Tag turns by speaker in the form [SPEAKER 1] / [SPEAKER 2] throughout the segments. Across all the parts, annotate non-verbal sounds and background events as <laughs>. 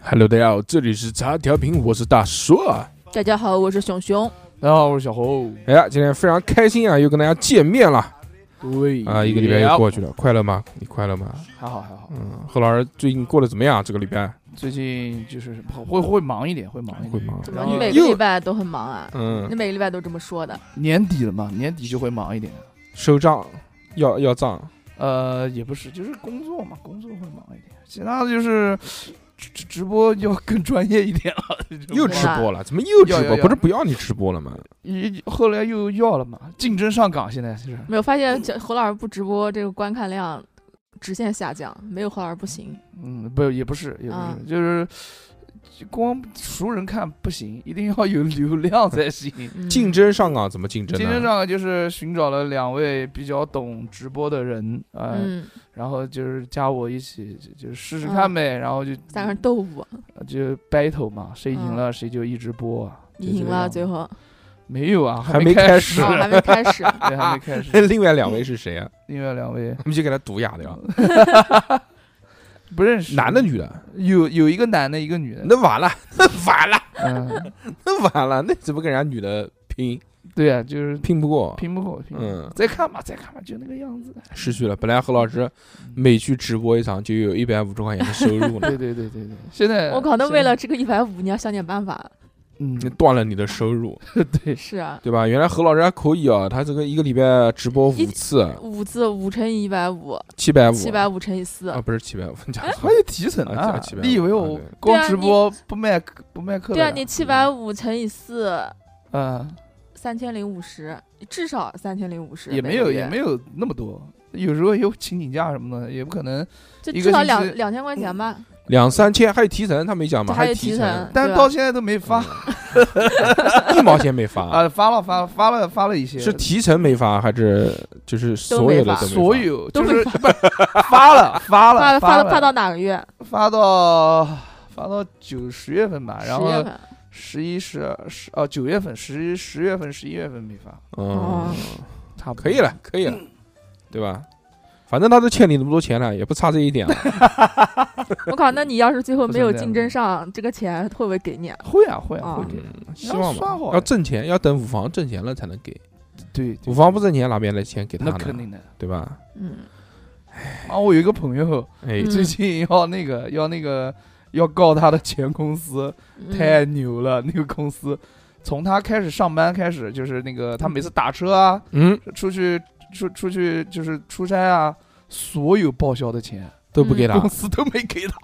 [SPEAKER 1] Hello，大家好，这里是茶调频，我是大硕。啊
[SPEAKER 2] 大家好，我是熊熊。
[SPEAKER 3] 大家好，啊我是小侯。
[SPEAKER 1] 哎呀，今天非常开心啊，又跟大家见面了
[SPEAKER 3] 对哎
[SPEAKER 1] 啊！一个礼拜又过去了，快乐吗？你快乐吗？
[SPEAKER 3] 还好还好，
[SPEAKER 1] 嗯，何老师最近过得怎么样？这个礼拜
[SPEAKER 3] 最近就是会会忙一点，会忙一
[SPEAKER 1] 会
[SPEAKER 3] 点。
[SPEAKER 1] 吗？
[SPEAKER 2] 怎么
[SPEAKER 3] 然后
[SPEAKER 2] 你每个
[SPEAKER 1] 又
[SPEAKER 2] 礼拜都很忙啊？
[SPEAKER 1] 嗯
[SPEAKER 2] 你，每个礼拜都这么说的，
[SPEAKER 3] 年底了嘛，年底就会忙一点。
[SPEAKER 1] 收账要要账，
[SPEAKER 3] 呃，也不是，就是工作嘛，工作会忙一点。其他的就是直直直播要更专业一点了。就
[SPEAKER 1] 又
[SPEAKER 3] 是
[SPEAKER 1] 直
[SPEAKER 2] 吃
[SPEAKER 1] 播了？怎么又直
[SPEAKER 3] 要
[SPEAKER 1] 播？
[SPEAKER 3] 要要嗯
[SPEAKER 1] 不是不要你直播了吗？
[SPEAKER 3] 一后来又要了嘛，竞争上岗，现在是
[SPEAKER 2] 没有发现这侯老师不直播，这个观看量直线下降，没有侯老师不行。
[SPEAKER 3] 嗯，不也不是也不是，
[SPEAKER 2] 啊
[SPEAKER 3] 就是光熟人看不行，一定要有流量才行。
[SPEAKER 2] 嗯
[SPEAKER 1] 竞争上岗怎么竞争
[SPEAKER 3] 今天
[SPEAKER 1] 呢？
[SPEAKER 3] 上来就是寻找了两位比较懂直播的人，呃，
[SPEAKER 2] 嗯，
[SPEAKER 3] 然后就是加我一起就就是试试
[SPEAKER 2] 嗯
[SPEAKER 3] 看呗，然后就
[SPEAKER 2] 三个人嗯斗舞，
[SPEAKER 3] 就 battle 嘛，谁赢了谁就一直播啊。
[SPEAKER 2] 你
[SPEAKER 3] 就这
[SPEAKER 2] 赢
[SPEAKER 3] 个
[SPEAKER 2] 了，
[SPEAKER 3] 样
[SPEAKER 2] 最
[SPEAKER 3] 子
[SPEAKER 2] 后
[SPEAKER 3] 没有啊？
[SPEAKER 1] 还没
[SPEAKER 3] 没
[SPEAKER 1] 开
[SPEAKER 3] 始
[SPEAKER 1] 是始，
[SPEAKER 2] 哦还没开始。<laughs>
[SPEAKER 3] 对，还没开始。
[SPEAKER 1] <laughs> 另外两位是谁啊？
[SPEAKER 3] 另外两位
[SPEAKER 1] 我们就给他毒哑
[SPEAKER 3] <laughs>
[SPEAKER 1] 掉，
[SPEAKER 3] 不认识，
[SPEAKER 1] 男的女的？
[SPEAKER 3] 有有一个男的，一个女的。
[SPEAKER 1] 那完了， <laughs> 那完了，
[SPEAKER 3] 嗯，
[SPEAKER 1] 那完了，那怎么跟人家女的拼？
[SPEAKER 3] 对啊，就是
[SPEAKER 1] 拼不过，
[SPEAKER 3] 拼不过，拼不过。
[SPEAKER 1] 嗯，
[SPEAKER 3] 再看吧，再看吧，就那个
[SPEAKER 1] <laughs>
[SPEAKER 3] 样子。
[SPEAKER 1] 失去了。本来何老师每去直播一场就有一百五十块钱的收入呢
[SPEAKER 3] 对，对对对对，现在
[SPEAKER 2] 我靠，那
[SPEAKER 3] 现
[SPEAKER 2] 为
[SPEAKER 3] 在
[SPEAKER 2] 了这个一百五，你要想点办法。
[SPEAKER 3] 嗯
[SPEAKER 1] 你，断了你的收入，
[SPEAKER 3] <laughs> 对，
[SPEAKER 2] 是啊，
[SPEAKER 1] 对吧？原来何老师还可以啊，他这个一个礼拜直播五
[SPEAKER 2] 一
[SPEAKER 1] 次，
[SPEAKER 2] 五字五乘以一百
[SPEAKER 3] 啊
[SPEAKER 2] 五，
[SPEAKER 1] 七百五，
[SPEAKER 2] 七百五乘哎以四
[SPEAKER 1] 啊，。不是七百五，你讲错
[SPEAKER 3] 还
[SPEAKER 1] 了
[SPEAKER 3] 有提成
[SPEAKER 1] 啊加
[SPEAKER 3] 啊
[SPEAKER 1] 七！百
[SPEAKER 3] 你以为
[SPEAKER 1] 五
[SPEAKER 3] 我
[SPEAKER 1] 啊对
[SPEAKER 2] 对
[SPEAKER 3] 光
[SPEAKER 2] 啊
[SPEAKER 3] 直
[SPEAKER 2] 你
[SPEAKER 3] 播不卖课不卖课的
[SPEAKER 2] 对
[SPEAKER 3] 呀？
[SPEAKER 2] 啊，你七百五乘以四，
[SPEAKER 3] 嗯。
[SPEAKER 2] 三千零五十，至少三千零五十。
[SPEAKER 3] 也没有，也
[SPEAKER 2] 有。
[SPEAKER 3] 没有那么多。有时候有请请假什么的，也不可能。
[SPEAKER 2] 就
[SPEAKER 3] 一
[SPEAKER 2] 至
[SPEAKER 3] 个
[SPEAKER 2] 少
[SPEAKER 3] 星
[SPEAKER 2] 两
[SPEAKER 3] 期嗯
[SPEAKER 2] 两千块钱吧，
[SPEAKER 1] 两三千，还有提成，他没讲
[SPEAKER 2] 这
[SPEAKER 1] 吗？
[SPEAKER 2] 还有
[SPEAKER 1] 提
[SPEAKER 2] 提成，对啊
[SPEAKER 3] 但是
[SPEAKER 2] 吧
[SPEAKER 3] 到现在都没
[SPEAKER 1] 嗯
[SPEAKER 3] 发
[SPEAKER 1] 一毛钱没发，
[SPEAKER 3] 啊，发了发了发了发了一些，
[SPEAKER 1] 是提成没发还是就是所有的
[SPEAKER 2] 都没发
[SPEAKER 1] 都没
[SPEAKER 3] 所有
[SPEAKER 2] 都
[SPEAKER 3] 就
[SPEAKER 2] 没
[SPEAKER 3] 是不是 <laughs> 发
[SPEAKER 2] <laughs>
[SPEAKER 3] 了发
[SPEAKER 2] 发
[SPEAKER 3] 了
[SPEAKER 2] 发
[SPEAKER 3] 了啊
[SPEAKER 2] 发到哪个月？
[SPEAKER 3] 发到发到九十月份吧，然
[SPEAKER 2] 十月
[SPEAKER 3] 后
[SPEAKER 2] 份。
[SPEAKER 3] 十一十二十哦九月份十十月份十一月份没发，
[SPEAKER 1] 嗯
[SPEAKER 2] 哦，
[SPEAKER 3] 差不多
[SPEAKER 1] 可以。了，可以了，对吧？反正他都欠你那么多钱了，也不差这一点了。
[SPEAKER 2] 我靠，那你要是最后
[SPEAKER 3] 不
[SPEAKER 2] 没有
[SPEAKER 3] 存在
[SPEAKER 2] 竞争上，这个钱会不会给你啊？
[SPEAKER 3] 会啊会啊
[SPEAKER 2] 啊
[SPEAKER 3] 会给，
[SPEAKER 1] 嗯希望
[SPEAKER 3] 要
[SPEAKER 1] 吧
[SPEAKER 3] 算好，
[SPEAKER 1] 要挣钱，要等五房挣钱了才能给。
[SPEAKER 3] 对，
[SPEAKER 1] 五
[SPEAKER 3] 对
[SPEAKER 1] 房不挣钱，哪边来钱给他
[SPEAKER 3] 那肯
[SPEAKER 1] 呢？
[SPEAKER 3] 定的。
[SPEAKER 1] 对吧？
[SPEAKER 2] 嗯，
[SPEAKER 3] 啊，我有一个朋友
[SPEAKER 1] 哎，
[SPEAKER 2] 嗯
[SPEAKER 3] 最近要那个要那个要告他的前公司，
[SPEAKER 2] 嗯
[SPEAKER 3] 太牛了！ <laughs> 那个公司，从他开始上班开始，就是那个他每次打车啊，
[SPEAKER 1] 嗯，
[SPEAKER 3] 出去出出去就是出差啊，所有报销的钱
[SPEAKER 1] 都不
[SPEAKER 2] 啊
[SPEAKER 1] 给他
[SPEAKER 3] 公，司都没给
[SPEAKER 2] <laughs>
[SPEAKER 3] 他。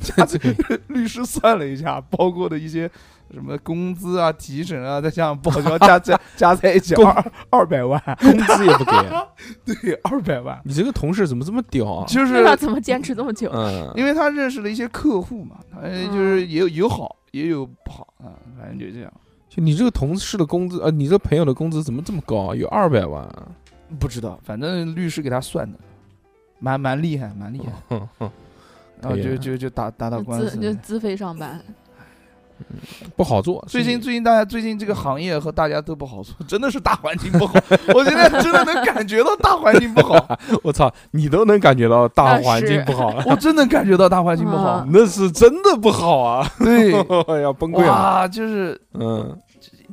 [SPEAKER 1] 这个
[SPEAKER 3] <laughs> 律师算了一下，包括的一些什么工资啊、提成啊，再加上报销
[SPEAKER 2] <laughs>
[SPEAKER 3] 加加加在一起
[SPEAKER 1] 工
[SPEAKER 3] 二二百万，
[SPEAKER 1] 工资也不给。啊
[SPEAKER 3] 对，二百
[SPEAKER 2] <laughs>
[SPEAKER 3] 万，
[SPEAKER 1] 你这个同事怎么这么屌啊？
[SPEAKER 3] 就
[SPEAKER 2] 那
[SPEAKER 3] 是
[SPEAKER 2] 他怎么坚持这么久？
[SPEAKER 1] 嗯，
[SPEAKER 3] 因为他认识了一些客户嘛，
[SPEAKER 2] 嗯
[SPEAKER 3] 呃，就是也有有好也有不好啊，反正就这样。
[SPEAKER 1] 就你这个同事的工资，呃，你这朋友的工资怎么这么高啊？有二百万啊，
[SPEAKER 3] 不知道，反正律师给他算的，蛮蛮厉害，蛮厉害。
[SPEAKER 1] 哼哼
[SPEAKER 3] 然后
[SPEAKER 1] 可以
[SPEAKER 3] 就
[SPEAKER 1] 啊
[SPEAKER 3] 就就打打打官
[SPEAKER 2] 自就
[SPEAKER 3] 司。
[SPEAKER 2] 自费上班，
[SPEAKER 1] 不好做。
[SPEAKER 3] 最近
[SPEAKER 1] 是
[SPEAKER 3] 最近大家最近这个行业和大家都不好说，真的是大环境不好。 <laughs> 我现在真的能感觉到大环境不
[SPEAKER 1] <laughs>
[SPEAKER 3] 好，
[SPEAKER 1] 我操，你都能感觉到大
[SPEAKER 2] 那
[SPEAKER 1] 环
[SPEAKER 2] 是
[SPEAKER 1] 境不好了，
[SPEAKER 3] 我真能感觉到大环境不好
[SPEAKER 2] 啊。
[SPEAKER 1] 那是真的不好啊！ <laughs>
[SPEAKER 3] 对，
[SPEAKER 1] 要崩溃了。
[SPEAKER 3] 哇，就是
[SPEAKER 1] 嗯，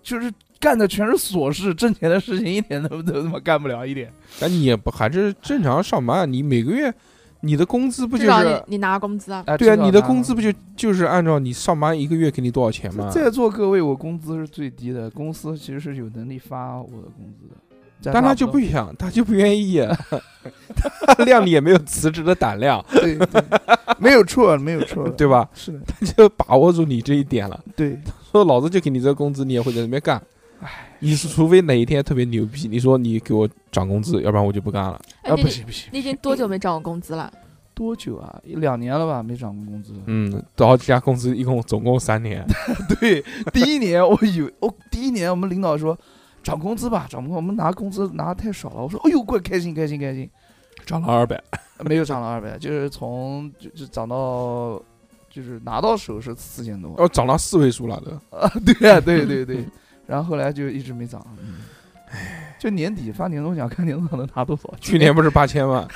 [SPEAKER 3] 就是干的全是琐事，挣钱的事情一点都都他妈干不了一点。
[SPEAKER 1] 但你也不还是正常上班，啊你每个月你的工资不
[SPEAKER 2] 至
[SPEAKER 1] 就
[SPEAKER 2] 少你
[SPEAKER 1] 是？
[SPEAKER 2] 你拿工资啊？
[SPEAKER 3] 哎
[SPEAKER 1] 对啊，
[SPEAKER 3] 知道
[SPEAKER 1] 你的
[SPEAKER 3] 他
[SPEAKER 1] 工资不就就是按照你上班一个月给你多少钱吗？
[SPEAKER 3] 在座各位，我工资是最低的，公司其实是有能力发我的工资的，
[SPEAKER 1] 但他就不想，他就不愿意，啊他量里也没有辞职的胆量， <laughs>
[SPEAKER 3] <laughs> 对，对没有错，没有 <laughs> 错，
[SPEAKER 1] 对吧？
[SPEAKER 3] 是的，
[SPEAKER 1] 他就把握住你这一点了。
[SPEAKER 3] 对，
[SPEAKER 1] 说老子就给你这个工资，你也会在那边干。你是除非哪一天特别牛逼，你说你给我涨工资，要不然我就不干了。
[SPEAKER 2] 哎，你
[SPEAKER 3] 啊不行不行，
[SPEAKER 2] 你已经多久没涨过工资了？
[SPEAKER 3] 多久啊？一两年了吧，没涨过工资。
[SPEAKER 1] 嗯，然后这家公司一共总共三年，
[SPEAKER 3] 对，第一年我以为，我第一年我们领导说涨工资吧，涨工资，我们拿工资拿的太少了。我说，哎呦，怪开心开心开心，呃
[SPEAKER 1] 涨了二百。
[SPEAKER 3] 没有涨了二百，就是从就就涨到。就是拿到手是四千多
[SPEAKER 1] 哦，涨到
[SPEAKER 3] 哦 <laughs>
[SPEAKER 1] 四位数了都。
[SPEAKER 3] 啊，对啊，对对对，然后后来就一直没涨，嗯就年底发年终奖，看年终奖能拿多少。
[SPEAKER 1] 去年不是八千万，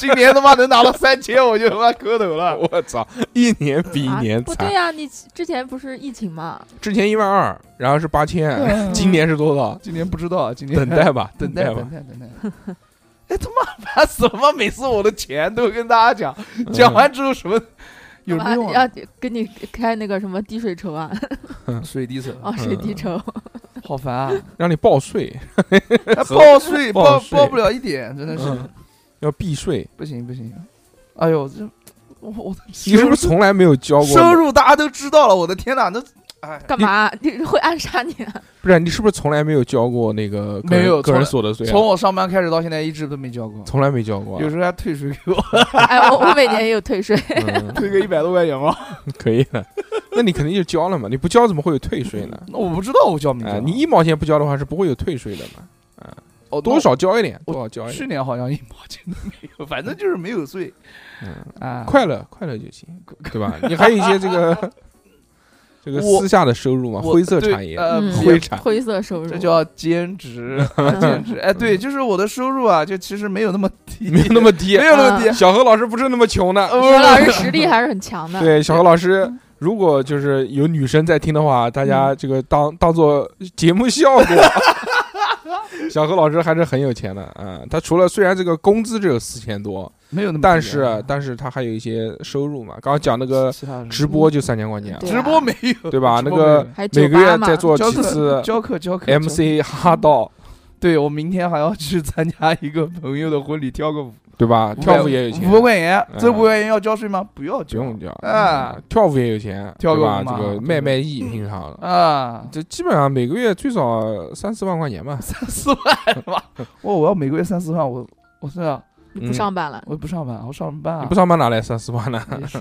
[SPEAKER 3] 今年他妈能拿到三千，我就他妈磕头了。
[SPEAKER 1] 我操，一年比一
[SPEAKER 2] 啊
[SPEAKER 1] 年
[SPEAKER 2] 不
[SPEAKER 1] 惨
[SPEAKER 2] 对。呀、你之前不是疫情嘛？
[SPEAKER 1] 之前一万二，然后是八千，
[SPEAKER 3] 嗯
[SPEAKER 1] 今年是多少？
[SPEAKER 3] 今年不知道，今
[SPEAKER 1] <laughs>
[SPEAKER 3] 年
[SPEAKER 1] 等待吧，
[SPEAKER 3] <laughs> 等待
[SPEAKER 1] 待
[SPEAKER 3] 等
[SPEAKER 1] 吧。
[SPEAKER 3] 待等待。 <laughs> 哎他妈烦死了！妈每次我的钱都跟大家讲，
[SPEAKER 1] 嗯
[SPEAKER 3] 讲完之后什么
[SPEAKER 2] <laughs>
[SPEAKER 3] 有
[SPEAKER 2] 干嘛
[SPEAKER 3] 没用啊？
[SPEAKER 2] 要给你开那个什么滴水筹啊，
[SPEAKER 3] 水滴筹
[SPEAKER 2] 哦，水
[SPEAKER 3] 嗯
[SPEAKER 2] 滴筹，
[SPEAKER 3] 好
[SPEAKER 2] <laughs>
[SPEAKER 3] 烦啊！
[SPEAKER 1] 让你报税，
[SPEAKER 3] 哎报
[SPEAKER 1] <laughs>
[SPEAKER 3] 税
[SPEAKER 1] 报
[SPEAKER 3] 报
[SPEAKER 1] 税
[SPEAKER 3] 报不了一点，真的是
[SPEAKER 1] 嗯要避税。
[SPEAKER 3] 不行不行。哎呦，这我我的
[SPEAKER 1] 你是不是从来没有交过？
[SPEAKER 3] 收入大家都知道了？我的天哪，那哎
[SPEAKER 2] 干嘛？啊你会暗杀你、啊？
[SPEAKER 1] 不是，你是不是从来没有交过那个个人
[SPEAKER 3] 没有
[SPEAKER 1] 个人所得税啊？
[SPEAKER 3] 从我上班开始到现在一直都没交过，
[SPEAKER 1] 从来没交过啊。
[SPEAKER 3] 有时候还退税给我，
[SPEAKER 2] 哎，我我每年也有退税，
[SPEAKER 1] 嗯，
[SPEAKER 3] 退个一百多块钱吧。 <laughs>
[SPEAKER 1] 可以的。那你肯定就交了嘛？你不交怎么会有退税呢？
[SPEAKER 3] 那我不知道我交没
[SPEAKER 1] 啊，
[SPEAKER 3] 交，
[SPEAKER 1] 你一毛钱不交的话是不会有退税的嘛？
[SPEAKER 3] 哦
[SPEAKER 1] 多？少交一点，
[SPEAKER 3] 我
[SPEAKER 1] 多少交一点。
[SPEAKER 3] 去年好像一毛钱都没有，反正就是没有税
[SPEAKER 1] 嗯，
[SPEAKER 3] 啊。
[SPEAKER 1] 快乐快乐就行，对吧？你还有一些这
[SPEAKER 3] <laughs>
[SPEAKER 1] 个这个
[SPEAKER 3] 我
[SPEAKER 1] 私下的收入嘛，
[SPEAKER 3] 我
[SPEAKER 1] 灰色
[SPEAKER 3] 对
[SPEAKER 1] 产业。
[SPEAKER 3] 呃，
[SPEAKER 2] 嗯
[SPEAKER 3] 不
[SPEAKER 1] 灰嗯产
[SPEAKER 2] 灰色收入，嗯
[SPEAKER 3] 这叫兼职，兼职。哎，对，就是我的收入啊，就其实没有那么低，
[SPEAKER 1] 没有
[SPEAKER 3] <laughs>
[SPEAKER 1] 那么低啊
[SPEAKER 3] 没。有那么低。
[SPEAKER 1] 小何老师不是那么穷的，
[SPEAKER 3] 呃
[SPEAKER 2] 何老师实力还是很强的。
[SPEAKER 1] 对，小何老师，如果就是有女生在听的话，大家这个当当做节目效果。小何老师还是很有钱的，嗯，他除了虽然这个工资只有四千多，
[SPEAKER 3] 没有那么低啊，
[SPEAKER 1] 但是但是他还有一些收入嘛。刚刚讲那个
[SPEAKER 3] 其他人
[SPEAKER 1] 直播就三千块钱，
[SPEAKER 2] 对
[SPEAKER 3] 直播没有，
[SPEAKER 1] 对吧那
[SPEAKER 3] 直播
[SPEAKER 1] 个
[SPEAKER 3] 没有
[SPEAKER 2] 还酒
[SPEAKER 1] 每个
[SPEAKER 2] 吧
[SPEAKER 1] 月
[SPEAKER 2] 嘛，
[SPEAKER 1] 再做
[SPEAKER 3] 教
[SPEAKER 1] 几
[SPEAKER 3] 课
[SPEAKER 1] 次
[SPEAKER 3] 教课教课
[SPEAKER 1] MC 哈道，
[SPEAKER 3] 对我明天还要去参加一个朋友的婚礼，跳个舞，
[SPEAKER 1] 对吧？跳啊舞也有钱
[SPEAKER 3] 五，百块钱，
[SPEAKER 1] 嗯
[SPEAKER 3] 这五百块钱要交税吗？不要
[SPEAKER 1] 不
[SPEAKER 3] 交，
[SPEAKER 1] 用交
[SPEAKER 3] 啊，
[SPEAKER 1] 跳舞也有钱，
[SPEAKER 3] 跳
[SPEAKER 1] 对
[SPEAKER 3] 个舞
[SPEAKER 1] 吧？
[SPEAKER 3] 嘛
[SPEAKER 1] 这个卖卖艺平常。
[SPEAKER 3] 啊，
[SPEAKER 1] 这基本上每个月最少三四万块钱吧，
[SPEAKER 3] 三四万
[SPEAKER 1] <laughs>
[SPEAKER 3] 吧，哦我我要每个月三四万，我我是啊，
[SPEAKER 2] 你不
[SPEAKER 1] 嗯
[SPEAKER 2] 上班了，
[SPEAKER 3] 我不上班，我上班啊，
[SPEAKER 1] 你不上班哪来三四万呢？<laughs>
[SPEAKER 3] 也是，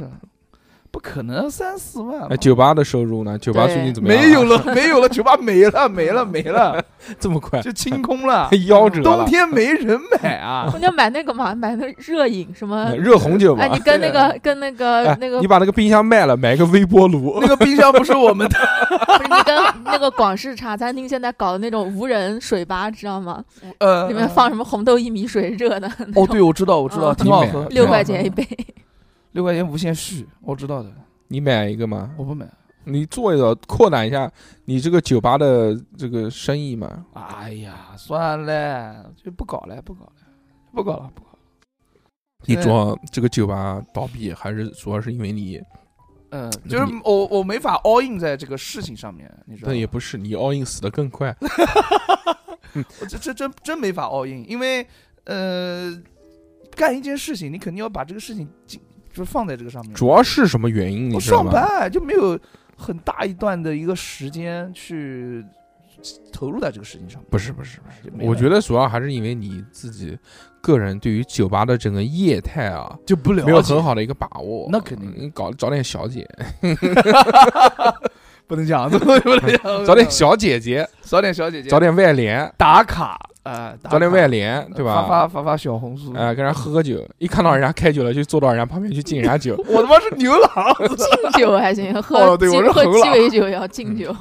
[SPEAKER 3] 不可能三四万吧
[SPEAKER 1] 哎，，酒吧的收入呢？酒吧
[SPEAKER 2] 啊对
[SPEAKER 1] 最近怎么样啊？
[SPEAKER 3] 没有了， <laughs> 没有了，酒吧没了，没了，没了，
[SPEAKER 1] <laughs> 这么快，，
[SPEAKER 3] 就清空了
[SPEAKER 1] <laughs> 夭折
[SPEAKER 3] 冬
[SPEAKER 1] 了。
[SPEAKER 3] 天没人买啊
[SPEAKER 2] 我，就买那个嘛，买那个热饮什么
[SPEAKER 1] 哎。热红酒吧
[SPEAKER 2] 哎，你，跟那个跟那个
[SPEAKER 1] 哎
[SPEAKER 2] <laughs> 那个
[SPEAKER 1] 你把那个冰箱卖了，买个微波炉
[SPEAKER 3] 那，个冰箱不是我们的，
[SPEAKER 2] <laughs> 不是你跟那个广式茶餐厅现在搞的那种无人水吧，知道吗？
[SPEAKER 3] 呃，
[SPEAKER 1] 嗯
[SPEAKER 2] 里面放什么红豆薏米水热的，
[SPEAKER 3] 哦，对，我知道，我知道，
[SPEAKER 2] 嗯
[SPEAKER 3] 挺好
[SPEAKER 1] 啊
[SPEAKER 3] 喝，
[SPEAKER 2] 六块
[SPEAKER 3] 挺好
[SPEAKER 2] 钱
[SPEAKER 3] 喝
[SPEAKER 2] 一，杯。
[SPEAKER 3] 六块钱无限续，我知道的，
[SPEAKER 1] 你买一个嘛？
[SPEAKER 3] 我不买。
[SPEAKER 1] 你做一做，扩展一下你这个酒吧的这个生意嘛。
[SPEAKER 3] 哎呀，算了，就不搞了，不搞了，不搞了，不搞了。
[SPEAKER 1] 你
[SPEAKER 3] 现在，
[SPEAKER 1] 说这个酒吧倒闭，还是主要是因为你？
[SPEAKER 3] 嗯，
[SPEAKER 1] 你
[SPEAKER 3] 就是我我没法 all in 在这个事情上面，你知道
[SPEAKER 1] 那
[SPEAKER 3] 吗？
[SPEAKER 1] 也不是，你 all in 死得更快。
[SPEAKER 3] 我这这真真没法 all in，因为呃，干一件事情，你肯定要把这个事情进，就是放在这个上面。
[SPEAKER 1] 主要是什么原因？你
[SPEAKER 3] 我
[SPEAKER 1] 知道
[SPEAKER 3] 上
[SPEAKER 1] 吗？
[SPEAKER 3] 班就没有很大一段的一个时间去投入在这个事情上面。
[SPEAKER 1] 不是不是不是，
[SPEAKER 3] 就没
[SPEAKER 1] 我
[SPEAKER 3] 了
[SPEAKER 1] 觉得主要还是因为你自己个人对于酒吧的整个业态啊，
[SPEAKER 3] 就不了解，
[SPEAKER 1] 没有很 <laughs> 好的一个把握。
[SPEAKER 3] 那肯定
[SPEAKER 1] 你搞找点小姐，
[SPEAKER 3] 不能讲，不能讲，
[SPEAKER 1] 哎找点小姐姐，
[SPEAKER 3] 找点哦小姐姐，
[SPEAKER 1] 找点外联，
[SPEAKER 3] 打卡啊，打
[SPEAKER 1] 找点
[SPEAKER 3] 卡
[SPEAKER 1] 外联，对吧？
[SPEAKER 3] 发发发发小红书，。
[SPEAKER 1] 哎，跟人家喝喝酒，一看到人家开酒了，就坐到人家旁边去敬人家酒
[SPEAKER 3] <laughs> 我他妈是牛郎， <laughs>
[SPEAKER 2] 敬酒还行，喝
[SPEAKER 3] 哦对
[SPEAKER 2] 鸡
[SPEAKER 3] 我是
[SPEAKER 2] 喝
[SPEAKER 3] 猴
[SPEAKER 2] 鸡
[SPEAKER 3] 了
[SPEAKER 2] 尾酒也要
[SPEAKER 1] 嗯
[SPEAKER 2] 敬酒。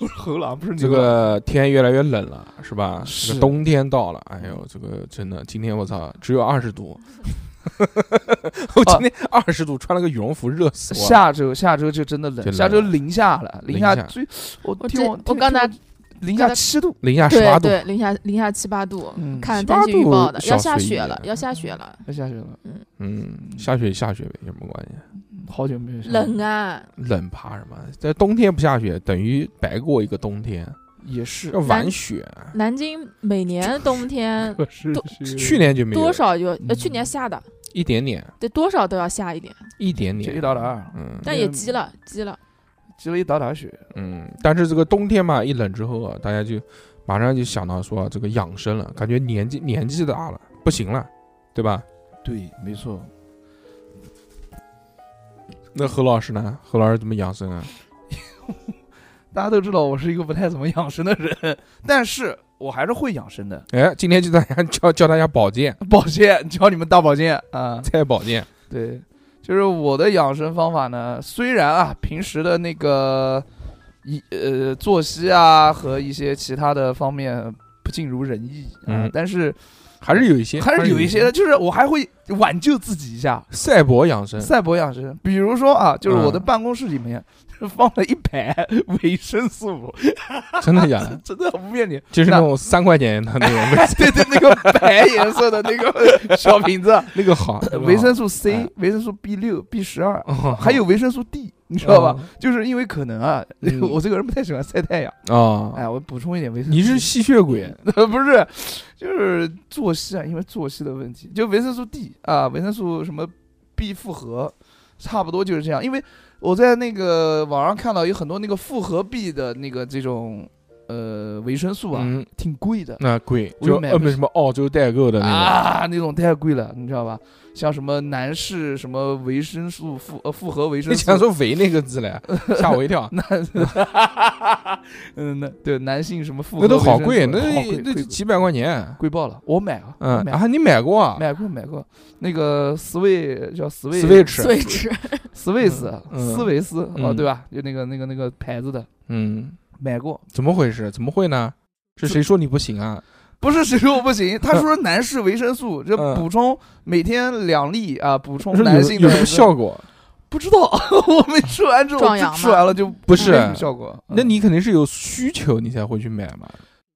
[SPEAKER 3] 我是猴郎，不是
[SPEAKER 1] 这
[SPEAKER 3] 牛郎。
[SPEAKER 1] 个天越来越冷了，是吧？这
[SPEAKER 3] 是嗯
[SPEAKER 1] 个冬天到了，哎呦，这个真的，今天我操，只有二十度，
[SPEAKER 3] <laughs>
[SPEAKER 1] 我今天二十度，穿了个羽绒服，热死我了。
[SPEAKER 3] 下周下周就真的
[SPEAKER 1] 就
[SPEAKER 3] 冷，
[SPEAKER 1] 冷
[SPEAKER 3] 下周零下了，零
[SPEAKER 1] 零下
[SPEAKER 3] 最我
[SPEAKER 2] 我
[SPEAKER 3] 听
[SPEAKER 2] 这
[SPEAKER 3] 听
[SPEAKER 2] 我刚才
[SPEAKER 3] 听零下七度，
[SPEAKER 1] 零下十八
[SPEAKER 2] 对
[SPEAKER 1] 度，
[SPEAKER 2] 对，零下零下七八度，
[SPEAKER 3] 嗯
[SPEAKER 2] 看
[SPEAKER 1] 七
[SPEAKER 2] 天
[SPEAKER 1] 八
[SPEAKER 2] 气预
[SPEAKER 1] 度
[SPEAKER 2] 报的，要
[SPEAKER 1] 小
[SPEAKER 2] 下
[SPEAKER 1] 随意
[SPEAKER 2] 雪
[SPEAKER 1] 啊
[SPEAKER 2] 了，要下雪了，
[SPEAKER 3] 要下雪了，
[SPEAKER 1] 嗯，下雪下雪呗，有什么关系？
[SPEAKER 3] 嗯好久没有下雪
[SPEAKER 2] 冷啊！
[SPEAKER 1] 冷怕什么？在冬天不下雪，等于白过一个冬天。
[SPEAKER 3] 也
[SPEAKER 1] <laughs>
[SPEAKER 3] 是
[SPEAKER 1] 要，玩雪，
[SPEAKER 2] 南京每年冬天
[SPEAKER 3] 可是
[SPEAKER 2] 多
[SPEAKER 1] 去年 <laughs> 就没有
[SPEAKER 2] 多少有，呃，
[SPEAKER 3] 嗯
[SPEAKER 2] 去年下的，
[SPEAKER 1] 一点点，
[SPEAKER 2] 对，多少都要下一点，
[SPEAKER 1] 一点
[SPEAKER 3] 这
[SPEAKER 1] 点，
[SPEAKER 3] 一打打二，
[SPEAKER 1] 嗯
[SPEAKER 2] 但
[SPEAKER 3] 那
[SPEAKER 2] 也
[SPEAKER 3] 个
[SPEAKER 2] 积了，积了。
[SPEAKER 3] 积了一打打雪，
[SPEAKER 1] 嗯，但是这个冬天嘛，一冷之后啊，大家就马上就想到说这个养生了，感觉年纪年纪大了，不行了，对吧？
[SPEAKER 3] 对，没错，
[SPEAKER 1] 那何老师呢？何老师怎么养生啊？
[SPEAKER 3] 大家都知道我是一个不太怎么养生的人，但是我还是会养生的。
[SPEAKER 1] 哎，今天就大家教教大家保健，
[SPEAKER 3] 保健，教你们大保健啊！
[SPEAKER 1] 菜保健，
[SPEAKER 3] 对，就是我的养生方法呢，虽然啊，平时的那个一呃作息啊和一些其他的方面不不尽如人意啊、
[SPEAKER 1] 嗯
[SPEAKER 3] 但是
[SPEAKER 1] 还是有一些，
[SPEAKER 3] 还是有一些的，就是我还会挽救自己一下，
[SPEAKER 1] 赛博养
[SPEAKER 3] <laughs>
[SPEAKER 1] 生，
[SPEAKER 3] 赛博养生。比如说啊，就是我的
[SPEAKER 1] 嗯
[SPEAKER 3] 办公室里面 <laughs> 放了一排 <laughs> 维生素，
[SPEAKER 1] 真的假的？
[SPEAKER 3] 真的我不
[SPEAKER 1] <laughs>
[SPEAKER 3] 骗你，
[SPEAKER 1] 就是那种三块钱的那 <laughs> 种维
[SPEAKER 3] 对对，那个白颜色的
[SPEAKER 1] <laughs>
[SPEAKER 3] 那个小瓶子，
[SPEAKER 1] 那个好，那个好
[SPEAKER 3] 维生素 C
[SPEAKER 1] 哎、
[SPEAKER 3] 维生素 B 六、B 十二，
[SPEAKER 1] 哦
[SPEAKER 3] 还有维生素 D，你知道吧？就是因为可能啊，
[SPEAKER 1] 嗯
[SPEAKER 3] <laughs> 我这个人不太喜欢晒太阳，
[SPEAKER 1] 哦
[SPEAKER 3] 哎，我补充一点维生素 D。
[SPEAKER 1] 你是吸血鬼，
[SPEAKER 3] <laughs> 不嗯是，就是作息啊，因为作息的问题，就维生素 D 啊，维生素什么 B 复合，差不多就是这样。因为我在那个网上看到有很多那个复合 B 的那个这种呃维生素啊，
[SPEAKER 1] 嗯，
[SPEAKER 3] 挺贵的。
[SPEAKER 1] 那贵，
[SPEAKER 3] 我
[SPEAKER 1] 就
[SPEAKER 3] 又买
[SPEAKER 1] 呃不
[SPEAKER 3] 不起
[SPEAKER 1] 是什么澳洲代购的那种，
[SPEAKER 3] 啊，那种太贵了，你知道吧？像什么男士什么维生素复呃复合维
[SPEAKER 1] <laughs>
[SPEAKER 3] 生
[SPEAKER 1] 你
[SPEAKER 3] 素。
[SPEAKER 1] 想，说“维”那个字嘞，吓我一跳
[SPEAKER 3] <laughs> 那嗯，那对男性什么复合
[SPEAKER 1] 那都好
[SPEAKER 3] 维生素
[SPEAKER 1] 贵，那
[SPEAKER 3] 好贵
[SPEAKER 1] 那
[SPEAKER 3] 贵
[SPEAKER 1] 几百块钱。
[SPEAKER 3] 贵爆了，我买啊，我
[SPEAKER 1] 嗯
[SPEAKER 3] 买
[SPEAKER 1] 啊，你买过啊？
[SPEAKER 3] 买过买过，那个 Switch 叫 Switch
[SPEAKER 1] Switch，
[SPEAKER 2] 所以吃
[SPEAKER 3] Switch
[SPEAKER 1] 嗯
[SPEAKER 3] 斯维斯哦，
[SPEAKER 1] 嗯
[SPEAKER 3] 对吧？就那个那个那个牌子的
[SPEAKER 1] 嗯，
[SPEAKER 3] 买过，
[SPEAKER 1] 怎么回事？怎么会呢？是谁说你不行啊？
[SPEAKER 3] 不是谁说我不行，他说男士维生素这
[SPEAKER 1] 嗯
[SPEAKER 3] 补充每天两粒啊，补充
[SPEAKER 1] 说
[SPEAKER 3] 男
[SPEAKER 1] 有
[SPEAKER 3] 性
[SPEAKER 1] 有
[SPEAKER 3] 的
[SPEAKER 1] 什么效果？
[SPEAKER 3] 不知道， <laughs> 我没吃完之后
[SPEAKER 2] 壮
[SPEAKER 3] 就
[SPEAKER 2] 阳
[SPEAKER 3] 吃
[SPEAKER 2] 吗
[SPEAKER 3] 完了就
[SPEAKER 1] 不
[SPEAKER 3] 不
[SPEAKER 1] 是
[SPEAKER 3] 什么效果。嗯
[SPEAKER 1] 那你肯定是有需求，你才会去买嘛。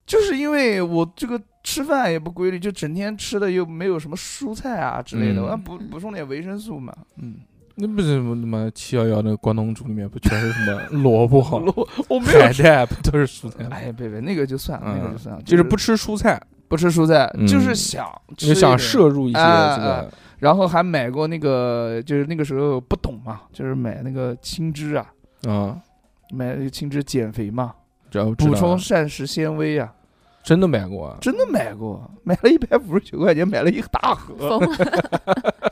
[SPEAKER 3] 就是因为我这个吃饭也不规律，就整天吃的又没有什么蔬菜啊之类的，
[SPEAKER 1] 嗯
[SPEAKER 3] 我要补补充点维生
[SPEAKER 1] <laughs>
[SPEAKER 3] 素嘛。嗯，
[SPEAKER 1] 那不是他妈七幺幺那个关东煮里面不全是
[SPEAKER 3] <laughs>
[SPEAKER 1] 什么萝卜、
[SPEAKER 3] 我我没有
[SPEAKER 1] 海带，不都是蔬菜吗？
[SPEAKER 3] 哎，别别，那个就算了，那个就算了，
[SPEAKER 1] 嗯就是不吃蔬菜，
[SPEAKER 3] 不吃蔬菜，
[SPEAKER 1] 嗯
[SPEAKER 3] 就是想吃
[SPEAKER 1] 你就想
[SPEAKER 3] 一点
[SPEAKER 1] 摄，入一些
[SPEAKER 3] 哎
[SPEAKER 1] 这个
[SPEAKER 3] 然后还买过那个，就是那个时候不懂嘛，就是买那个青汁啊，
[SPEAKER 1] 啊，
[SPEAKER 3] 买那个青汁减肥嘛，
[SPEAKER 1] 知道知道
[SPEAKER 3] 补充膳食纤维啊，
[SPEAKER 1] 真的买过啊？
[SPEAKER 3] 真的买过，买了一百五十九块钱，买了一大盒，
[SPEAKER 2] 疯
[SPEAKER 3] <laughs>
[SPEAKER 2] 了，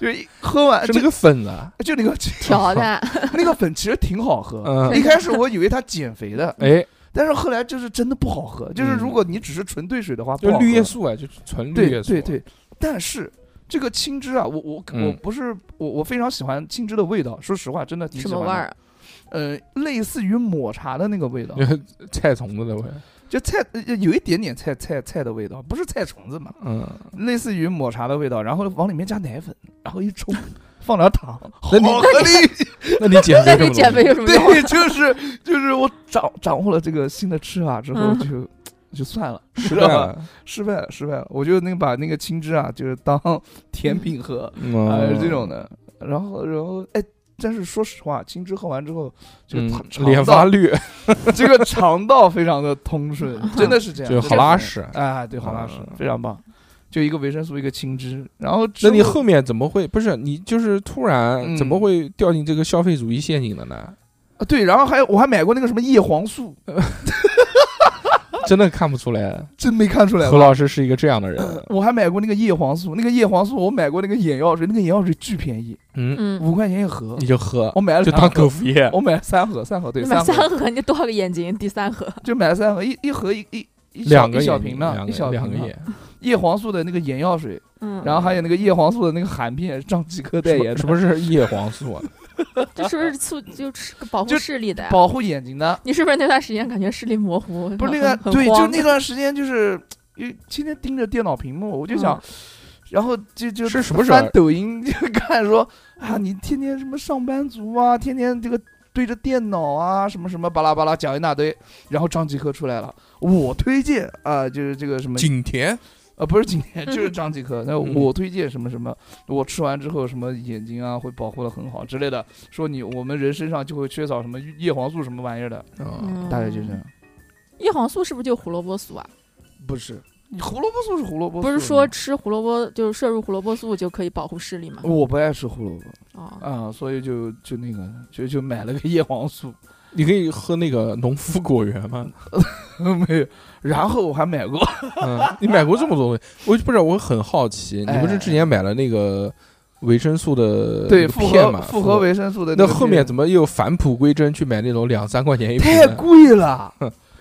[SPEAKER 3] 就一喝完
[SPEAKER 1] 是
[SPEAKER 3] 就
[SPEAKER 1] 那个粉啊？
[SPEAKER 3] 就那个
[SPEAKER 2] 调
[SPEAKER 3] <laughs>
[SPEAKER 2] 的，
[SPEAKER 3] 那个粉其实挺好喝。
[SPEAKER 1] 嗯，
[SPEAKER 3] 一开始我以为它减肥的，
[SPEAKER 1] 哎，
[SPEAKER 3] 但是后来就是真的不好喝。就是
[SPEAKER 1] 嗯
[SPEAKER 3] 如果你只是纯兑水的话，
[SPEAKER 1] 就
[SPEAKER 3] 不好喝
[SPEAKER 1] 绿叶素啊，就纯绿
[SPEAKER 3] 对
[SPEAKER 1] 叶素，
[SPEAKER 3] 对，对，但是这个青汁啊，我我我
[SPEAKER 1] 嗯
[SPEAKER 3] 不是我我非常喜欢青汁的味道，说实话，真的挺
[SPEAKER 2] 什
[SPEAKER 3] 喜
[SPEAKER 2] 么
[SPEAKER 3] 欢
[SPEAKER 2] 味
[SPEAKER 3] 的
[SPEAKER 2] 儿？ <laughs> 啊？
[SPEAKER 3] 呃，类似于抹茶的那个味道，
[SPEAKER 1] 就 <laughs> 菜虫子的味，
[SPEAKER 3] 就菜呃有一点点菜菜菜的味道，不是菜虫子嘛，
[SPEAKER 1] 嗯，
[SPEAKER 3] 类似于抹茶的味道，然后往里面加奶粉，然后
[SPEAKER 2] <laughs>
[SPEAKER 3] 一冲，放点糖，
[SPEAKER 1] 那
[SPEAKER 3] 好
[SPEAKER 1] 你
[SPEAKER 3] 合理。
[SPEAKER 1] <laughs> 那你减
[SPEAKER 2] 那
[SPEAKER 1] 肥这
[SPEAKER 2] 你
[SPEAKER 1] 么容 <laughs>
[SPEAKER 2] 减肥
[SPEAKER 1] 易？
[SPEAKER 2] 有什么用？
[SPEAKER 3] 对， <laughs> 就是就是我掌掌握了这个新的吃法之后
[SPEAKER 2] 嗯
[SPEAKER 3] 就。就算了，
[SPEAKER 1] 失
[SPEAKER 3] 知
[SPEAKER 1] 败
[SPEAKER 3] 道吧？
[SPEAKER 1] 了，
[SPEAKER 3] 失败了，失败了。我就那个把那个青汁啊，就是
[SPEAKER 1] <laughs>
[SPEAKER 3] 当甜品喝，啊、
[SPEAKER 1] 嗯
[SPEAKER 3] 是这种的。然后，然后，哎，但是说实话，青汁喝完之后，就
[SPEAKER 1] 嗯
[SPEAKER 3] 是肠、肠
[SPEAKER 1] 脸发
[SPEAKER 3] 道
[SPEAKER 1] 绿，
[SPEAKER 3] 这个肠道非常的通
[SPEAKER 1] <laughs>
[SPEAKER 3] 顺，真的是这样，
[SPEAKER 1] 就
[SPEAKER 3] 真
[SPEAKER 1] 好
[SPEAKER 3] 的
[SPEAKER 1] 拉
[SPEAKER 3] 是
[SPEAKER 1] 屎。
[SPEAKER 3] 这样啊，对，好拉屎，
[SPEAKER 1] 嗯
[SPEAKER 3] 非常棒。就一个维生素，一个青汁，然后之
[SPEAKER 1] 那你
[SPEAKER 3] 后
[SPEAKER 1] 后面怎么会不是你就是突然
[SPEAKER 3] 嗯
[SPEAKER 1] 怎么会掉进这个消费主义陷阱的呢？
[SPEAKER 3] 啊对，然后还有我还买过那个什么叶黄素， <laughs>
[SPEAKER 1] 真的看不出来，
[SPEAKER 3] 真没嗯看出来嗯
[SPEAKER 1] 何
[SPEAKER 3] 吧。
[SPEAKER 1] 老师是一个这样的人。
[SPEAKER 3] 我还买过那个叶黄素，那个叶黄素我买过那个眼药水，那个眼药水巨便宜，
[SPEAKER 1] 嗯，
[SPEAKER 2] 嗯，
[SPEAKER 3] 五块钱一盒
[SPEAKER 1] 你，就喝
[SPEAKER 3] 我，买了
[SPEAKER 1] 就
[SPEAKER 3] 两
[SPEAKER 1] 当口
[SPEAKER 3] 盒，
[SPEAKER 1] 服液。
[SPEAKER 3] 我买了三盒，三盒对，
[SPEAKER 2] 你买
[SPEAKER 3] 盒
[SPEAKER 2] 三盒，你多少个眼睛？第三盒，
[SPEAKER 3] 就买了三盒，一一盒一一一小
[SPEAKER 1] 两个
[SPEAKER 3] 一小
[SPEAKER 1] 眼睛
[SPEAKER 3] 瓶的，
[SPEAKER 1] 两
[SPEAKER 3] 一
[SPEAKER 1] 个
[SPEAKER 3] 小
[SPEAKER 1] 两
[SPEAKER 3] 瓶
[SPEAKER 1] 个
[SPEAKER 3] 的
[SPEAKER 1] 液，
[SPEAKER 3] 叶黄素的那个眼药水，
[SPEAKER 2] 嗯，
[SPEAKER 3] <laughs> 然后还有那个叶黄素的那个含片，张继科代
[SPEAKER 1] 什
[SPEAKER 3] 言
[SPEAKER 1] 么
[SPEAKER 3] 的，
[SPEAKER 1] 什么是叶黄素啊？
[SPEAKER 2] 这是不
[SPEAKER 3] <laughs>
[SPEAKER 2] 是促就是保护
[SPEAKER 3] 就
[SPEAKER 2] 视力的呀？
[SPEAKER 3] 保护眼睛的，
[SPEAKER 2] 你是不是那段时间感觉视力模糊？
[SPEAKER 3] 不是那
[SPEAKER 2] 很
[SPEAKER 3] 个
[SPEAKER 2] 很
[SPEAKER 3] 对，
[SPEAKER 2] 慌
[SPEAKER 3] 就那段时间就是因为天天盯着电脑屏幕，我就
[SPEAKER 2] 嗯
[SPEAKER 3] 想，然后就就是
[SPEAKER 1] 什么时候
[SPEAKER 3] 翻抖音就 <laughs> 看说啊，你天天什么上班族啊，天天这个对着电脑啊，什么什么巴拉巴拉讲一大堆，然后张继科出来了，我推荐啊，就是这个什么
[SPEAKER 1] 景甜
[SPEAKER 3] 呃，不是今 <laughs> 天，就是张继科。那
[SPEAKER 1] 嗯
[SPEAKER 3] 我推荐什么什么，我吃完之后什么眼睛啊会保护的很好之类的，说你我们人身上就会缺少什么叶黄素什么玩意儿的，
[SPEAKER 1] 啊，
[SPEAKER 2] 嗯
[SPEAKER 3] 大概就这样。
[SPEAKER 2] 叶黄素是不是就胡萝卜素啊？
[SPEAKER 3] 不是，胡萝卜素是胡萝卜素，
[SPEAKER 2] 不是说吃胡萝卜就是摄入胡萝卜素就可以保护视力吗？
[SPEAKER 3] 我不爱吃胡萝卜
[SPEAKER 2] 哦， <laughs>
[SPEAKER 3] 啊、所以就就那个就就买了个叶黄素， <laughs>
[SPEAKER 1] 你可以喝那个农夫果园吗？
[SPEAKER 3] 没有。然后我还买过，
[SPEAKER 1] 嗯，你买过这么多东西，我不是我很好奇，
[SPEAKER 3] 哎
[SPEAKER 1] 你不是之前买了那个维生素的
[SPEAKER 3] <laughs> 对
[SPEAKER 1] 那个
[SPEAKER 3] 复
[SPEAKER 1] 片
[SPEAKER 3] 合
[SPEAKER 1] 嘛？
[SPEAKER 3] 复合维生素的
[SPEAKER 1] 那
[SPEAKER 3] 个
[SPEAKER 1] 后
[SPEAKER 3] 片
[SPEAKER 1] 面怎么又返璞归真去买那种两三块钱一瓶
[SPEAKER 3] 太
[SPEAKER 1] 的？
[SPEAKER 3] 贵 <laughs> 了。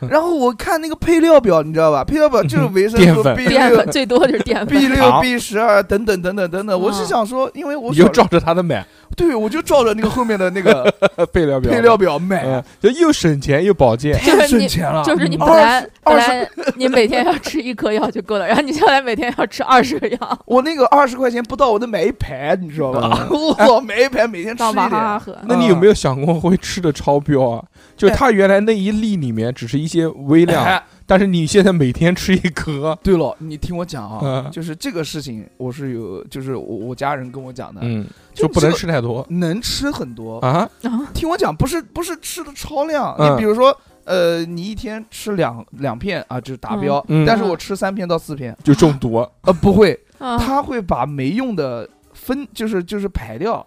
[SPEAKER 3] 然后我看那个配料表，你知道吧？配料 <laughs> 表就是维生
[SPEAKER 1] 淀
[SPEAKER 3] 素
[SPEAKER 1] 粉
[SPEAKER 3] B
[SPEAKER 2] 淀
[SPEAKER 3] 六
[SPEAKER 2] 粉最多就是淀粉
[SPEAKER 3] <laughs> B 六、
[SPEAKER 1] 糖
[SPEAKER 2] 嗯
[SPEAKER 3] B 十二等等等等等等，我是想说，因为我
[SPEAKER 1] 你就
[SPEAKER 3] 小 <laughs>
[SPEAKER 1] 照着他的买，
[SPEAKER 3] 对，我就照着那个后面的那个
[SPEAKER 1] 配料 <laughs> 表，
[SPEAKER 3] 配料表买
[SPEAKER 1] 嗯
[SPEAKER 3] 啊，，
[SPEAKER 1] 就又省钱又保健。
[SPEAKER 2] 就是
[SPEAKER 3] 太省
[SPEAKER 2] 你
[SPEAKER 3] 钱了。
[SPEAKER 2] 就是你
[SPEAKER 3] 嗯
[SPEAKER 2] 本
[SPEAKER 3] 二
[SPEAKER 2] 来本
[SPEAKER 3] 二
[SPEAKER 2] 来你每天要吃一颗药就够了，然后你现在每天要吃二十个药，
[SPEAKER 3] 我那个二十块钱不到，我能买一排，你知道吧？
[SPEAKER 1] 嗯
[SPEAKER 3] <laughs> 我买一排，每天吃
[SPEAKER 2] 当
[SPEAKER 3] 一
[SPEAKER 2] 娃哈
[SPEAKER 3] 点
[SPEAKER 2] 哈。喝。
[SPEAKER 1] 那
[SPEAKER 3] 嗯
[SPEAKER 1] 你有没有想过会吃的超标
[SPEAKER 3] <laughs>
[SPEAKER 1] 啊？就
[SPEAKER 3] 哎
[SPEAKER 1] 它原来那一粒里面只是一些微量，
[SPEAKER 3] 哎
[SPEAKER 1] 但是你现在每天吃一颗，
[SPEAKER 3] 对了，你听我讲啊，
[SPEAKER 1] 嗯
[SPEAKER 3] 就是这个事情，我是有，就是我我家人跟我讲的，
[SPEAKER 1] 嗯，就
[SPEAKER 3] 就
[SPEAKER 1] 不能
[SPEAKER 3] 这个
[SPEAKER 1] 吃太多
[SPEAKER 3] 能吃很多。
[SPEAKER 1] 啊。
[SPEAKER 2] 啊
[SPEAKER 3] 听我讲，不是不是吃的超量，
[SPEAKER 1] 嗯
[SPEAKER 3] 你比如说，呃，你一天吃两两片啊，就是达标，
[SPEAKER 1] 嗯嗯啊
[SPEAKER 3] 但是我吃三片到四片，
[SPEAKER 1] 就中毒，
[SPEAKER 3] 呃，不会，
[SPEAKER 2] 啊！
[SPEAKER 3] 他会把没用的分，就是就是排掉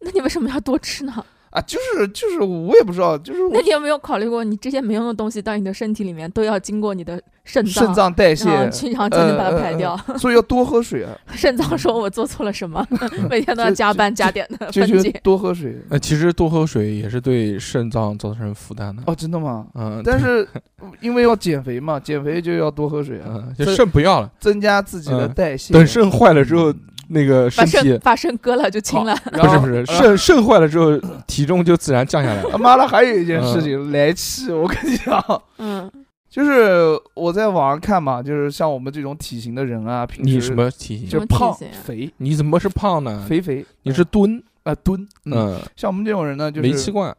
[SPEAKER 2] 那你为什么要多吃呢？
[SPEAKER 3] 啊，就是就是我也不知道，就是我
[SPEAKER 2] 那你有没有考虑过，你这些没用的东西到你的身体里面都要经过你的肾脏，
[SPEAKER 3] 肾脏代谢，
[SPEAKER 2] 然后去然后才能把它
[SPEAKER 3] 呃
[SPEAKER 2] 排
[SPEAKER 3] 呃
[SPEAKER 2] 掉。
[SPEAKER 3] 所以要多喝水啊，
[SPEAKER 2] <laughs> 肾脏说我做错了什么，每天都要加班加点的
[SPEAKER 3] 就
[SPEAKER 2] 分
[SPEAKER 3] 是
[SPEAKER 2] 解。
[SPEAKER 3] 多喝水。
[SPEAKER 1] 呃，其实多喝水也是对肾脏造成负担的。
[SPEAKER 3] 哦，真的吗？
[SPEAKER 1] 嗯，
[SPEAKER 3] 但
[SPEAKER 1] 对
[SPEAKER 3] 是 <laughs> 因为要减肥嘛，减肥就要多喝水啊，
[SPEAKER 1] 嗯，就
[SPEAKER 3] 这
[SPEAKER 1] 肾不要了，
[SPEAKER 3] 增加自己的
[SPEAKER 1] 嗯
[SPEAKER 3] 代谢。嗯
[SPEAKER 1] 等肾坏了之后，那个
[SPEAKER 2] 把
[SPEAKER 1] 身
[SPEAKER 2] 肾
[SPEAKER 1] 体
[SPEAKER 2] 把肾割了就清了，
[SPEAKER 1] 不
[SPEAKER 3] 然
[SPEAKER 1] 是
[SPEAKER 3] 后啊
[SPEAKER 1] 不是肾肾坏了之后，体重就自然降下来 <laughs> 了。
[SPEAKER 3] 他妈的还有一件
[SPEAKER 1] 嗯
[SPEAKER 3] 事情来气，我跟你讲。
[SPEAKER 2] 嗯，
[SPEAKER 3] 就是我在网上看嘛，就是像我们这种体型的人啊，平时
[SPEAKER 1] 你什么体型？
[SPEAKER 3] 就
[SPEAKER 2] 什么
[SPEAKER 3] 是
[SPEAKER 2] 体
[SPEAKER 3] 胖
[SPEAKER 2] 型啊
[SPEAKER 3] 肥
[SPEAKER 1] 你怎么是胖呢？
[SPEAKER 3] 肥肥，
[SPEAKER 1] 你是蹲，
[SPEAKER 3] 啊、蹲，，
[SPEAKER 1] 嗯，
[SPEAKER 3] 像我们这种人呢，就
[SPEAKER 1] 煤气
[SPEAKER 3] 是
[SPEAKER 1] 罐，啊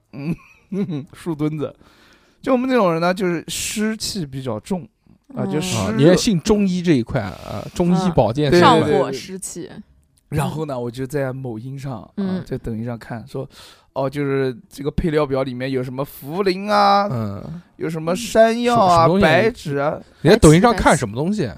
[SPEAKER 3] 嗯 <laughs> 树墩子，就我们这种人呢，就是湿气比较重啊，就
[SPEAKER 2] 嗯
[SPEAKER 3] 湿
[SPEAKER 1] 啊，
[SPEAKER 3] 热
[SPEAKER 1] 你也信中医这一块啊，中医
[SPEAKER 2] 嗯
[SPEAKER 1] 保健
[SPEAKER 3] 对
[SPEAKER 1] 这一
[SPEAKER 2] 上
[SPEAKER 1] 块
[SPEAKER 3] 对对
[SPEAKER 2] 火湿气，
[SPEAKER 3] 然后呢，我就在某音上啊
[SPEAKER 2] 嗯，
[SPEAKER 3] 在抖音上看说，哦，就是这个配料表里面有什么茯苓啊，
[SPEAKER 1] 嗯，
[SPEAKER 3] 有什么山药
[SPEAKER 1] 什么
[SPEAKER 3] 啊
[SPEAKER 1] 东、西
[SPEAKER 3] 白芷啊，
[SPEAKER 1] 你在抖音上
[SPEAKER 2] 白痴
[SPEAKER 1] 看什么东西？啊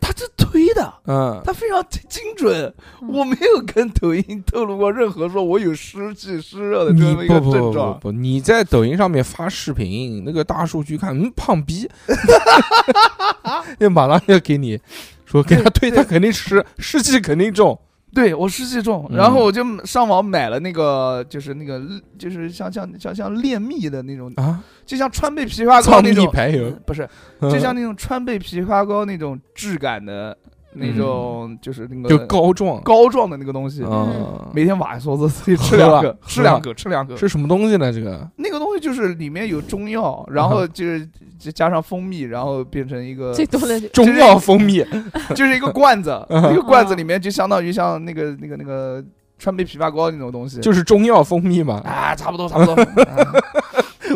[SPEAKER 3] 他这推的，
[SPEAKER 1] 嗯，
[SPEAKER 3] 他非常精准。
[SPEAKER 2] 嗯
[SPEAKER 3] 我没有跟抖音透露过任何说我有湿气、湿热的这
[SPEAKER 1] 你
[SPEAKER 3] 么一
[SPEAKER 1] 不
[SPEAKER 3] 个
[SPEAKER 1] 不不
[SPEAKER 3] 症
[SPEAKER 1] 不
[SPEAKER 3] 状。
[SPEAKER 1] 不，你在抖音上面发视频，那个大数据看，嗯，胖
[SPEAKER 3] <laughs>
[SPEAKER 1] 逼， <laughs> 就马上就给你说给他推，
[SPEAKER 3] 对
[SPEAKER 1] 他肯定吃，湿气肯定重，
[SPEAKER 3] 对我湿气重，
[SPEAKER 1] 嗯
[SPEAKER 3] 然后我就上网买了那个，就是那个，就是像像像像炼蜜的那种，
[SPEAKER 1] 啊，
[SPEAKER 3] 就像川贝枇杷膏
[SPEAKER 1] 藏
[SPEAKER 3] 那
[SPEAKER 1] 地
[SPEAKER 3] 种，
[SPEAKER 1] 排油，
[SPEAKER 3] 不是，
[SPEAKER 1] 嗯
[SPEAKER 3] 就像那种川贝枇杷膏那种质感的那种，就是那个
[SPEAKER 1] 就膏状，
[SPEAKER 3] 膏状的那个东西。
[SPEAKER 1] 嗯，
[SPEAKER 3] 每天晚上说自己
[SPEAKER 1] 喝
[SPEAKER 3] 吃两
[SPEAKER 1] 了 <laughs>
[SPEAKER 3] 个，吃两个，吃两个。
[SPEAKER 1] 是什么东西呢？这个
[SPEAKER 3] 那个东西就是里面有中药，
[SPEAKER 1] 嗯
[SPEAKER 3] 然后就是就加上蜂蜜，然后变成一个
[SPEAKER 2] 最多的就
[SPEAKER 1] 中药蜂蜜，
[SPEAKER 3] <laughs> 就是一个罐子，
[SPEAKER 1] <laughs> 嗯
[SPEAKER 3] 一个罐子里面就相当于像那个那个那个川贝枇杷膏那种东西，
[SPEAKER 1] 就是中药蜂蜜嘛，
[SPEAKER 3] 啊，差不多差不多。啊
[SPEAKER 1] <laughs>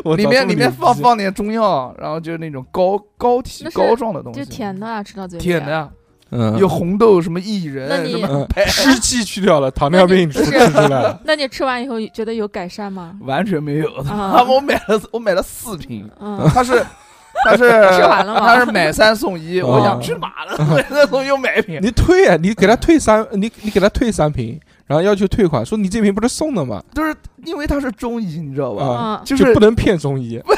[SPEAKER 1] 我
[SPEAKER 3] 里
[SPEAKER 1] 操
[SPEAKER 3] 面
[SPEAKER 1] 这么
[SPEAKER 3] 里面
[SPEAKER 1] 牛
[SPEAKER 3] 放
[SPEAKER 1] 逼
[SPEAKER 3] 放点中药，然后就是那种膏膏体
[SPEAKER 2] 那是
[SPEAKER 3] 膏状的东西，
[SPEAKER 2] 就甜的啊，吃到嘴里啊
[SPEAKER 3] 甜的。呀，
[SPEAKER 1] 嗯
[SPEAKER 3] 有红豆什么薏
[SPEAKER 2] 那
[SPEAKER 3] 仁
[SPEAKER 2] 你
[SPEAKER 3] 什么，
[SPEAKER 1] 嗯，湿气去掉了，糖尿病出
[SPEAKER 2] 不
[SPEAKER 1] 吃
[SPEAKER 2] 是
[SPEAKER 1] 出来了。
[SPEAKER 3] <laughs>
[SPEAKER 2] 那你吃完以后觉得有改善吗？
[SPEAKER 3] 完全没有。
[SPEAKER 2] 啊
[SPEAKER 3] <laughs> 我买了我买了四瓶，
[SPEAKER 2] <laughs> 嗯，
[SPEAKER 3] 它是。它是
[SPEAKER 2] <laughs> 吃完了吗
[SPEAKER 3] 它是买三
[SPEAKER 1] <laughs>
[SPEAKER 3] 送一，
[SPEAKER 1] 啊
[SPEAKER 3] 我想去马了，买三送一又买一瓶，
[SPEAKER 1] 你退啊，你给他退三，你你给他退三瓶，然后要求退款，说你这瓶不是送的吗？
[SPEAKER 3] 就是因为它是中医，你知道吧？
[SPEAKER 1] 啊，
[SPEAKER 2] 嗯，
[SPEAKER 3] 就是
[SPEAKER 1] 不能骗中医。 <laughs>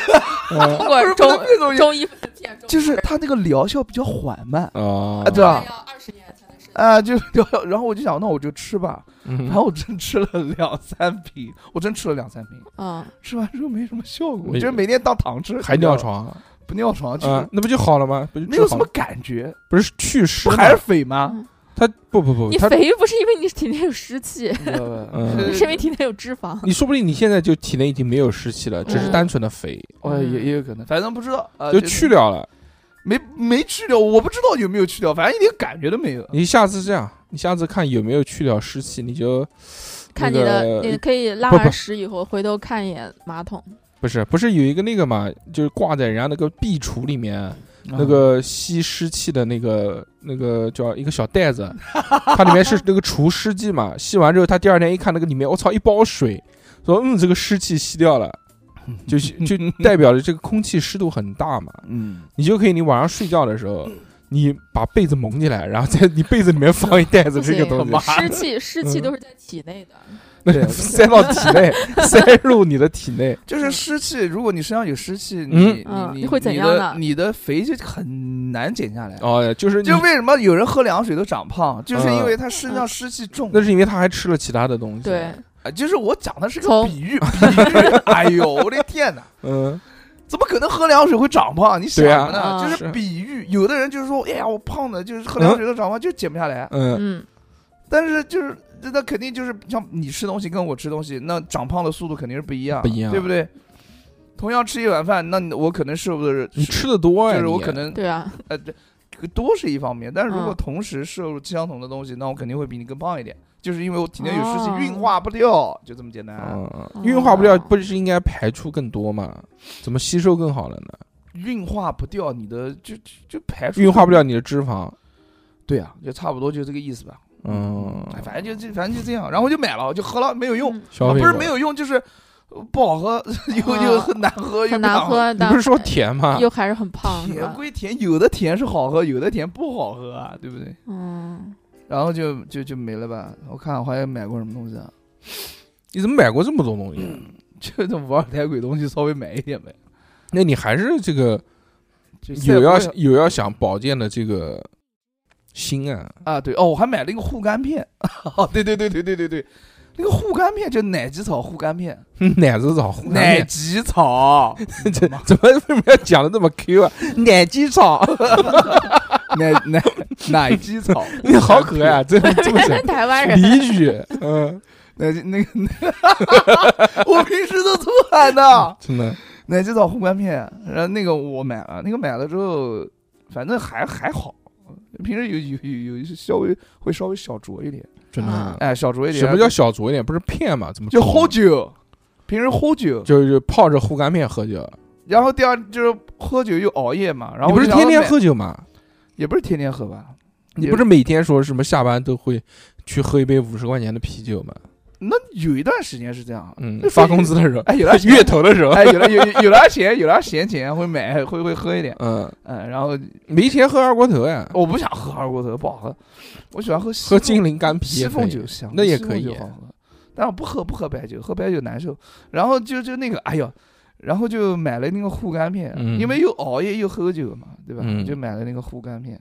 [SPEAKER 2] 通
[SPEAKER 1] 啊
[SPEAKER 2] 过
[SPEAKER 3] 是不能那种
[SPEAKER 2] 中中医片中
[SPEAKER 3] 就是它那个疗效比较缓慢，
[SPEAKER 1] 啊
[SPEAKER 3] 啊，对吧？
[SPEAKER 2] 要二十年才能生
[SPEAKER 3] 啊，就疗效。然后我就想，那我就吃吧。
[SPEAKER 1] 嗯
[SPEAKER 3] 然后我真吃了两三瓶，我真吃了两三瓶，
[SPEAKER 2] 嗯，
[SPEAKER 3] 吃完之后没什么效果，
[SPEAKER 1] 没
[SPEAKER 3] 就是每天当糖吃，
[SPEAKER 1] 还尿床
[SPEAKER 3] 不尿床，就
[SPEAKER 1] 啊
[SPEAKER 3] 是？
[SPEAKER 1] 那不就好了吗？不就
[SPEAKER 3] 没
[SPEAKER 1] 治
[SPEAKER 3] 有
[SPEAKER 1] 好
[SPEAKER 3] 什么
[SPEAKER 1] 了，
[SPEAKER 3] 感觉，
[SPEAKER 1] 不是祛湿
[SPEAKER 3] 不
[SPEAKER 1] 吗？
[SPEAKER 3] 还是肥吗？
[SPEAKER 1] 他不不不，
[SPEAKER 2] 你
[SPEAKER 1] 哦他
[SPEAKER 2] 肥不是因为你体内有湿气，
[SPEAKER 1] <laughs>
[SPEAKER 3] 你知道吧
[SPEAKER 1] 嗯
[SPEAKER 3] 是
[SPEAKER 2] 是因为体内有脂肪。
[SPEAKER 1] 你说不定你现在就体内已经没有湿气了，只是
[SPEAKER 2] 嗯
[SPEAKER 1] 单纯的肥，
[SPEAKER 3] 哦，也也有可能，反正不知道，呃
[SPEAKER 1] 就去，掉了。
[SPEAKER 3] 没没去掉，我不知道有没有去掉，反正一点感觉都没有。
[SPEAKER 1] 你下次这样，你下次看有没有去掉湿气，你就
[SPEAKER 2] 看你
[SPEAKER 1] 那
[SPEAKER 2] 的，
[SPEAKER 1] 个
[SPEAKER 2] 你可以拉
[SPEAKER 1] 不不
[SPEAKER 2] 完屎以后回头看一眼马桶，
[SPEAKER 1] 不是不是有一个那个嘛，就是挂在人家那个壁橱里面。
[SPEAKER 3] 嗯
[SPEAKER 1] 那个吸湿气的那个那个叫一个小袋子， <laughs> 它里面是那个除湿剂嘛，吸完之后，他第二天一看那个里面，我操，一包水，说嗯，这个湿气吸掉了，就
[SPEAKER 3] <laughs>
[SPEAKER 1] 就代表着这个空气湿度很大嘛，
[SPEAKER 3] 嗯，
[SPEAKER 1] 你就可以你晚上睡觉的时候，你把被子蒙起来，然后在你被子里面放一袋子这个东
[SPEAKER 3] <laughs> 不行
[SPEAKER 1] 西，
[SPEAKER 2] 湿气湿气
[SPEAKER 1] 嗯
[SPEAKER 2] 都是在体内的。
[SPEAKER 1] 那塞到体
[SPEAKER 3] <laughs>
[SPEAKER 1] 内，塞入你的体内，
[SPEAKER 3] 就是湿气，如果你身上有湿气，
[SPEAKER 1] 嗯
[SPEAKER 3] 你
[SPEAKER 2] 嗯
[SPEAKER 3] 你
[SPEAKER 2] 你会怎样呢
[SPEAKER 3] 你的你的肥就很难减下来。
[SPEAKER 1] 哦，就是你
[SPEAKER 3] 就为什么有人喝凉水都长胖，就是
[SPEAKER 1] 嗯
[SPEAKER 3] 因为他身上湿气重。
[SPEAKER 1] 那是因为他还吃了其他的东西，
[SPEAKER 2] 对，，
[SPEAKER 3] 啊，就是我讲的是个
[SPEAKER 2] 从
[SPEAKER 3] 比喻，比喻。 <laughs> 哎呦，我的天哪！
[SPEAKER 1] 嗯，
[SPEAKER 3] 怎么可能喝凉水会长胖？你想
[SPEAKER 1] 对啊
[SPEAKER 3] 什么呢？
[SPEAKER 2] 啊
[SPEAKER 3] 就是
[SPEAKER 1] 是
[SPEAKER 3] 比喻。有的人就是说，哎呀，我胖的，就是喝凉水都长胖，就减不下来。
[SPEAKER 1] 嗯
[SPEAKER 2] 嗯，
[SPEAKER 3] 但是就是这那肯定就是像你吃东西跟我吃东西，那长胖的速度肯定是不一样，
[SPEAKER 1] 不一样
[SPEAKER 3] 对不对？同样吃一碗饭，那你我可能摄入的是
[SPEAKER 1] 你吃的多呀，
[SPEAKER 3] 就是我
[SPEAKER 1] 你
[SPEAKER 3] 可能
[SPEAKER 2] 对啊，
[SPEAKER 3] 呃，对，这个多是一方面，但是如果
[SPEAKER 2] 嗯
[SPEAKER 3] 同时摄入相同的东西，那我肯定会比你更胖一点，就是因为我体内有湿气
[SPEAKER 2] 哦
[SPEAKER 3] 运化不掉，就这么简单。
[SPEAKER 1] 嗯，
[SPEAKER 2] 哦
[SPEAKER 1] 运化不掉，不是应该排出更多吗？怎么吸收更好了呢？
[SPEAKER 3] 运化不掉你的就就就排出
[SPEAKER 1] 运化不，了你的脂肪，
[SPEAKER 3] 对啊，就差不多就这个意思吧。
[SPEAKER 1] 嗯，
[SPEAKER 3] 哎，反正就这，反正就这样，然后我就买了，我就喝了，没有用，
[SPEAKER 2] 嗯
[SPEAKER 1] 消
[SPEAKER 3] 啊
[SPEAKER 1] 费
[SPEAKER 3] 不是
[SPEAKER 1] 过
[SPEAKER 3] 没，有用，就是呃不好喝， <laughs> 又又很难喝，又
[SPEAKER 2] 啊很
[SPEAKER 3] 哎不
[SPEAKER 2] 难
[SPEAKER 3] 想喝。
[SPEAKER 2] 喝，嗯
[SPEAKER 1] 你
[SPEAKER 2] 但呃
[SPEAKER 1] 不是说啊甜吗？
[SPEAKER 2] 又还是很胖是
[SPEAKER 3] 甜
[SPEAKER 2] 吧？
[SPEAKER 3] 归甜，有的甜是好喝，有的甜不好喝啊，对不对？
[SPEAKER 2] 嗯，
[SPEAKER 3] 然后就就就没了吧。我看我还买过什么东西啊？ <laughs>
[SPEAKER 1] 你怎么买过这么多东西？
[SPEAKER 3] 嗯就这玩台鬼东西稍微买一点呗。
[SPEAKER 1] 那你还是这个
[SPEAKER 3] 就
[SPEAKER 1] 有要
[SPEAKER 3] 赛博
[SPEAKER 1] 有要想保健的这个心啊， <laughs>
[SPEAKER 3] 啊，对哦，我还买了一个护肝片， <laughs> 哦，对对对对对对对，那个护肝片就奶蓟草护肝片，
[SPEAKER 1] 奶子草，湖南
[SPEAKER 3] 奶
[SPEAKER 1] 面
[SPEAKER 3] 蓟 <laughs> 草，
[SPEAKER 1] 这怎么为什么要讲的这么 Q
[SPEAKER 3] <laughs>
[SPEAKER 1] 啊？奶鸡草，，
[SPEAKER 3] 奶奶奶蓟草
[SPEAKER 1] <laughs> 你好可爱
[SPEAKER 3] <laughs>
[SPEAKER 1] 啊！这这么整
[SPEAKER 2] 台湾人
[SPEAKER 1] 俚语，嗯，
[SPEAKER 3] 奶蓟那个， <laughs> 我平时都这么喊的，
[SPEAKER 1] 真的，
[SPEAKER 3] 奶蓟草护肝片，然后那个我买了，那个买了之后，反正还还好。平时有有有有稍微会稍微小酌一点，
[SPEAKER 1] 真的
[SPEAKER 2] 啊
[SPEAKER 1] 啊。
[SPEAKER 3] 哎，小酌一点。
[SPEAKER 1] 什么叫小酌一点？不是骗嘛？怎么
[SPEAKER 3] 就
[SPEAKER 1] 酌
[SPEAKER 3] 喝酒？平时喝酒，
[SPEAKER 1] 就就泡着护肝片喝酒，
[SPEAKER 3] 然后第二就是喝酒又熬夜嘛，然后
[SPEAKER 1] 你不是
[SPEAKER 3] 我就想
[SPEAKER 1] 天天
[SPEAKER 3] 买
[SPEAKER 1] 喝酒吗？
[SPEAKER 3] 也不是天天喝吧？
[SPEAKER 1] 你
[SPEAKER 3] 也
[SPEAKER 1] 不是每天说什么下班都会去喝一杯五十块钱的啤酒吗？
[SPEAKER 3] 那有一段时间是这样， <laughs>
[SPEAKER 1] 嗯
[SPEAKER 3] 那，
[SPEAKER 1] 发
[SPEAKER 3] 时候
[SPEAKER 1] 工资的时候，
[SPEAKER 3] 哎，有段时间
[SPEAKER 1] 月头的时候，
[SPEAKER 3] 哎，有了有有有了钱，有了闲钱会买，会会喝一点，
[SPEAKER 1] 嗯，
[SPEAKER 3] 嗯，然后
[SPEAKER 1] 没钱喝二锅头呀，
[SPEAKER 3] 我不想喝二锅头，不好喝，我喜欢喝西
[SPEAKER 1] 喝
[SPEAKER 3] 凤
[SPEAKER 1] 金陵干啤
[SPEAKER 3] 西
[SPEAKER 1] 也可
[SPEAKER 3] 凤
[SPEAKER 1] 以
[SPEAKER 3] 酒香，
[SPEAKER 1] 那也
[SPEAKER 3] 西
[SPEAKER 1] 可
[SPEAKER 3] 凤
[SPEAKER 1] 以啊
[SPEAKER 3] 酒好喝，但我不喝不喝白酒，喝白酒难受，然后就就那个，哎呦。然后就买了那个护肝片，
[SPEAKER 1] 嗯
[SPEAKER 3] 因为又熬夜又喝酒嘛，对吧？
[SPEAKER 1] 嗯
[SPEAKER 3] 就买了那个护肝片，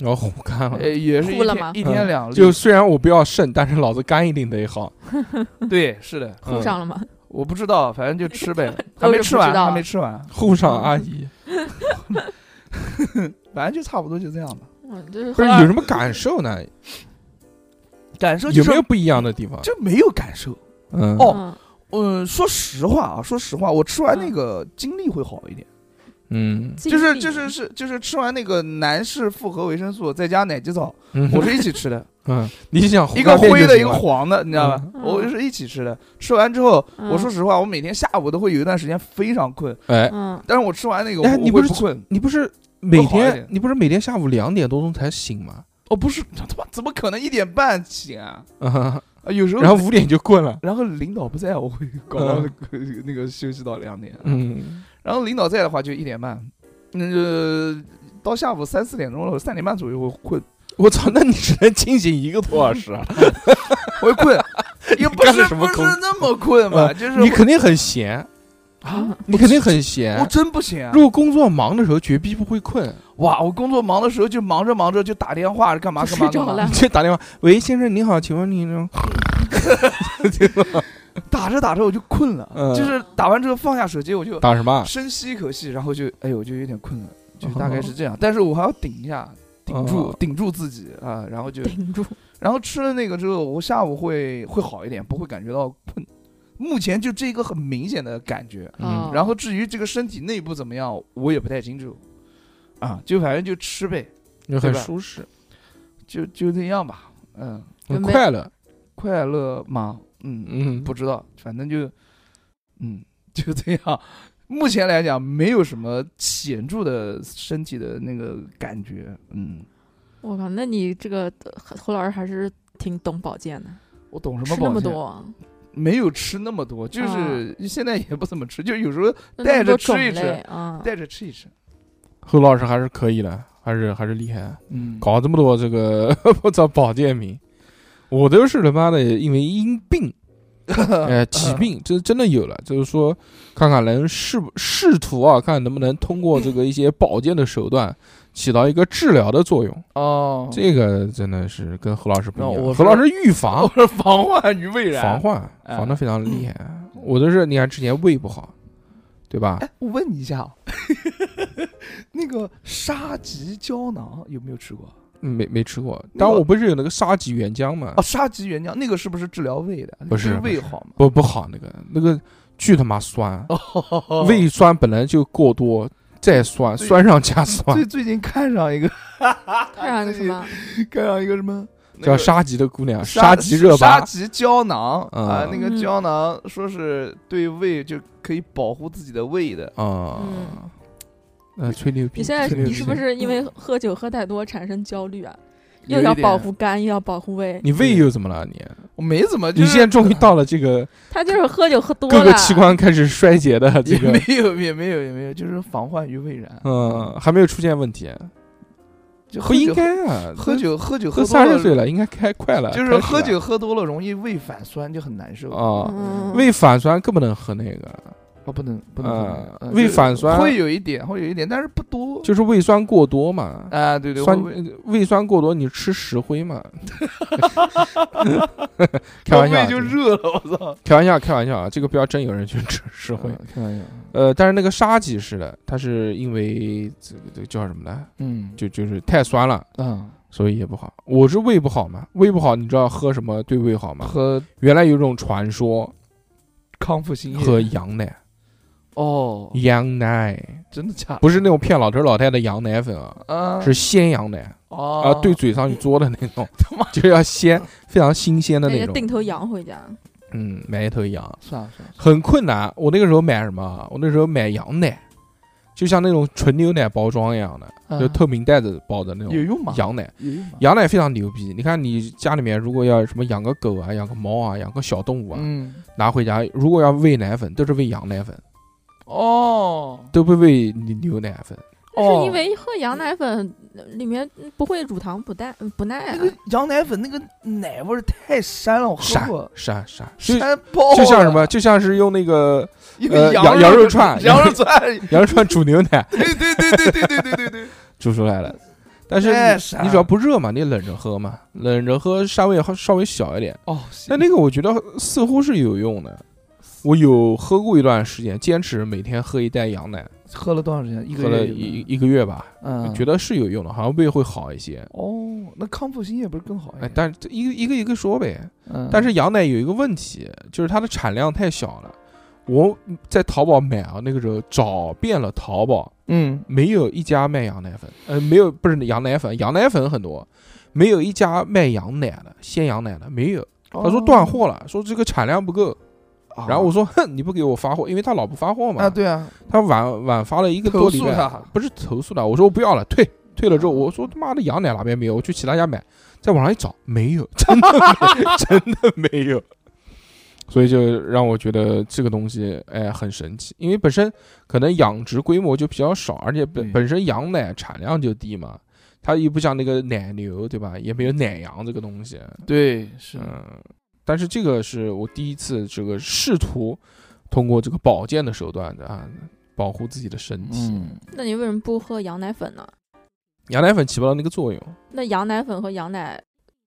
[SPEAKER 1] 然后护肝哦了
[SPEAKER 3] 呃，。也是一
[SPEAKER 2] 哭了
[SPEAKER 3] 天
[SPEAKER 2] 吗
[SPEAKER 3] 一天
[SPEAKER 1] 嗯
[SPEAKER 3] 两粒，
[SPEAKER 1] 就虽然我不要肾，但是老子肝一定得好。
[SPEAKER 3] 对，是的，
[SPEAKER 2] 护
[SPEAKER 1] 嗯
[SPEAKER 2] 上了吗？
[SPEAKER 3] 我不知道，反正就吃呗，
[SPEAKER 2] <laughs>
[SPEAKER 3] 还
[SPEAKER 2] 都
[SPEAKER 3] 没
[SPEAKER 2] 是
[SPEAKER 3] 吃
[SPEAKER 2] 不
[SPEAKER 3] 完，
[SPEAKER 2] 知道
[SPEAKER 3] 还没吃完，
[SPEAKER 1] 嗯护上
[SPEAKER 3] 嗯
[SPEAKER 1] 阿姨，
[SPEAKER 3] 反正就差不多就这样吧。
[SPEAKER 2] 嗯，就是
[SPEAKER 1] 不
[SPEAKER 2] 喝
[SPEAKER 1] 是
[SPEAKER 2] 二
[SPEAKER 1] 有什么感受
[SPEAKER 3] <laughs>
[SPEAKER 1] 呢？
[SPEAKER 3] 感受啊就
[SPEAKER 1] 有
[SPEAKER 3] 是
[SPEAKER 1] 没有不一样的地方？
[SPEAKER 3] 就没有感受？
[SPEAKER 1] 嗯，
[SPEAKER 3] 哦
[SPEAKER 2] 嗯
[SPEAKER 3] 嗯，说实话啊，说实话，我吃完那个精力会好一点，
[SPEAKER 1] 嗯，
[SPEAKER 3] 就是就是是就是吃完那个男士复合维生素再加奶
[SPEAKER 1] <laughs>
[SPEAKER 3] 蓟草，
[SPEAKER 1] 嗯
[SPEAKER 3] 我是一起吃
[SPEAKER 1] <laughs>
[SPEAKER 3] 的，
[SPEAKER 1] 嗯，你想护
[SPEAKER 3] 一个
[SPEAKER 1] 肝
[SPEAKER 3] 灰
[SPEAKER 1] 片就
[SPEAKER 3] 的，一
[SPEAKER 1] 行
[SPEAKER 3] 个
[SPEAKER 1] 了
[SPEAKER 3] 黄的，你知道吧？
[SPEAKER 2] 嗯
[SPEAKER 3] 我就是一起吃的。吃完之后，
[SPEAKER 2] 嗯
[SPEAKER 3] 我说实话，我每天下午都会有一段时间非常困，
[SPEAKER 1] 哎，
[SPEAKER 2] 嗯
[SPEAKER 3] 但是我吃完那个，我
[SPEAKER 1] 哎
[SPEAKER 3] 我
[SPEAKER 1] 你
[SPEAKER 3] 会
[SPEAKER 1] 不是
[SPEAKER 3] 不困？
[SPEAKER 1] 你不是每
[SPEAKER 3] 会好一
[SPEAKER 1] 天
[SPEAKER 3] 点
[SPEAKER 1] 你不是每天下午两点多钟才醒
[SPEAKER 3] <laughs>
[SPEAKER 1] 吗？
[SPEAKER 3] 哦，不是，他妈怎么可能一点半醒啊？
[SPEAKER 1] 啊，
[SPEAKER 3] 啊有时
[SPEAKER 1] <laughs>
[SPEAKER 3] 候
[SPEAKER 1] 然后五点就困了。
[SPEAKER 3] 然后领导不在，
[SPEAKER 1] <laughs>
[SPEAKER 3] 我会搞到
[SPEAKER 1] 嗯
[SPEAKER 3] 那个、 <laughs> 那个休息到两点。
[SPEAKER 1] 嗯，
[SPEAKER 3] 然后领导在的话就一点半，那、个到下午三四点钟了，三点半左右会困，
[SPEAKER 1] 我操，那你只能清醒一个多小 <laughs> 时啊！
[SPEAKER 3] 我会
[SPEAKER 1] <laughs>
[SPEAKER 3] 困，也不
[SPEAKER 1] 干
[SPEAKER 3] 是
[SPEAKER 1] 了什么
[SPEAKER 3] 不是
[SPEAKER 1] 工
[SPEAKER 3] 那么困嘛，
[SPEAKER 1] 嗯
[SPEAKER 3] 就是
[SPEAKER 1] 你
[SPEAKER 3] 我
[SPEAKER 1] 肯定很闲，
[SPEAKER 2] 嗯
[SPEAKER 3] 啊，
[SPEAKER 1] 你肯定很
[SPEAKER 3] 我
[SPEAKER 1] 闲。
[SPEAKER 3] 真不行、啊
[SPEAKER 1] 如。果工作忙的时候，绝逼不会困。
[SPEAKER 3] 哇，我工作忙的时候就忙着忙着就打电话干嘛
[SPEAKER 2] 就
[SPEAKER 3] 干
[SPEAKER 2] 睡
[SPEAKER 3] 嘛干
[SPEAKER 2] 着
[SPEAKER 3] 嘛
[SPEAKER 2] 了，
[SPEAKER 1] <laughs> 就打电话，喂，先生您好，请问您呢？
[SPEAKER 3] 打着打着我就困了，
[SPEAKER 1] 嗯啊
[SPEAKER 3] 就是打完之后放下手机我就
[SPEAKER 1] 打什么？
[SPEAKER 3] 深吸一口气，然后就哎呦我就有点困了，就大概是这样，但是我还要顶一下，顶住、
[SPEAKER 1] 哦
[SPEAKER 3] 顶住自己啊，然后就
[SPEAKER 2] 顶住，
[SPEAKER 3] 然后吃了那个之后，我下午会会好一点，不会感觉到困。目前就这个很明显的感觉。
[SPEAKER 1] 嗯
[SPEAKER 2] 哦
[SPEAKER 3] 然后至于这个身体内部怎么样，我也不太清楚，啊，就反正就吃呗，
[SPEAKER 1] 就很
[SPEAKER 3] 对吧
[SPEAKER 1] 舒适，
[SPEAKER 3] 就就那样吧，嗯，
[SPEAKER 1] 很
[SPEAKER 2] 没
[SPEAKER 1] 快乐。
[SPEAKER 3] 快乐吗？嗯，
[SPEAKER 1] 嗯，
[SPEAKER 3] 不知道，反正就，嗯， <laughs> 就这样。目前来讲，没有什么显著的身体的那个感觉，嗯，
[SPEAKER 2] 我靠，那你这个呃侯老师还是挺懂保健的，
[SPEAKER 3] 我懂什
[SPEAKER 2] 吃
[SPEAKER 3] 么
[SPEAKER 2] 那
[SPEAKER 3] 保
[SPEAKER 2] 么
[SPEAKER 3] 健，啊
[SPEAKER 2] 多，
[SPEAKER 3] 没有吃那么多，就是现在也不怎么吃，就有时候
[SPEAKER 2] 那
[SPEAKER 3] 带
[SPEAKER 2] 那么
[SPEAKER 3] 着
[SPEAKER 2] 多
[SPEAKER 3] 吃
[SPEAKER 2] 种
[SPEAKER 3] 一吃
[SPEAKER 2] 类啊，
[SPEAKER 3] 带着吃一吃。
[SPEAKER 1] 侯老师还是可以的，还是还是厉害，
[SPEAKER 3] 嗯 <laughs>
[SPEAKER 1] 搞这么多这个 <laughs> 我操保健品，我都是他妈的因为因病，呃疾病，这真的有了，就是说看看能试不试图啊，看能不能通过这个一些保健的手段。起到一个治疗的作用，
[SPEAKER 3] 哦，
[SPEAKER 1] 这个真的是跟侯老师不一
[SPEAKER 3] 那
[SPEAKER 1] 样。
[SPEAKER 3] 我是
[SPEAKER 1] 侯老师预防
[SPEAKER 3] 我，是防患于未然。
[SPEAKER 1] 防患
[SPEAKER 3] 哎
[SPEAKER 1] 防的非常厉害。啊我都是你看之前胃不好，对吧？
[SPEAKER 3] 哎，我 <laughs> 问你一下啊，那个沙棘胶囊有没有吃过？
[SPEAKER 1] 没没吃过。
[SPEAKER 3] 那
[SPEAKER 1] 但
[SPEAKER 3] 个
[SPEAKER 1] 我不是有那个沙棘原浆吗
[SPEAKER 3] 哦，？沙棘原浆那个是不是治疗胃的？
[SPEAKER 1] 不是
[SPEAKER 3] 对
[SPEAKER 1] 不
[SPEAKER 3] 胃好吗？
[SPEAKER 1] 不不好，那个那个巨他妈酸，
[SPEAKER 3] 哦
[SPEAKER 1] <laughs> 胃酸本来就过多，再酸
[SPEAKER 3] 对
[SPEAKER 1] 酸上加酸
[SPEAKER 3] 最，最近看上一个，
[SPEAKER 2] 看上个什么？
[SPEAKER 3] 看上一个什么？那
[SPEAKER 1] 叫
[SPEAKER 3] 个
[SPEAKER 1] 沙棘的姑娘，
[SPEAKER 3] 沙
[SPEAKER 1] 棘热
[SPEAKER 3] 沙
[SPEAKER 1] 巴，
[SPEAKER 3] 棘胶囊
[SPEAKER 1] 嗯
[SPEAKER 3] 啊，那个
[SPEAKER 2] 嗯
[SPEAKER 3] 胶囊说是对胃就可以保护自己的胃的。
[SPEAKER 1] 啊，
[SPEAKER 2] 嗯
[SPEAKER 1] 呃，吹牛逼。
[SPEAKER 2] 你现在
[SPEAKER 1] 吹牛
[SPEAKER 2] 你
[SPEAKER 1] 逼
[SPEAKER 2] 是不是因为喝酒喝太多产生焦虑啊？
[SPEAKER 3] 有
[SPEAKER 2] 又
[SPEAKER 3] 一
[SPEAKER 2] 要保
[SPEAKER 3] 点
[SPEAKER 2] 护肝，又要保护胃，
[SPEAKER 1] 你胃又怎么了？你
[SPEAKER 3] 我没怎么，就
[SPEAKER 1] 你现在
[SPEAKER 3] 是
[SPEAKER 1] 终于到了这个
[SPEAKER 2] 他就是喝酒喝多
[SPEAKER 1] 各
[SPEAKER 2] 了。
[SPEAKER 1] 个器官开始衰竭的这
[SPEAKER 3] <laughs> 也
[SPEAKER 1] 个，
[SPEAKER 3] 没有，也没有，也没有，就是防患于未然。
[SPEAKER 1] 嗯，还没有出现问题，
[SPEAKER 3] 就
[SPEAKER 1] 不
[SPEAKER 3] 喝
[SPEAKER 1] 应
[SPEAKER 3] 酒，
[SPEAKER 1] 该啊，
[SPEAKER 3] 喝酒，喝酒，
[SPEAKER 1] 都
[SPEAKER 3] 喝
[SPEAKER 1] 三
[SPEAKER 3] 多
[SPEAKER 1] 十岁
[SPEAKER 3] 了，
[SPEAKER 1] 了，应该开快了，
[SPEAKER 3] 就是
[SPEAKER 1] 开始
[SPEAKER 3] 喝
[SPEAKER 1] 了
[SPEAKER 3] 酒喝多了容易胃反酸，就很难受。
[SPEAKER 1] 啊，
[SPEAKER 2] 嗯，
[SPEAKER 1] 胃反酸更不能喝那个，
[SPEAKER 3] 哦，不能，不能喝那个，
[SPEAKER 1] 嗯
[SPEAKER 3] 呃
[SPEAKER 1] 胃
[SPEAKER 3] 就是
[SPEAKER 1] 反酸
[SPEAKER 3] 会有一点，会有一点，但是不多。
[SPEAKER 1] 就是胃酸过多嘛，
[SPEAKER 3] 啊，对对，
[SPEAKER 1] 酸
[SPEAKER 3] 会
[SPEAKER 1] 呃胃酸过多，你吃石灰
[SPEAKER 3] <laughs>
[SPEAKER 1] 嘛， <laughs> 开
[SPEAKER 3] 会
[SPEAKER 1] 玩
[SPEAKER 3] 胃
[SPEAKER 1] 笑
[SPEAKER 3] 就
[SPEAKER 1] 啊，
[SPEAKER 3] 热了，我操！
[SPEAKER 1] 开玩笑，开玩笑啊，这个不要真有人去吃石灰
[SPEAKER 3] 嗯，，开玩笑。
[SPEAKER 1] 呃，但是那个沙棘是的，它是因为这个这个叫什么呢？
[SPEAKER 3] 嗯，
[SPEAKER 1] 就就是太酸了。
[SPEAKER 3] 啊，
[SPEAKER 1] 所以也不好。我是胃不好嘛，胃不好，你知道喝什么对胃好吗？
[SPEAKER 3] 喝
[SPEAKER 1] 原来有一种传说，
[SPEAKER 3] 康复新液
[SPEAKER 1] 喝羊奶，
[SPEAKER 3] 哦，
[SPEAKER 1] 羊奶
[SPEAKER 3] 真的假的？
[SPEAKER 1] 不是那种骗老头老太太羊奶粉啊，
[SPEAKER 3] 啊，
[SPEAKER 1] 是鲜羊奶
[SPEAKER 3] 哦
[SPEAKER 1] 啊，对，嘴上去嘬的那种，
[SPEAKER 3] 他妈
[SPEAKER 1] 就是要鲜，非常新鲜的
[SPEAKER 2] 人
[SPEAKER 1] 那
[SPEAKER 2] 家
[SPEAKER 1] 种
[SPEAKER 2] 定。头羊回家，
[SPEAKER 1] 嗯，买一头羊
[SPEAKER 3] 算了算了，
[SPEAKER 1] 很困难。我那个时候买什么啊？我那时候买羊奶，就像那种纯牛奶包装一样的，
[SPEAKER 3] 啊
[SPEAKER 1] 就透明袋子包的那
[SPEAKER 3] 有
[SPEAKER 1] 种
[SPEAKER 3] 用吗？
[SPEAKER 1] 羊奶。
[SPEAKER 3] 有用吗？
[SPEAKER 1] 羊奶非常牛逼，你看你家里面如果要什么养个狗啊、养个猫啊、养个小动物啊，
[SPEAKER 3] 嗯，
[SPEAKER 1] 拿回家，如果要喂奶粉，都是喂羊奶粉，
[SPEAKER 3] 哦
[SPEAKER 1] 都不喂牛牛奶粉。
[SPEAKER 3] 哦，
[SPEAKER 2] 是因为喝羊奶粉呃里面不会乳糖不耐不耐
[SPEAKER 3] 那
[SPEAKER 2] 啊。
[SPEAKER 3] 个羊奶粉那个奶味儿太膻了，我喝
[SPEAKER 1] 膻
[SPEAKER 3] 过，哦
[SPEAKER 1] 膻膻，就
[SPEAKER 3] 膻爆，
[SPEAKER 1] 就像什么，？就像是用那个
[SPEAKER 3] 因
[SPEAKER 1] 呃
[SPEAKER 3] 为
[SPEAKER 1] 羊羊肉
[SPEAKER 3] 肉
[SPEAKER 1] 串
[SPEAKER 3] 羊肉串，
[SPEAKER 1] 羊肉串煮牛
[SPEAKER 3] <laughs>
[SPEAKER 1] 奶
[SPEAKER 3] 对对对对对对对对对，
[SPEAKER 1] 煮出来的。但是
[SPEAKER 3] 太
[SPEAKER 1] 你
[SPEAKER 3] 膻
[SPEAKER 1] 你只要不热嘛，你冷着喝嘛，冷着喝膻味好稍微小一点。
[SPEAKER 3] 哦，
[SPEAKER 1] 但那个我觉得似乎是有用的，我有喝过一段时间，坚持每天喝一袋羊奶，
[SPEAKER 3] 喝了多长时间？一个
[SPEAKER 1] 喝了
[SPEAKER 3] 月有
[SPEAKER 1] 一
[SPEAKER 3] 吗，
[SPEAKER 1] 一个月吧，
[SPEAKER 3] 嗯，
[SPEAKER 1] 觉得是有用的，好像胃会好一些。
[SPEAKER 3] 哦，那康复新液不是更好一
[SPEAKER 1] 哎
[SPEAKER 3] 点，？
[SPEAKER 1] 但是一个一个一个说呗，
[SPEAKER 3] 嗯
[SPEAKER 1] 但是羊奶有一个问题，就是它的产量太小了。我在淘宝买啊，那个时候找遍了淘宝，
[SPEAKER 3] 嗯，
[SPEAKER 1] 没有一家卖羊奶粉，呃，没有不是羊奶粉，羊奶粉很多，没有一家卖羊奶的，鲜羊奶的没有。他说断货了，说这个产量不够。
[SPEAKER 3] 哦，
[SPEAKER 1] 然后我说哼，你不给我发货，因为他老不发货嘛。
[SPEAKER 3] 啊，对啊，
[SPEAKER 1] 他晚晚发了一个
[SPEAKER 3] 投
[SPEAKER 1] 多礼
[SPEAKER 3] 诉
[SPEAKER 1] 拜，
[SPEAKER 3] 他，
[SPEAKER 1] 不是投诉他，我说我不要了，退。退了之后，我说他妈的羊奶哪边没有？我去其他家买，在网上一找，没有，真的没有真的 <laughs> 没有。所以就让我觉得这个东西，哎，很神奇，因为本身可能养殖规模就比较少，而且本
[SPEAKER 3] 对
[SPEAKER 1] 本身羊奶产量就低嘛，它又不像那个奶牛，对吧？也没有奶羊这个东西，
[SPEAKER 3] 对，是
[SPEAKER 1] 嗯。但是这个是我第一次这个试图通过这个保健的手段的啊，保护自己的身体。
[SPEAKER 3] 嗯，
[SPEAKER 2] 那你为什么不喝羊奶粉呢？
[SPEAKER 1] 羊奶粉起不到那个作用，
[SPEAKER 2] 那羊奶粉和羊奶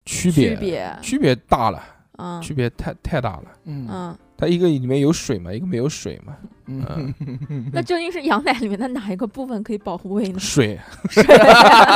[SPEAKER 1] 区别
[SPEAKER 2] 区别，
[SPEAKER 1] 区别大了，
[SPEAKER 2] 嗯
[SPEAKER 1] 区别太太大了。
[SPEAKER 3] 嗯
[SPEAKER 2] 嗯，
[SPEAKER 1] 它一个里面有水嘛，一个没有水嘛，
[SPEAKER 3] 嗯，
[SPEAKER 1] 啊
[SPEAKER 3] <laughs>
[SPEAKER 2] 那究竟是羊奶里面的哪一个部分可以保护
[SPEAKER 3] 嗯
[SPEAKER 2] 胃呢？
[SPEAKER 1] 水
[SPEAKER 2] 水， <laughs>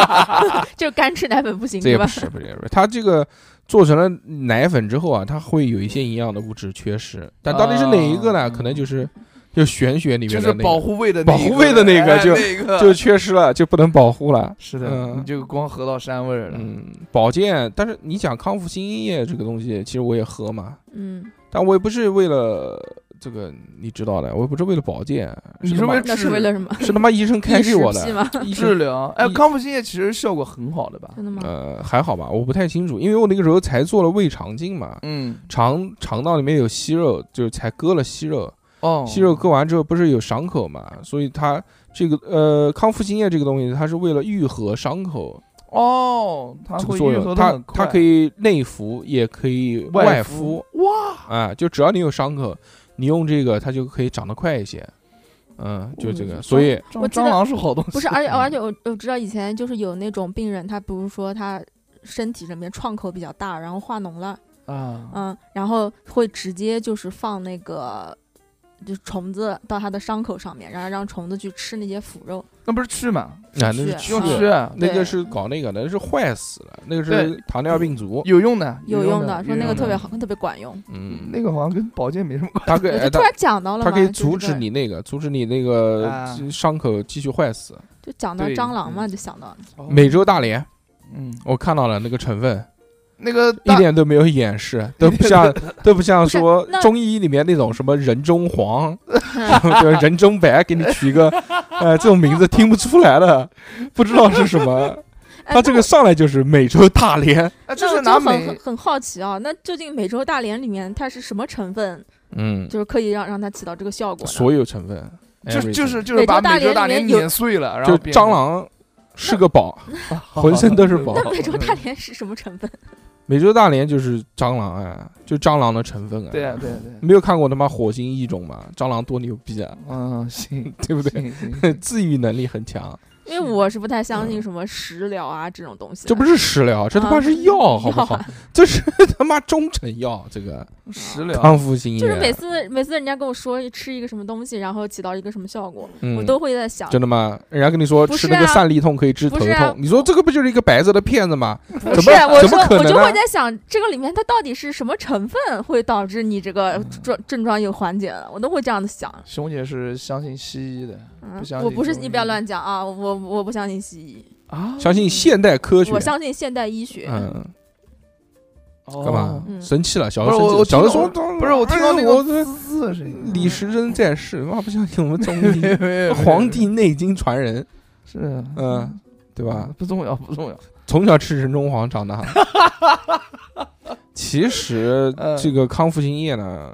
[SPEAKER 2] 就干吃奶粉不行
[SPEAKER 1] 这
[SPEAKER 2] 是
[SPEAKER 1] 也
[SPEAKER 2] 吧
[SPEAKER 1] 不？是不是不是，它这个做成了奶粉之后啊，它会有一些营养的物质缺失，但到底是哪一个呢？
[SPEAKER 3] 啊
[SPEAKER 1] 可能就是就玄学里
[SPEAKER 3] 就
[SPEAKER 1] 面
[SPEAKER 3] 是
[SPEAKER 1] 的那
[SPEAKER 3] 保
[SPEAKER 1] 个，
[SPEAKER 3] 护胃的
[SPEAKER 1] 保护胃的那
[SPEAKER 3] 那
[SPEAKER 1] 个就
[SPEAKER 3] 就
[SPEAKER 1] 就缺失了，就不能保护了。
[SPEAKER 3] 是的，
[SPEAKER 1] 嗯
[SPEAKER 3] 你就光喝到膻味儿了。
[SPEAKER 1] 嗯，保健，但是你讲康复新液这个东西，其实我也喝嘛，
[SPEAKER 2] 嗯，
[SPEAKER 1] 但我也不是为了这个，你知道的，我也不是为了保健，
[SPEAKER 3] 你
[SPEAKER 1] 他
[SPEAKER 3] 是
[SPEAKER 1] 妈
[SPEAKER 3] 为了
[SPEAKER 2] 那是为了什么？
[SPEAKER 1] 是他妈医生开给我
[SPEAKER 2] 异
[SPEAKER 1] 的呃
[SPEAKER 2] 食癖，吗？
[SPEAKER 1] 医
[SPEAKER 3] 治
[SPEAKER 1] 生
[SPEAKER 3] 疗，哎，
[SPEAKER 1] 一
[SPEAKER 3] 康复新液其实效果很好的吧？
[SPEAKER 2] 真的吗？
[SPEAKER 1] 呃还好吧，我不太清楚，因为我那个时候才做了胃肠镜嘛，
[SPEAKER 3] 嗯，
[SPEAKER 1] 肠肠道里面有息肉，就是才割了息肉，
[SPEAKER 3] 哦，
[SPEAKER 1] 息肉割完之后不是有伤口嘛，所以它这个呃康复新液这个东西，它是为了愈合伤口
[SPEAKER 3] 哦，它
[SPEAKER 1] 这
[SPEAKER 3] 会
[SPEAKER 1] 个作
[SPEAKER 3] 愈合
[SPEAKER 1] 用，
[SPEAKER 3] 的
[SPEAKER 1] 它
[SPEAKER 3] 很快，
[SPEAKER 1] 它可以内服也可以外
[SPEAKER 3] 敷
[SPEAKER 1] 敷，
[SPEAKER 3] 哇，
[SPEAKER 1] 啊，就只要你有伤口，你用这个它就可以长得快一些，嗯，就这个，
[SPEAKER 3] 嗯
[SPEAKER 1] 所以。
[SPEAKER 3] 蟑
[SPEAKER 2] 我记
[SPEAKER 3] 蟑
[SPEAKER 2] 得
[SPEAKER 3] 螂是好东西，
[SPEAKER 2] 不是，而且
[SPEAKER 1] 嗯
[SPEAKER 2] 而且我我知道以前就是有那种病人，他比如说他身体里面创口比较大，然后化脓了，
[SPEAKER 3] 啊，
[SPEAKER 2] 嗯，然后会直接就是放那个就虫子到它的伤口上面，然后让虫子去吃那些腐肉。
[SPEAKER 3] 那不是蛆吗？
[SPEAKER 1] 啊那是
[SPEAKER 2] 去
[SPEAKER 3] 用啊
[SPEAKER 2] 嗯
[SPEAKER 1] 蛆，
[SPEAKER 3] 蛆
[SPEAKER 1] 那个
[SPEAKER 2] 对
[SPEAKER 1] 是搞那个的，那是坏死了，那个是
[SPEAKER 3] 对
[SPEAKER 1] 糖尿病足。
[SPEAKER 3] 有用的，
[SPEAKER 2] 有
[SPEAKER 3] 用
[SPEAKER 2] 的，说那个
[SPEAKER 3] 有用
[SPEAKER 2] 特别
[SPEAKER 3] 的。
[SPEAKER 2] 好，特别管用。
[SPEAKER 1] 嗯，
[SPEAKER 3] 那个好像跟保健没什么关
[SPEAKER 1] 它可以，
[SPEAKER 2] 我就
[SPEAKER 1] 哎
[SPEAKER 2] 突
[SPEAKER 1] 它
[SPEAKER 2] 然讲到了嘛，
[SPEAKER 1] 它可以
[SPEAKER 2] 就是
[SPEAKER 1] 阻止
[SPEAKER 2] 对，
[SPEAKER 1] 你那个，阻止你那个
[SPEAKER 3] 啊
[SPEAKER 1] 伤口继续坏死。
[SPEAKER 2] 就讲到
[SPEAKER 3] 对
[SPEAKER 2] 蟑螂嘛，
[SPEAKER 3] 嗯
[SPEAKER 2] 就想到了
[SPEAKER 3] 系。
[SPEAKER 1] 美洲大蠊，
[SPEAKER 3] 嗯，
[SPEAKER 1] 我看到了那个成分，
[SPEAKER 3] 那个
[SPEAKER 1] 一
[SPEAKER 3] 大
[SPEAKER 1] 点都没有掩饰，都不
[SPEAKER 3] <laughs>
[SPEAKER 1] 像都不像说
[SPEAKER 2] 不是那
[SPEAKER 1] 中医里面那种什么人中黄，对人中白，给你取一个呃这种名字听不出来的，不知道是什么。
[SPEAKER 2] 哎
[SPEAKER 1] 它这个
[SPEAKER 2] 那
[SPEAKER 1] 上来就是美洲大蠊，
[SPEAKER 3] 啊，
[SPEAKER 2] 我
[SPEAKER 3] 是
[SPEAKER 2] 那
[SPEAKER 3] 拿
[SPEAKER 2] 我就很
[SPEAKER 3] 美
[SPEAKER 2] 很很好奇啊，那究竟美洲大蠊里面它是什么成分，
[SPEAKER 1] 嗯，
[SPEAKER 2] 就是可以让让它起到这个效果呢？
[SPEAKER 1] 所有成分
[SPEAKER 3] 就
[SPEAKER 1] everything
[SPEAKER 3] 就是就
[SPEAKER 2] 美
[SPEAKER 3] 是
[SPEAKER 2] 洲
[SPEAKER 3] 把
[SPEAKER 2] 大
[SPEAKER 3] 美洲
[SPEAKER 2] 蠊
[SPEAKER 3] 大
[SPEAKER 2] 里
[SPEAKER 3] 蠊
[SPEAKER 2] 面有
[SPEAKER 3] 碾碎了，然后
[SPEAKER 1] 哎就
[SPEAKER 3] 变
[SPEAKER 1] 蟑
[SPEAKER 3] 成
[SPEAKER 1] 螂是个宝， <laughs> 浑身都是
[SPEAKER 2] <laughs>
[SPEAKER 1] 宝
[SPEAKER 2] 美洲大蠊是什么成分？
[SPEAKER 1] 美洲大蠊就是蟑螂啊，就蟑螂的成分啊。
[SPEAKER 3] <laughs> 对啊，对啊对啊，
[SPEAKER 1] 没有看过他妈火星异种吗？蟑螂多牛逼啊，
[SPEAKER 3] 嗯，行，
[SPEAKER 1] 对不对？
[SPEAKER 3] 行
[SPEAKER 1] <laughs>
[SPEAKER 3] 行行
[SPEAKER 1] 自愈能力很强，
[SPEAKER 2] 因为我是不太相信什么食疗啊这种东西的。
[SPEAKER 1] 嗯这不是食疗，这他妈
[SPEAKER 2] 啊
[SPEAKER 1] 是药，好不
[SPEAKER 2] 药啊
[SPEAKER 1] 好？这是 <laughs> 他妈中成药，这个
[SPEAKER 3] 食疗
[SPEAKER 1] 康复新
[SPEAKER 2] 啊就是每
[SPEAKER 1] 液，
[SPEAKER 2] 次每次人家跟我说吃一个什么东西，然后起到一个什么效果，我
[SPEAKER 1] 嗯，
[SPEAKER 2] 都会在想，
[SPEAKER 1] 真的吗？人家跟你说
[SPEAKER 2] 不
[SPEAKER 1] 吃
[SPEAKER 2] 是
[SPEAKER 1] 那个
[SPEAKER 2] 啊
[SPEAKER 1] 散利痛可以治头
[SPEAKER 2] 不是啊
[SPEAKER 1] 痛，你说这个不就是一个白色的骗子吗？
[SPEAKER 2] 不
[SPEAKER 1] 怎
[SPEAKER 2] 是
[SPEAKER 1] 么，
[SPEAKER 2] 我
[SPEAKER 1] 怎
[SPEAKER 2] 说
[SPEAKER 1] 么可
[SPEAKER 2] 我
[SPEAKER 1] 能
[SPEAKER 2] 就会
[SPEAKER 1] 呢？
[SPEAKER 2] 在想，这个里面它到底是什么成分会导致你这个
[SPEAKER 1] 嗯
[SPEAKER 2] 症症状有缓解了？我都会这样子想。
[SPEAKER 3] 熊姐是相信西医的
[SPEAKER 2] 嗯
[SPEAKER 3] 不相，
[SPEAKER 2] 我
[SPEAKER 3] 信
[SPEAKER 2] 不是
[SPEAKER 3] 中医
[SPEAKER 2] 你不要乱讲啊，我我我不相信西医，
[SPEAKER 3] 啊
[SPEAKER 1] 相信现代科学
[SPEAKER 2] 我，相信现代医学。
[SPEAKER 1] 嗯，干
[SPEAKER 3] 干
[SPEAKER 1] 嘛？
[SPEAKER 2] 嗯
[SPEAKER 1] 生气了，小
[SPEAKER 3] 不
[SPEAKER 1] 何
[SPEAKER 3] 是
[SPEAKER 1] 生气了，
[SPEAKER 3] 我我
[SPEAKER 1] 小何
[SPEAKER 3] 听
[SPEAKER 1] 说
[SPEAKER 3] 不是我听到那
[SPEAKER 1] 哎
[SPEAKER 3] 个
[SPEAKER 1] 我这
[SPEAKER 3] 滋滋的声音，
[SPEAKER 1] 李时珍在世，妈不相信我们中医，
[SPEAKER 2] <laughs>
[SPEAKER 3] 没有没有
[SPEAKER 1] 《黄帝内经》传人，
[SPEAKER 3] 是啊
[SPEAKER 1] 嗯，对吧？？
[SPEAKER 3] 不重要不重要，
[SPEAKER 1] 从小吃人中黄长大。其实
[SPEAKER 3] 嗯
[SPEAKER 1] 这个康复新液呢，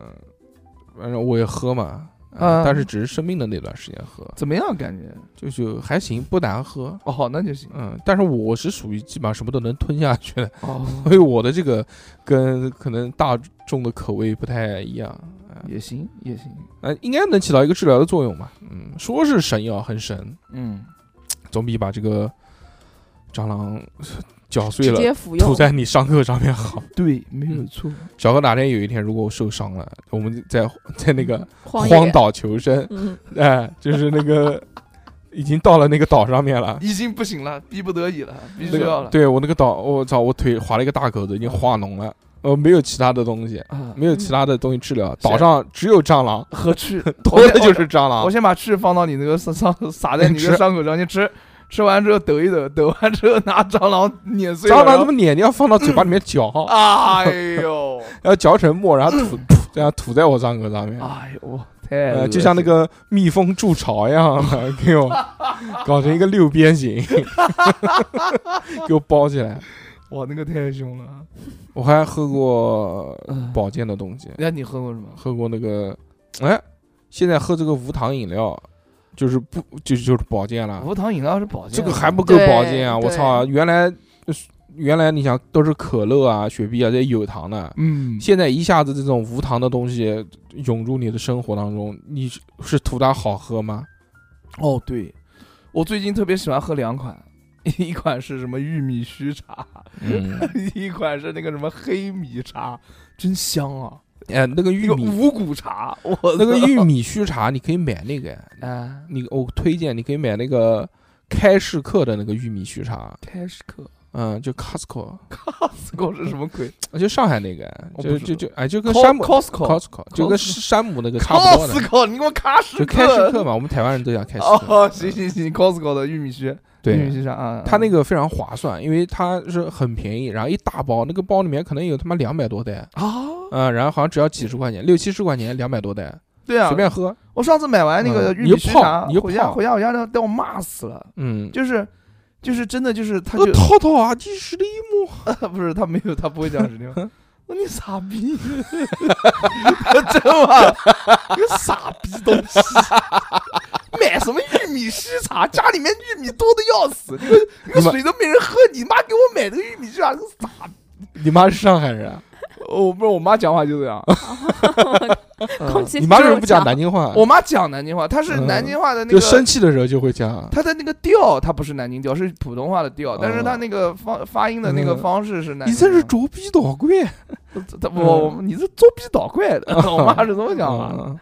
[SPEAKER 1] 反正我也喝嘛，
[SPEAKER 3] 嗯
[SPEAKER 1] 但是只是生病的那段时间喝，
[SPEAKER 3] 怎么样感觉？
[SPEAKER 1] 就就还行，不难喝。
[SPEAKER 3] 哦，那就行
[SPEAKER 1] 嗯，但是我是属于基本上什么都能吞下去的，
[SPEAKER 3] 哦，
[SPEAKER 1] 所以我的这个跟可能大众的口味不太一样。
[SPEAKER 3] 也行也行，
[SPEAKER 1] 呃，应该能起到一个治疗的作用吧？嗯，说是神药很神，
[SPEAKER 3] 嗯，
[SPEAKER 1] 总比把这个蟑螂搅碎
[SPEAKER 2] 直
[SPEAKER 1] 了
[SPEAKER 2] 接服用
[SPEAKER 1] 吐，在你伤口上面好。
[SPEAKER 3] 对，没有
[SPEAKER 1] 嗯
[SPEAKER 3] 错，
[SPEAKER 1] 小何哪天有一天如果我受伤了，我们在 <laughs> 在那
[SPEAKER 3] 嗯
[SPEAKER 1] 个
[SPEAKER 2] 荒
[SPEAKER 1] 荒
[SPEAKER 2] 野，
[SPEAKER 1] 岛求生， <laughs>
[SPEAKER 2] 嗯，
[SPEAKER 1] 哎，就是那
[SPEAKER 3] <laughs>
[SPEAKER 1] 个已经到了那个岛上面了。
[SPEAKER 3] 已经不行了，逼不得已了，必
[SPEAKER 1] 那
[SPEAKER 3] 须要
[SPEAKER 1] 个
[SPEAKER 3] 了
[SPEAKER 1] 对我那个岛，我操，我腿划了一个大口子，已经化脓了。呃，没有其他的东西，
[SPEAKER 3] 啊，
[SPEAKER 1] 没有其他的东西治疗，岛上只有蟑螂，
[SPEAKER 3] 何去
[SPEAKER 1] 多 <laughs> 的就是蟑
[SPEAKER 3] 嗯我
[SPEAKER 1] 螂。
[SPEAKER 3] 先把翅放到你那个伤伤撒在你那
[SPEAKER 1] 吃
[SPEAKER 3] 个伤口上，先吃。吃完之后抖一抖，抖完之后拿蟑螂碾碎了。
[SPEAKER 1] 蟑螂
[SPEAKER 3] 然
[SPEAKER 1] 怎
[SPEAKER 3] 后
[SPEAKER 1] 么撵？你要放到嘴巴里面
[SPEAKER 3] <laughs>
[SPEAKER 1] 嚼，
[SPEAKER 3] 哎
[SPEAKER 1] <laughs>
[SPEAKER 3] 呦，
[SPEAKER 1] 要嚼成沫，然后吐吐，这样吐在我伤口上面。
[SPEAKER 3] 哎呦，太
[SPEAKER 1] 嗯
[SPEAKER 3] 恶
[SPEAKER 1] 呃，
[SPEAKER 3] 心
[SPEAKER 1] 就像那个蜜蜂筑巢一样的，给
[SPEAKER 2] <laughs>
[SPEAKER 1] 我搞成一个六边形， <laughs> 给我包起来。
[SPEAKER 3] 哇，那个太凶了。啊
[SPEAKER 1] 我还喝过保健的东西，
[SPEAKER 3] 那你喝过什么？
[SPEAKER 1] 喝过那个，哎，现在喝这个无糖饮料，就是不就就是保健了。
[SPEAKER 3] 无糖饮料是保健
[SPEAKER 1] 啊这
[SPEAKER 3] 的，
[SPEAKER 1] 个还不够保健啊！
[SPEAKER 2] 对
[SPEAKER 1] 我操啊，原来原来你想都是可乐啊、雪碧啊这些有糖的，
[SPEAKER 3] 嗯，
[SPEAKER 1] 现在一下子这种无糖的东西涌入你的生活当中，你是是图它好喝吗？
[SPEAKER 3] 哦对，我最近特别喜欢喝两款，一款是什么玉米须茶，
[SPEAKER 1] 嗯，
[SPEAKER 3] <laughs> 一款是那个什么黑米茶，真香啊！
[SPEAKER 1] 哎，那个
[SPEAKER 3] 那
[SPEAKER 1] 玉
[SPEAKER 3] 个
[SPEAKER 1] 米
[SPEAKER 3] 五谷茶，我
[SPEAKER 1] 那个
[SPEAKER 3] <laughs>
[SPEAKER 1] 玉米须茶，你可以买那个呀，
[SPEAKER 3] 啊，
[SPEAKER 1] 你我推荐你可以买那个开市客的那个玉米须茶，
[SPEAKER 3] 开始克
[SPEAKER 1] 嗯，就 Costco，
[SPEAKER 3] ，Costco 是什么鬼
[SPEAKER 1] 就上海那个，
[SPEAKER 3] 我
[SPEAKER 1] 就
[SPEAKER 3] 不
[SPEAKER 1] 就
[SPEAKER 3] 知道
[SPEAKER 1] 就哎，就跟山姆
[SPEAKER 3] ？Costco，Costco，
[SPEAKER 1] 就跟
[SPEAKER 3] Costco
[SPEAKER 1] 山姆那个差不多的，
[SPEAKER 3] Costco，你给我卡什
[SPEAKER 1] 就开市客嘛，我们台湾人都讲开市
[SPEAKER 3] 哦 <laughs>
[SPEAKER 1] 客，，嗯
[SPEAKER 3] 行行行，Costco 的玉米须，玉米
[SPEAKER 1] 对。
[SPEAKER 3] 须茶啊，
[SPEAKER 1] 它那个非常划算，因为它是很便宜，然后一大包，那个包里面可能有他妈两百多袋，
[SPEAKER 3] 啊，
[SPEAKER 1] 嗯，然后好像只要几十块钱，六七十块钱，两百多袋，
[SPEAKER 3] 对啊，
[SPEAKER 1] 随便喝，
[SPEAKER 3] 我上次买完那个
[SPEAKER 1] 嗯
[SPEAKER 3] 玉米须茶，
[SPEAKER 1] 你就泡
[SPEAKER 3] 回
[SPEAKER 1] 你就
[SPEAKER 3] 家
[SPEAKER 1] 泡
[SPEAKER 3] 回家我家那带我骂死了，
[SPEAKER 1] 嗯，
[SPEAKER 3] 就是就是真的就是他
[SPEAKER 1] 那
[SPEAKER 3] 就
[SPEAKER 1] 套套啊，第十的
[SPEAKER 3] <laughs> 不是他没有他不会讲指令， <laughs> 我说你傻逼，他真的，你个傻逼东西，买什么玉米须茶？家里面玉米多的要死，那个那个水都没人喝，你妈给我买那个玉米须茶，那个傻逼。
[SPEAKER 1] 你妈是上海人啊，
[SPEAKER 3] 我不是我妈讲话就这 <laughs> 样，
[SPEAKER 2] 空气
[SPEAKER 1] 嗯你妈为什么不讲
[SPEAKER 2] 中
[SPEAKER 1] 南京话？
[SPEAKER 3] 我妈讲南京话，她是
[SPEAKER 1] 嗯
[SPEAKER 3] 南京话的那
[SPEAKER 1] 就
[SPEAKER 3] 个
[SPEAKER 1] 生气的时候就会讲。啊
[SPEAKER 3] 他的那个调，他不是南京调，是普通话的调，但是
[SPEAKER 1] 哦
[SPEAKER 3] 他那个方发音的那个
[SPEAKER 1] 嗯
[SPEAKER 3] 方式是南
[SPEAKER 1] 你
[SPEAKER 3] 京调。
[SPEAKER 1] 真是捉逼啊捣鬼！
[SPEAKER 3] <laughs> 他我我你是作逼捣怪的，我妈是这么讲话的。
[SPEAKER 1] 嗯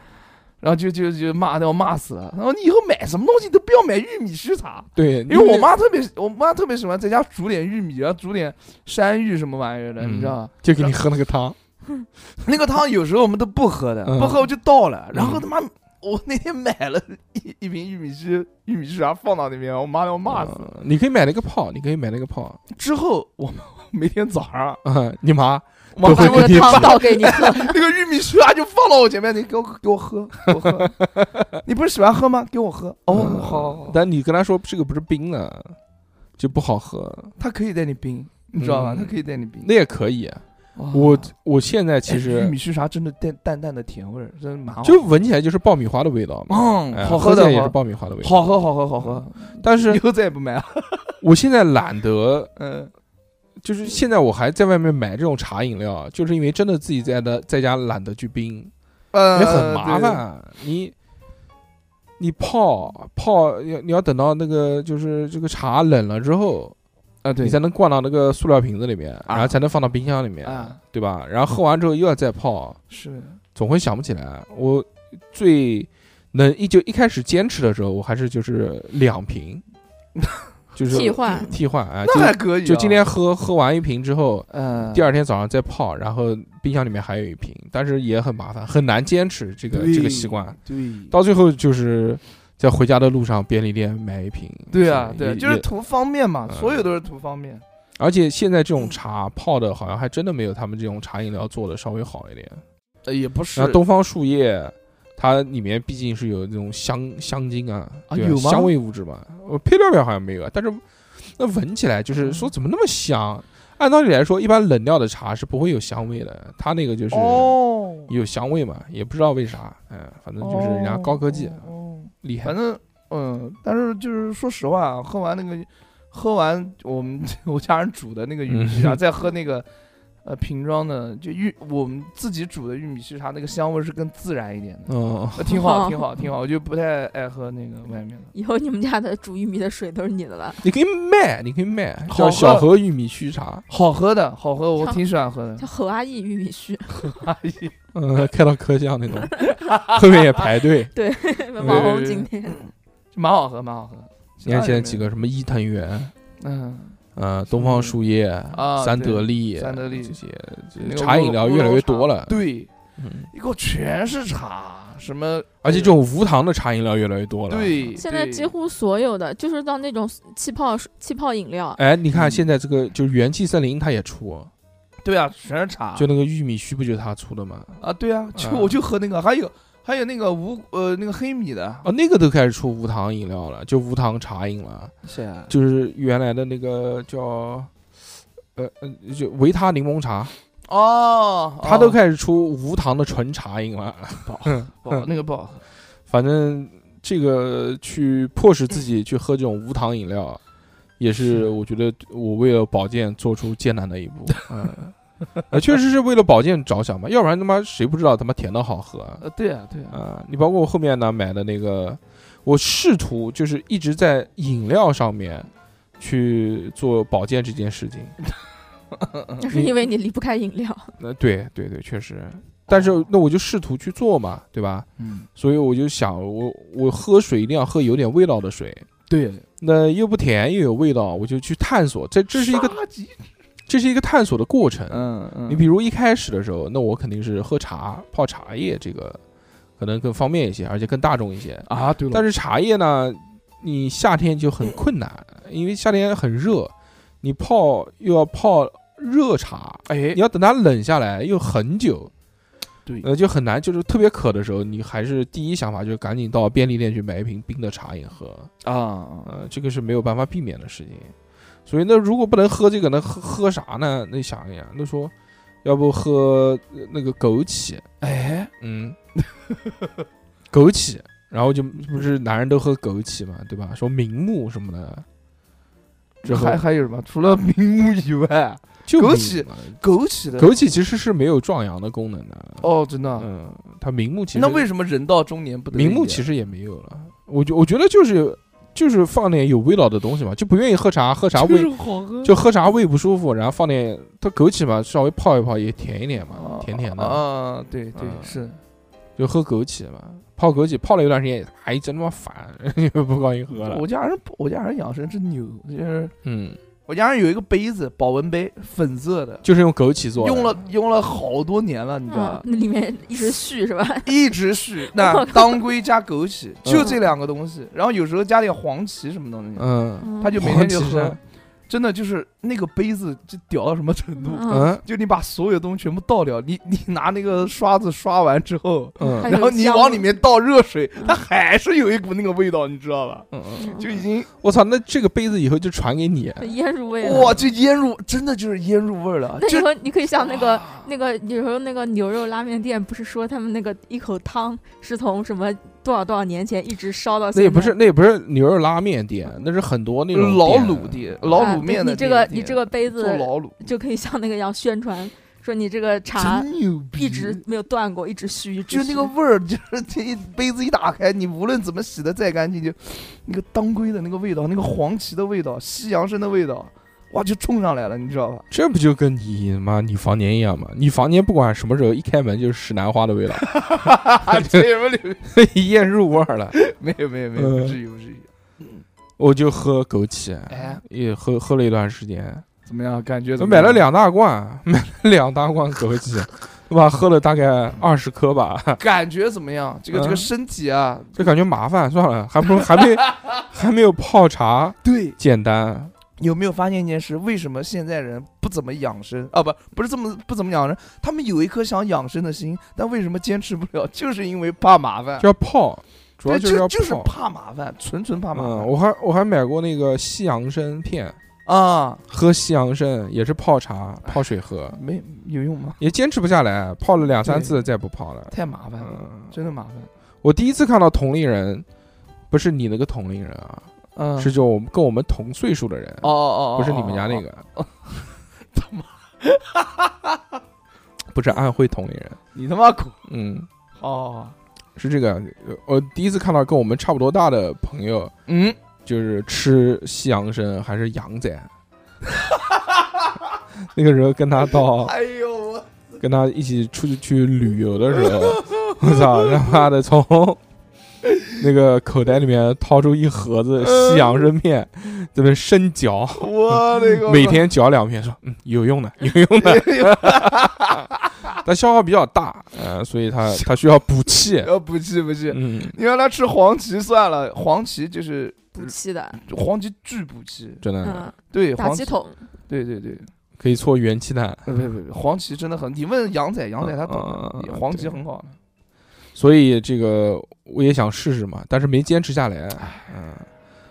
[SPEAKER 3] 然后就就就骂的我骂死了。然后你以后买什么东西都不要买玉米须茶，
[SPEAKER 1] 对，
[SPEAKER 3] 因为我妈特别，我妈特别喜欢在家煮点玉米，然后煮点山芋什么玩意儿的，
[SPEAKER 1] 嗯
[SPEAKER 3] 你知道吧？
[SPEAKER 1] 就给你喝那个汤，
[SPEAKER 3] <laughs> 那个汤有时候我们都不喝的，
[SPEAKER 1] 嗯
[SPEAKER 3] 不喝我就倒了。然后
[SPEAKER 1] 嗯
[SPEAKER 3] 他妈，我那天买了一一瓶玉米须玉米须茶放到那边，我妈要骂死了。
[SPEAKER 1] 嗯你可以买那个泡，你可以买那个泡
[SPEAKER 3] <laughs> 之后我妈每天早上，
[SPEAKER 1] 啊，你妈
[SPEAKER 3] 我
[SPEAKER 1] 都
[SPEAKER 3] 妈
[SPEAKER 2] 把
[SPEAKER 1] 会给
[SPEAKER 3] 就
[SPEAKER 2] 那
[SPEAKER 1] 你
[SPEAKER 2] 个汤
[SPEAKER 1] 放 <laughs>
[SPEAKER 2] 倒给你喝，
[SPEAKER 3] 那个玉米须啊就放到我前面，你给我给我喝，给我喝。 <laughs> 你不是喜欢喝吗？给我喝。哦，
[SPEAKER 1] 嗯
[SPEAKER 3] 好好好，
[SPEAKER 1] 但你跟他说这个不是冰的，就不好喝，
[SPEAKER 3] 他可以带你冰，你知道吗？
[SPEAKER 1] 嗯
[SPEAKER 3] 他可以带你冰。
[SPEAKER 1] 那也可以。
[SPEAKER 3] 哇
[SPEAKER 1] 我我现在其
[SPEAKER 3] 哎玉
[SPEAKER 1] 实
[SPEAKER 3] 米须茶真的淡淡淡的甜味儿，真的蛮好。
[SPEAKER 1] 就闻起来就是爆米花的味道嘛，
[SPEAKER 3] 嗯，
[SPEAKER 1] 哎
[SPEAKER 3] 好
[SPEAKER 1] 喝
[SPEAKER 3] 喝
[SPEAKER 1] 起
[SPEAKER 3] 的
[SPEAKER 1] 来，也是
[SPEAKER 3] 好
[SPEAKER 1] 爆米花的味道。
[SPEAKER 3] 好喝，好喝，好喝。
[SPEAKER 1] 但嗯是
[SPEAKER 3] <laughs> 以后再也不买了。
[SPEAKER 1] 我现在懒得， <laughs>
[SPEAKER 3] 嗯，
[SPEAKER 1] 就是现在我还在外面买这种茶饮料，啊就是因为真的自己在的在家懒得去冰，也
[SPEAKER 3] 也
[SPEAKER 1] 很麻。
[SPEAKER 3] 啊
[SPEAKER 1] 烦。你你泡泡，你要你要等到那个就是这个茶冷了之后，
[SPEAKER 3] 啊，对
[SPEAKER 1] 你才能灌到那个塑料瓶子里面，然后才能放到冰箱里面
[SPEAKER 3] 啊，
[SPEAKER 1] 对吧？然后喝完之后又要再泡，
[SPEAKER 3] 是
[SPEAKER 1] 总会想不起来。我最能一就一开始坚持的时候，我还是就是两
[SPEAKER 3] <laughs>
[SPEAKER 1] 瓶，就是 <laughs>
[SPEAKER 2] 替换
[SPEAKER 1] 替换啊，
[SPEAKER 3] 那还
[SPEAKER 1] 就
[SPEAKER 3] 可以啊。
[SPEAKER 1] 就今天喝喝完一瓶之后，
[SPEAKER 3] 嗯，
[SPEAKER 1] 第二天早上再泡，然后冰箱里面还有一瓶，但是也很麻烦，很难坚持这个
[SPEAKER 3] 对
[SPEAKER 1] 这个习惯。
[SPEAKER 3] 对
[SPEAKER 1] 到最后就是在回家的路上，便利店买一瓶。
[SPEAKER 3] 对啊
[SPEAKER 1] 也，
[SPEAKER 3] 对啊，
[SPEAKER 1] 也
[SPEAKER 3] 就是图方便嘛，
[SPEAKER 1] 嗯
[SPEAKER 3] 所有都是图方便。
[SPEAKER 1] 而且现在这种茶泡的，好像还真的没有他们这种茶饮料做的稍微好一点。
[SPEAKER 3] 呃，也不是
[SPEAKER 1] 然后东方树叶，它里面毕竟是有那种香香精啊，
[SPEAKER 3] 啊
[SPEAKER 1] 对吧
[SPEAKER 3] 有吗
[SPEAKER 1] 香味物质嘛。我配料表好像没有，啊，但是那闻起来就是
[SPEAKER 3] 哦
[SPEAKER 1] 说怎么那么香？按道理来说，一般冷料的茶是不会有香味的，它那个就是
[SPEAKER 3] 哦，
[SPEAKER 1] 有香味嘛，也不知道为啥。嗯，反正就是人家高科技啊
[SPEAKER 3] 哦哦哦
[SPEAKER 1] 厉害
[SPEAKER 3] 反。正嗯，但是就是说实话，啊喝完那个，喝完我们我家人煮的那个玉
[SPEAKER 1] <laughs>
[SPEAKER 3] 米须茶，
[SPEAKER 1] 嗯
[SPEAKER 3] 再喝那个呃瓶装的，就玉我们自己煮的玉米须茶，那个香味是更自然一点
[SPEAKER 1] <laughs>
[SPEAKER 3] 的，
[SPEAKER 1] 嗯，
[SPEAKER 3] 呃挺
[SPEAKER 2] <laughs>
[SPEAKER 3] 好，
[SPEAKER 2] 哦
[SPEAKER 3] 挺好，挺好。我就不太爱喝那个外面的。
[SPEAKER 2] 以后你们家的煮玉米的水都是你的了，
[SPEAKER 1] 你可以卖，你可以卖，
[SPEAKER 3] 好
[SPEAKER 1] 叫
[SPEAKER 3] 喝
[SPEAKER 1] 小河玉米须茶，
[SPEAKER 3] 好喝的，好喝，我
[SPEAKER 2] 像
[SPEAKER 3] 挺喜欢喝的哎
[SPEAKER 2] 叫。侯阿姨玉米 <laughs> 须，
[SPEAKER 3] 阿姨，
[SPEAKER 1] 嗯，开到科巷那种，后面也排
[SPEAKER 3] <laughs>
[SPEAKER 1] 队。
[SPEAKER 2] 网红景点。
[SPEAKER 3] 蛮好喝，蛮好喝。
[SPEAKER 1] 你看现在几
[SPEAKER 3] 个？
[SPEAKER 1] 个什么伊藤园，
[SPEAKER 3] 嗯，
[SPEAKER 1] 呃，东方树叶
[SPEAKER 3] 啊
[SPEAKER 1] 三
[SPEAKER 3] 对
[SPEAKER 1] 得利、
[SPEAKER 3] 三得利
[SPEAKER 1] 这些这
[SPEAKER 3] 那个
[SPEAKER 1] 茶饮料
[SPEAKER 3] 乌龙
[SPEAKER 1] 越来越
[SPEAKER 3] 乌龙茶
[SPEAKER 1] 多了，
[SPEAKER 3] 对，
[SPEAKER 1] 嗯，
[SPEAKER 3] 一个全是茶，什么？
[SPEAKER 1] 而且这种无糖的茶饮料越来越多了。，
[SPEAKER 3] 对，
[SPEAKER 2] 现在
[SPEAKER 3] 对
[SPEAKER 2] 几乎所有的，就是到那种气泡气泡饮料，
[SPEAKER 1] 哎，你看
[SPEAKER 3] 嗯
[SPEAKER 1] 现在这个就是元气森林，它也出，
[SPEAKER 3] 对啊，全是茶。
[SPEAKER 1] 就那个玉米须不就是它出的吗？
[SPEAKER 3] 啊，对啊，就
[SPEAKER 1] 嗯
[SPEAKER 3] 我就喝那个，还有还有那个无呃那个黑米的
[SPEAKER 1] 哦，那个都开始出无糖饮料了，就无糖茶饮了，
[SPEAKER 3] 谁啊？
[SPEAKER 1] 就是原来的那个叫，呃呃，就维他柠檬茶，
[SPEAKER 3] 哦，
[SPEAKER 1] 它都
[SPEAKER 3] 以，
[SPEAKER 1] 开始出无糖的纯茶饮了。
[SPEAKER 3] 不好那个不好喝，
[SPEAKER 1] 反正这个去迫使自己去喝这种无糖饮料，也是
[SPEAKER 3] 是
[SPEAKER 1] 我觉得我为了保健做出艰难的一
[SPEAKER 3] <laughs>
[SPEAKER 1] 步。嗯，呃确实是为了保健着想嘛，要不然他妈谁不知道他妈甜的好喝啊？
[SPEAKER 3] 呃，对啊对啊，
[SPEAKER 1] 啊你包括我后面呢买的那个，我试图就是一直在饮料上面去做保健这件事情。
[SPEAKER 3] 嗯
[SPEAKER 2] 那是因为你离不开饮料。
[SPEAKER 1] 那、对对对，确实。但是那我就试图去做嘛，对吧？
[SPEAKER 3] 嗯，
[SPEAKER 1] 所以我就想，我我喝水一定要喝有点味道的水，
[SPEAKER 3] 对，
[SPEAKER 1] 那又不甜又有味道，我就去探索，这这是一个
[SPEAKER 3] 垃圾，
[SPEAKER 1] 这是一个探索的过程。
[SPEAKER 3] 嗯嗯，
[SPEAKER 1] 你比如一开始的时候，那我肯定是喝茶泡茶叶，这个可能更方便一些，而且更大众一些。
[SPEAKER 3] 啊，对
[SPEAKER 1] 但
[SPEAKER 3] 了，
[SPEAKER 1] 是茶叶呢，你夏天就很困难，
[SPEAKER 3] 嗯
[SPEAKER 1] 因为夏天很热，你泡又要泡热茶，
[SPEAKER 3] 哎
[SPEAKER 1] 你，要等它冷下来又很久，
[SPEAKER 3] 对
[SPEAKER 1] 呃，就很难。就是特别渴的时候，你还是第一想法就是赶紧到便利店去买一瓶冰的茶饮喝。
[SPEAKER 3] 啊啊，
[SPEAKER 1] 呃，这个是没有办法避免的事情。所以那如果不能喝这个，那喝喝啥呢？那想一想，那说要不喝呃那个枸杞，
[SPEAKER 3] 哎，
[SPEAKER 1] 嗯， <laughs> 枸杞，然后就不是
[SPEAKER 3] 嗯
[SPEAKER 1] 男人都喝枸杞嘛，对吧？说明目什么的，之后
[SPEAKER 3] 还还有什么？除了明目以 <laughs> 外，
[SPEAKER 1] 就
[SPEAKER 3] 枸
[SPEAKER 1] 明
[SPEAKER 3] 杞
[SPEAKER 1] 目嘛
[SPEAKER 3] 枸杞的
[SPEAKER 1] 枸杞其实是没有壮阳的功能的，
[SPEAKER 3] 哦，真的啊，
[SPEAKER 1] 嗯，它明目其实
[SPEAKER 3] 那为什么人到中年不得
[SPEAKER 1] 明目其
[SPEAKER 3] <laughs> 实
[SPEAKER 1] 实也没有了。我觉我觉得就是就是放点有味道的东西嘛，就不愿意喝茶，喝茶
[SPEAKER 3] 就
[SPEAKER 1] 味
[SPEAKER 3] 是好喝，
[SPEAKER 1] 就喝茶胃不舒服，然后放点它枸杞嘛，稍微泡一泡也甜一点嘛
[SPEAKER 3] 啊，
[SPEAKER 1] 甜甜的，
[SPEAKER 3] 啊，对对
[SPEAKER 1] 嗯
[SPEAKER 3] 是，
[SPEAKER 1] 就喝枸杞嘛。泡枸杞，泡了一段时间，哎，真他妈烦， <laughs> 不高兴喝了。
[SPEAKER 3] 我家人，我家人养生真牛，就是
[SPEAKER 1] 嗯，
[SPEAKER 3] 我家人有一个杯子，保温杯，粉色的，
[SPEAKER 1] 就是用枸杞做的，
[SPEAKER 3] 用了用了好多年了，你知道
[SPEAKER 2] 嗯
[SPEAKER 3] 吧，？
[SPEAKER 2] 那里面一直续是吧？
[SPEAKER 3] 一直是
[SPEAKER 2] <laughs>
[SPEAKER 3] 那当归加枸杞，就这两个东西，然后有时候加点黄芪什么东西，
[SPEAKER 1] 嗯嗯
[SPEAKER 2] 嗯
[SPEAKER 3] 他就每天就
[SPEAKER 1] 黄芪
[SPEAKER 3] 喝
[SPEAKER 1] 是，
[SPEAKER 3] 真的就是那个杯子就屌到什么程度，
[SPEAKER 2] 嗯，
[SPEAKER 1] 嗯
[SPEAKER 3] 就你把所有东西全部倒掉，你你拿那个刷子刷完之后，
[SPEAKER 2] 还
[SPEAKER 1] 嗯
[SPEAKER 2] 有
[SPEAKER 3] 然后你
[SPEAKER 2] 姜
[SPEAKER 3] 往里面倒热水，
[SPEAKER 2] 嗯
[SPEAKER 3] 它还是有一股那个味道，你知道吧？
[SPEAKER 1] 嗯嗯，
[SPEAKER 2] 嗯
[SPEAKER 3] 就已经
[SPEAKER 1] 我操，那这个杯子以后就传给你，
[SPEAKER 2] 腌入味了。啊
[SPEAKER 3] 哇，就腌入，真的就是腌入味儿了，
[SPEAKER 2] 那以
[SPEAKER 3] 就
[SPEAKER 2] 后你可以像那个那个有时候那个牛肉拉面店，不是说他们那个一口汤是从什么多少多少年前一直烧到现在
[SPEAKER 1] 那也不是，那也不是牛肉拉面店，那是很多那种
[SPEAKER 3] 老
[SPEAKER 1] 店
[SPEAKER 3] 卤的老
[SPEAKER 2] 嗯啊
[SPEAKER 3] 卤
[SPEAKER 2] 对
[SPEAKER 3] 面的
[SPEAKER 2] 你这个
[SPEAKER 3] 店
[SPEAKER 2] 你这个杯
[SPEAKER 3] 做
[SPEAKER 2] 子
[SPEAKER 3] 老卤，
[SPEAKER 2] 就可以像那个一样宣传，说你这个茶
[SPEAKER 3] 真牛逼，
[SPEAKER 2] 一直没有断过，一直续，一直
[SPEAKER 3] 就是那个
[SPEAKER 2] 续
[SPEAKER 3] 味儿，就是这一杯子一打开，你无论怎么洗的再干净，就那个当归的那个味道，那个黄芪的味道，西洋参的味道，哇，就冲上来了，你知道吧？
[SPEAKER 1] 这不就跟你妈你房间一样吗？你房间不管什么时候一开门就是石楠花的 <laughs> 味道，
[SPEAKER 3] <laughs> 这有没有？
[SPEAKER 1] 腌入味儿了。
[SPEAKER 3] <laughs> 没有没有没有，不
[SPEAKER 1] 嗯
[SPEAKER 3] 至于不至于。
[SPEAKER 1] 我就喝枸杞，
[SPEAKER 3] 哎，
[SPEAKER 1] 也喝喝了一段时间，
[SPEAKER 3] 怎么样？感觉
[SPEAKER 1] 我
[SPEAKER 3] 怎么
[SPEAKER 1] 买
[SPEAKER 3] 样
[SPEAKER 1] 了，两大罐， <laughs> 买了两大罐枸杞，对吧？喝了大概二十颗吧，
[SPEAKER 3] 感觉怎么样？这个这个
[SPEAKER 1] 嗯
[SPEAKER 3] 身体啊，
[SPEAKER 1] 就感觉麻烦，算了，还不如还没还没有泡茶
[SPEAKER 3] 对，
[SPEAKER 1] 简单。
[SPEAKER 3] 有没有发现一件事？为什么现在人不怎么养生啊？不，不是这么不怎么养生，他们有一颗想养生的心，但为什么坚持不了？ <laughs> 就是因为怕麻烦。
[SPEAKER 1] 就要泡，主要
[SPEAKER 3] 对，
[SPEAKER 1] 就是要
[SPEAKER 3] 就
[SPEAKER 1] 泡。
[SPEAKER 3] 就是怕麻烦，纯纯怕麻
[SPEAKER 1] 嗯，
[SPEAKER 3] 烦
[SPEAKER 1] 我还我还买过那个西洋参片，
[SPEAKER 3] 啊！
[SPEAKER 1] 喝西洋参也是泡茶
[SPEAKER 3] 哎
[SPEAKER 1] 泡水喝，
[SPEAKER 3] 没有用吗？
[SPEAKER 1] 也坚持不下来，泡了两三
[SPEAKER 3] 对
[SPEAKER 1] 次再不泡了。
[SPEAKER 3] 太麻烦了，
[SPEAKER 1] 嗯，
[SPEAKER 3] 真的麻烦。
[SPEAKER 1] 我第一次看到同龄人，不是你那个同龄人啊，
[SPEAKER 3] 嗯，
[SPEAKER 1] 是就我们跟我们同岁数的人，
[SPEAKER 3] 哦哦哦，
[SPEAKER 1] 不是你们家那
[SPEAKER 3] 哦，
[SPEAKER 1] 个，
[SPEAKER 3] 他妈，
[SPEAKER 1] 不是安徽同龄人，
[SPEAKER 3] 你他妈苦
[SPEAKER 1] 嗯，
[SPEAKER 3] 哦，
[SPEAKER 1] 是这个。呃我第一次看到跟我们差不多大的朋友，
[SPEAKER 3] 嗯，
[SPEAKER 1] 就是吃西洋参还是羊仔， <laughs> 那个时候跟他到
[SPEAKER 3] 哎呦我，
[SPEAKER 1] 跟他一起出去去旅游的时候，我操他妈的从那个口袋里面掏出一盒子西洋参片，在那生嚼，
[SPEAKER 3] 我那个
[SPEAKER 1] 每天嚼两片，说嗯有用的，嗯 <laughs> 有用的。他消耗比较大，呃，所以他他需要补 <laughs> 气。
[SPEAKER 3] 要呃不气不气，
[SPEAKER 1] 嗯，
[SPEAKER 3] 你让他吃黄芪算了，黄芪就是
[SPEAKER 2] 补气的，
[SPEAKER 3] 黄芪巨补气，
[SPEAKER 1] 真的
[SPEAKER 2] 嗯，
[SPEAKER 3] 对，
[SPEAKER 2] 打
[SPEAKER 3] 黄
[SPEAKER 2] 气
[SPEAKER 3] 芪，
[SPEAKER 2] 筒，
[SPEAKER 3] 对对对，
[SPEAKER 1] 可以搓元气弹。
[SPEAKER 3] 呃不不不，黄芪真的很，你问杨仔，杨仔他懂
[SPEAKER 1] 嗯嗯嗯
[SPEAKER 3] 的，
[SPEAKER 1] 嗯
[SPEAKER 3] 黄芪
[SPEAKER 1] 对
[SPEAKER 3] 很好的，
[SPEAKER 1] 所以这个我也想试试嘛，但是没坚持下来。嗯，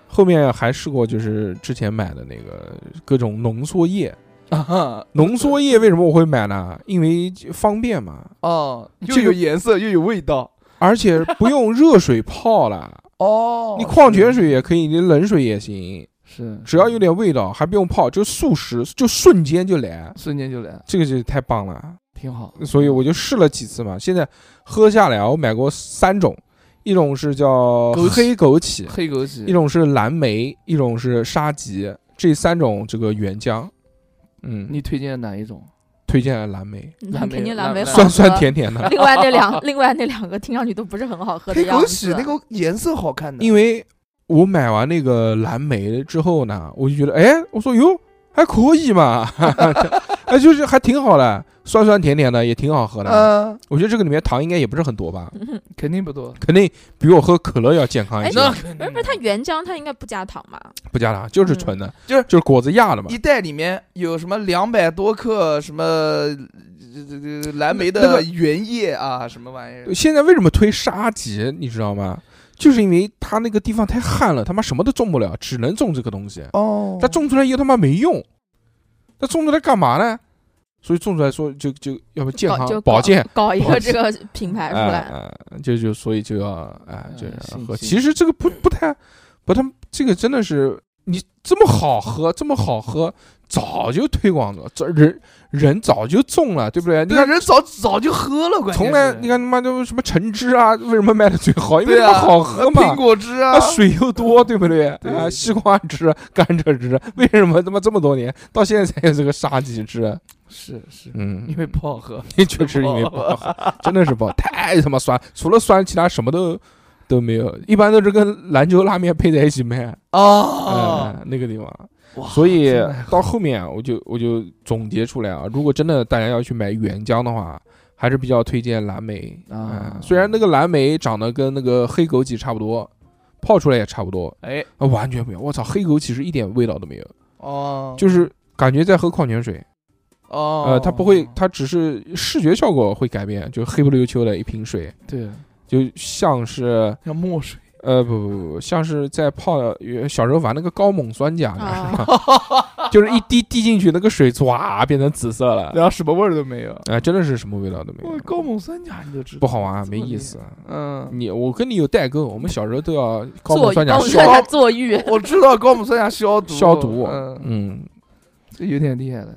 [SPEAKER 1] 后面还试过，就是之前买的那个各种浓缩液。
[SPEAKER 3] 啊
[SPEAKER 1] 浓缩液为什么我会买呢？因为方便嘛，
[SPEAKER 3] 哦，又
[SPEAKER 1] 这
[SPEAKER 3] 有
[SPEAKER 1] 个
[SPEAKER 3] 颜色又有味道
[SPEAKER 1] 而且不用热水泡了，
[SPEAKER 3] <laughs> 哦，
[SPEAKER 1] 你矿泉
[SPEAKER 3] 是
[SPEAKER 1] 水也可以，你冷水也行，
[SPEAKER 3] 是
[SPEAKER 1] 只要有点味道，还不用泡，就速食，就瞬间就来，
[SPEAKER 3] 瞬间就来，
[SPEAKER 1] 这个就太棒了。
[SPEAKER 3] 挺好。
[SPEAKER 1] 所以我就试了几次嘛，现在喝下来啊，我买过三种，一种是叫
[SPEAKER 3] 枸杞
[SPEAKER 1] 黑枸杞，
[SPEAKER 3] 黑枸
[SPEAKER 1] 一
[SPEAKER 3] 杞，
[SPEAKER 1] 种是蓝莓，一种是沙棘，这三种这个原浆，嗯，
[SPEAKER 3] 你推荐哪一种？
[SPEAKER 1] 推荐了蓝莓，
[SPEAKER 2] 嗯
[SPEAKER 3] 蓝莓
[SPEAKER 2] 肯定蓝
[SPEAKER 3] 蓝
[SPEAKER 2] 莓
[SPEAKER 3] 莓
[SPEAKER 2] 好
[SPEAKER 1] 酸酸
[SPEAKER 2] 喝。
[SPEAKER 1] 甜甜
[SPEAKER 3] <laughs>
[SPEAKER 1] 的，
[SPEAKER 2] 另外那两另外那两个听上去都不是很好喝的
[SPEAKER 3] 黑
[SPEAKER 2] 样
[SPEAKER 3] 枸
[SPEAKER 2] 子。
[SPEAKER 3] 杞那个颜色好看的，
[SPEAKER 1] 因为我买完那个蓝莓之后呢，我就觉得，哎，我说哟，还可以嘛， <laughs> 哎，就是还挺好的，酸酸甜甜的，也挺好喝的。
[SPEAKER 3] 嗯，
[SPEAKER 1] 我觉得这个里面糖应该也不是很多吧，
[SPEAKER 3] 肯定不多。
[SPEAKER 1] 肯定比我喝可乐要健康一些
[SPEAKER 2] 哎。
[SPEAKER 3] 肯
[SPEAKER 2] 不是
[SPEAKER 1] 嗯
[SPEAKER 2] 不是，它原浆它应该不加糖吧？
[SPEAKER 1] 不加糖，就是纯的，
[SPEAKER 3] 嗯就是
[SPEAKER 1] 就是果子压的嘛
[SPEAKER 3] 一。袋里面有什么两百多克什么呃这这这蓝莓
[SPEAKER 1] 那那
[SPEAKER 3] 的
[SPEAKER 1] 个
[SPEAKER 3] 原液啊，什么玩意儿？
[SPEAKER 1] 现在为什么推沙棘，你知道吗？就是因为它那个地方太旱了，他妈什么都种不了，只能种这个东西。
[SPEAKER 3] 哦
[SPEAKER 1] 它种出来又他妈没用，它种出来干嘛呢？所以种出来说就就要不健
[SPEAKER 2] 搞就
[SPEAKER 1] 康
[SPEAKER 2] 搞
[SPEAKER 1] 保健，
[SPEAKER 2] 搞一
[SPEAKER 1] 保
[SPEAKER 2] 个这个品牌出来，
[SPEAKER 1] 哎哎就就所以就要哎，就
[SPEAKER 3] 嗯
[SPEAKER 1] 要
[SPEAKER 3] 信
[SPEAKER 1] 喝。
[SPEAKER 3] 息
[SPEAKER 1] 其实这个不不太，不太，这个真的是你这么好喝，这么好喝，早就推广了，这人人早就中了，对不对？你
[SPEAKER 3] 对，
[SPEAKER 1] 看
[SPEAKER 3] 人早早就喝了，关键
[SPEAKER 1] 从来
[SPEAKER 3] 是
[SPEAKER 1] 你看他妈都什么橙汁啊，为什么卖的最好？因为
[SPEAKER 3] 对
[SPEAKER 1] 它
[SPEAKER 3] 啊
[SPEAKER 1] 好喝
[SPEAKER 3] 苹
[SPEAKER 1] 嘛。
[SPEAKER 3] 果汁啊
[SPEAKER 1] 啊，，水又多，对不对？
[SPEAKER 3] 对
[SPEAKER 1] 啊，
[SPEAKER 3] 对
[SPEAKER 1] 西瓜汁、甘蔗汁，啊为什么他妈这么多年到现在才有这个沙棘汁？啊
[SPEAKER 3] 是是，
[SPEAKER 1] 嗯
[SPEAKER 3] 因，为不好喝，
[SPEAKER 1] <laughs> 确实因为不好喝，真的是不好，太他妈酸，除了酸，其他什么都都没有，一般都是跟兰州拉面配在一起卖。
[SPEAKER 3] 哦，
[SPEAKER 1] 嗯那个地方，
[SPEAKER 3] 哇
[SPEAKER 1] 所
[SPEAKER 3] <laughs>
[SPEAKER 1] 以
[SPEAKER 3] 真的
[SPEAKER 1] 到后面啊我就我就总结出来啊，如果真的大家要去买原浆的话，还是比较推荐蓝莓
[SPEAKER 3] 啊
[SPEAKER 1] 嗯虽然那个蓝莓长得跟那个黑枸杞差不多，泡出来也差不多，
[SPEAKER 3] 哎
[SPEAKER 1] 啊，完全没有。我操，黑枸杞是一点味道都没有，
[SPEAKER 3] 哦，
[SPEAKER 1] 就是感觉在喝矿泉水。
[SPEAKER 3] 哦，
[SPEAKER 1] 呃，它不会，它只是视觉效果会改变，就黑不溜秋的一瓶水，
[SPEAKER 3] 对，
[SPEAKER 1] 就像是
[SPEAKER 3] 像墨 <laughs> 水，
[SPEAKER 1] 呃不不不，像是在泡呃小时候玩那个高锰酸钾，你知
[SPEAKER 3] 哦
[SPEAKER 1] 道吗？ <laughs> 就是一滴滴进去，那个水唰变成紫色
[SPEAKER 3] <laughs>
[SPEAKER 1] 了，啊、
[SPEAKER 3] 然后什么味儿都没有。
[SPEAKER 1] 哎真的是什么味道都没
[SPEAKER 3] 哇
[SPEAKER 1] 有，
[SPEAKER 3] 高锰酸钾你就知道
[SPEAKER 1] 不好玩，啊
[SPEAKER 3] 这么
[SPEAKER 1] 没
[SPEAKER 3] 厉害
[SPEAKER 1] 意思。
[SPEAKER 3] 嗯，
[SPEAKER 1] 你我跟你有代沟，我们小时候都要高锰
[SPEAKER 2] 坐
[SPEAKER 1] 酸钾
[SPEAKER 2] 高
[SPEAKER 1] 消
[SPEAKER 2] 锰酸坐浴，
[SPEAKER 3] 我知道高锰酸钾消毒，
[SPEAKER 1] 消毒，
[SPEAKER 3] 嗯，
[SPEAKER 1] 嗯，
[SPEAKER 3] 这有点厉害了。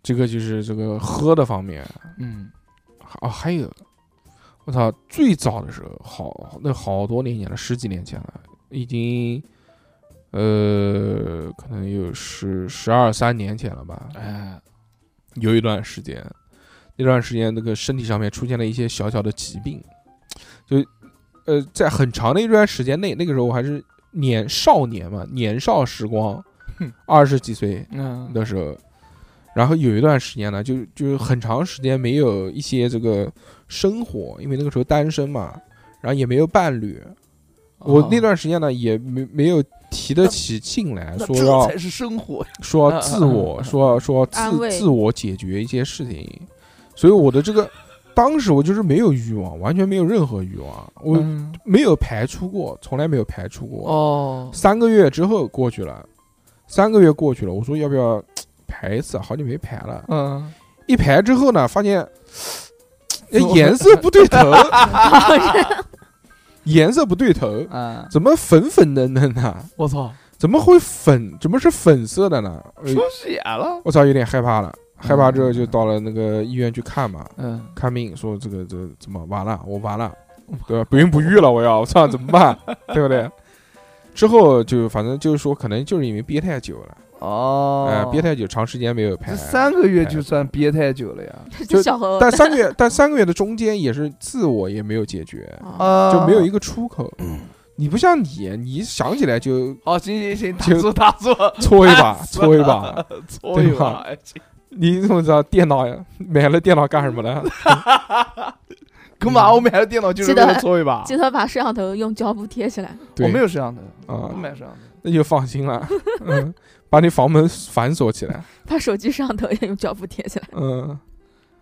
[SPEAKER 1] 这个就是这个喝的方面。
[SPEAKER 3] 嗯，
[SPEAKER 1] 哦，还有，我操，最早的时候，好，那好多年前了，十几年前了，已经，呃，可能有十十二三年前了吧，
[SPEAKER 3] 哎，
[SPEAKER 1] 有一段时间，那段时间那个身体上面出现了一些小小的疾病，就，呃，在很长的一段时间内，那个时候我还是年少年嘛，年少时光
[SPEAKER 3] 哼，
[SPEAKER 1] 二十几岁，
[SPEAKER 3] 嗯，
[SPEAKER 1] 的时候，然后有一段时间呢，就就是很长时间没有一些这个生活，因为那个时候单身嘛，然后也没有伴侣。
[SPEAKER 3] 哦
[SPEAKER 1] 我那段时间呢，也没没有提得起劲来，
[SPEAKER 3] 那
[SPEAKER 1] 说
[SPEAKER 3] 这
[SPEAKER 1] 要
[SPEAKER 3] 才是生活呀。
[SPEAKER 1] 说要
[SPEAKER 3] 嗯
[SPEAKER 1] 自我，说要说要
[SPEAKER 2] 安
[SPEAKER 1] 自
[SPEAKER 2] 慰
[SPEAKER 1] 自我解决一些事情，所以我的这个当时我就是没有欲望，完全没有任何欲望，我
[SPEAKER 3] 嗯
[SPEAKER 1] 没有排除过，从来没有排除过。
[SPEAKER 3] 哦，
[SPEAKER 1] 三个月之后过去了，三个月过去了，我说要不要排一次啊？好久没排了，
[SPEAKER 3] 嗯，
[SPEAKER 1] 一排之后呢，发现哎
[SPEAKER 3] 怎么
[SPEAKER 1] 颜色不对
[SPEAKER 3] <laughs>
[SPEAKER 1] 头，颜色不对头，
[SPEAKER 3] 啊，
[SPEAKER 1] 怎么粉粉嫩嫩的？啊
[SPEAKER 3] 我操，
[SPEAKER 1] 怎么会粉？怎么是粉色的呢？哎
[SPEAKER 3] 出血了。
[SPEAKER 1] 我操，有点害怕了。害怕之后就到了那个医院去看嘛，
[SPEAKER 3] 嗯，
[SPEAKER 1] 看病说这个这个怎么完了，我完了，对吧？不孕不育了，我要，我操，怎么
[SPEAKER 3] <laughs>
[SPEAKER 1] 办？对不对？之后就反正就是说，可能就是因为憋太久了。哎，
[SPEAKER 3] 哦，
[SPEAKER 1] 憋太久，长时间没有排
[SPEAKER 3] 这。三个月就算憋太久了呀，
[SPEAKER 1] <laughs> 就
[SPEAKER 2] 这小何
[SPEAKER 1] 但三个月，但三个月的中间也是自我也没有解决，
[SPEAKER 2] 啊，
[SPEAKER 3] 啊，
[SPEAKER 1] 就没有一个出口。你不像你，你想起来就
[SPEAKER 3] 好，哦行行行，打
[SPEAKER 1] 就
[SPEAKER 3] 住打住，
[SPEAKER 1] <laughs> 搓一
[SPEAKER 3] <laughs>
[SPEAKER 1] 把，
[SPEAKER 3] 烦死了
[SPEAKER 1] 搓一把。
[SPEAKER 3] 搓一
[SPEAKER 1] 对吧
[SPEAKER 3] 把，哎这
[SPEAKER 1] 你怎么知道电脑买了电脑干什么呢？
[SPEAKER 3] <laughs> 干
[SPEAKER 1] 嗯
[SPEAKER 3] 嘛？我买了电脑就
[SPEAKER 2] 记
[SPEAKER 3] 是为
[SPEAKER 2] 得
[SPEAKER 3] 了搓一把，
[SPEAKER 2] 记得把摄像头用胶布贴起来。
[SPEAKER 1] 对，
[SPEAKER 3] 我没有摄像头，
[SPEAKER 1] 啊
[SPEAKER 3] 不买摄像头。
[SPEAKER 1] 那就放心了。嗯，把你房门反锁起来。
[SPEAKER 2] 把手机摄像头也用胶布贴起来。 <laughs>
[SPEAKER 1] 嗯，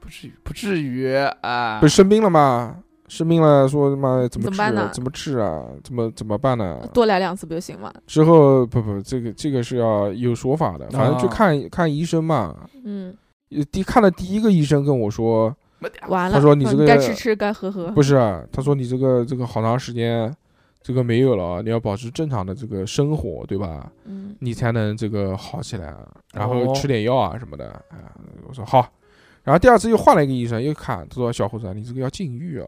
[SPEAKER 3] 不至于，不至于啊！
[SPEAKER 1] 不是生病了吗？生病了，说他妈怎么
[SPEAKER 2] 怎么
[SPEAKER 1] 治
[SPEAKER 2] 办
[SPEAKER 1] 啊？
[SPEAKER 2] 呢
[SPEAKER 1] 怎么治啊？怎么怎么办呢？
[SPEAKER 2] 多来两次不就行吗？
[SPEAKER 1] 之后不不，这个这个是要有说法的，反正就
[SPEAKER 3] 啊
[SPEAKER 1] 看看医生嘛。
[SPEAKER 2] 嗯，
[SPEAKER 1] 呃第看了第一个医生跟我说，
[SPEAKER 3] 没点
[SPEAKER 2] 完了。
[SPEAKER 1] 他说你
[SPEAKER 2] 嗯
[SPEAKER 1] 这个
[SPEAKER 2] 该吃吃，该喝喝。
[SPEAKER 1] 不是啊，他说你这个这个好长时间，这个没有了啊，你要保持正常的这个生活，对吧？
[SPEAKER 2] 嗯，
[SPEAKER 1] 你才能这个好起来啊，然后
[SPEAKER 3] 哦
[SPEAKER 1] 吃点药啊什么的。啊，我说好。然后第二次又换了一个医生，又看，他说小伙子啊，你这个要禁欲啊，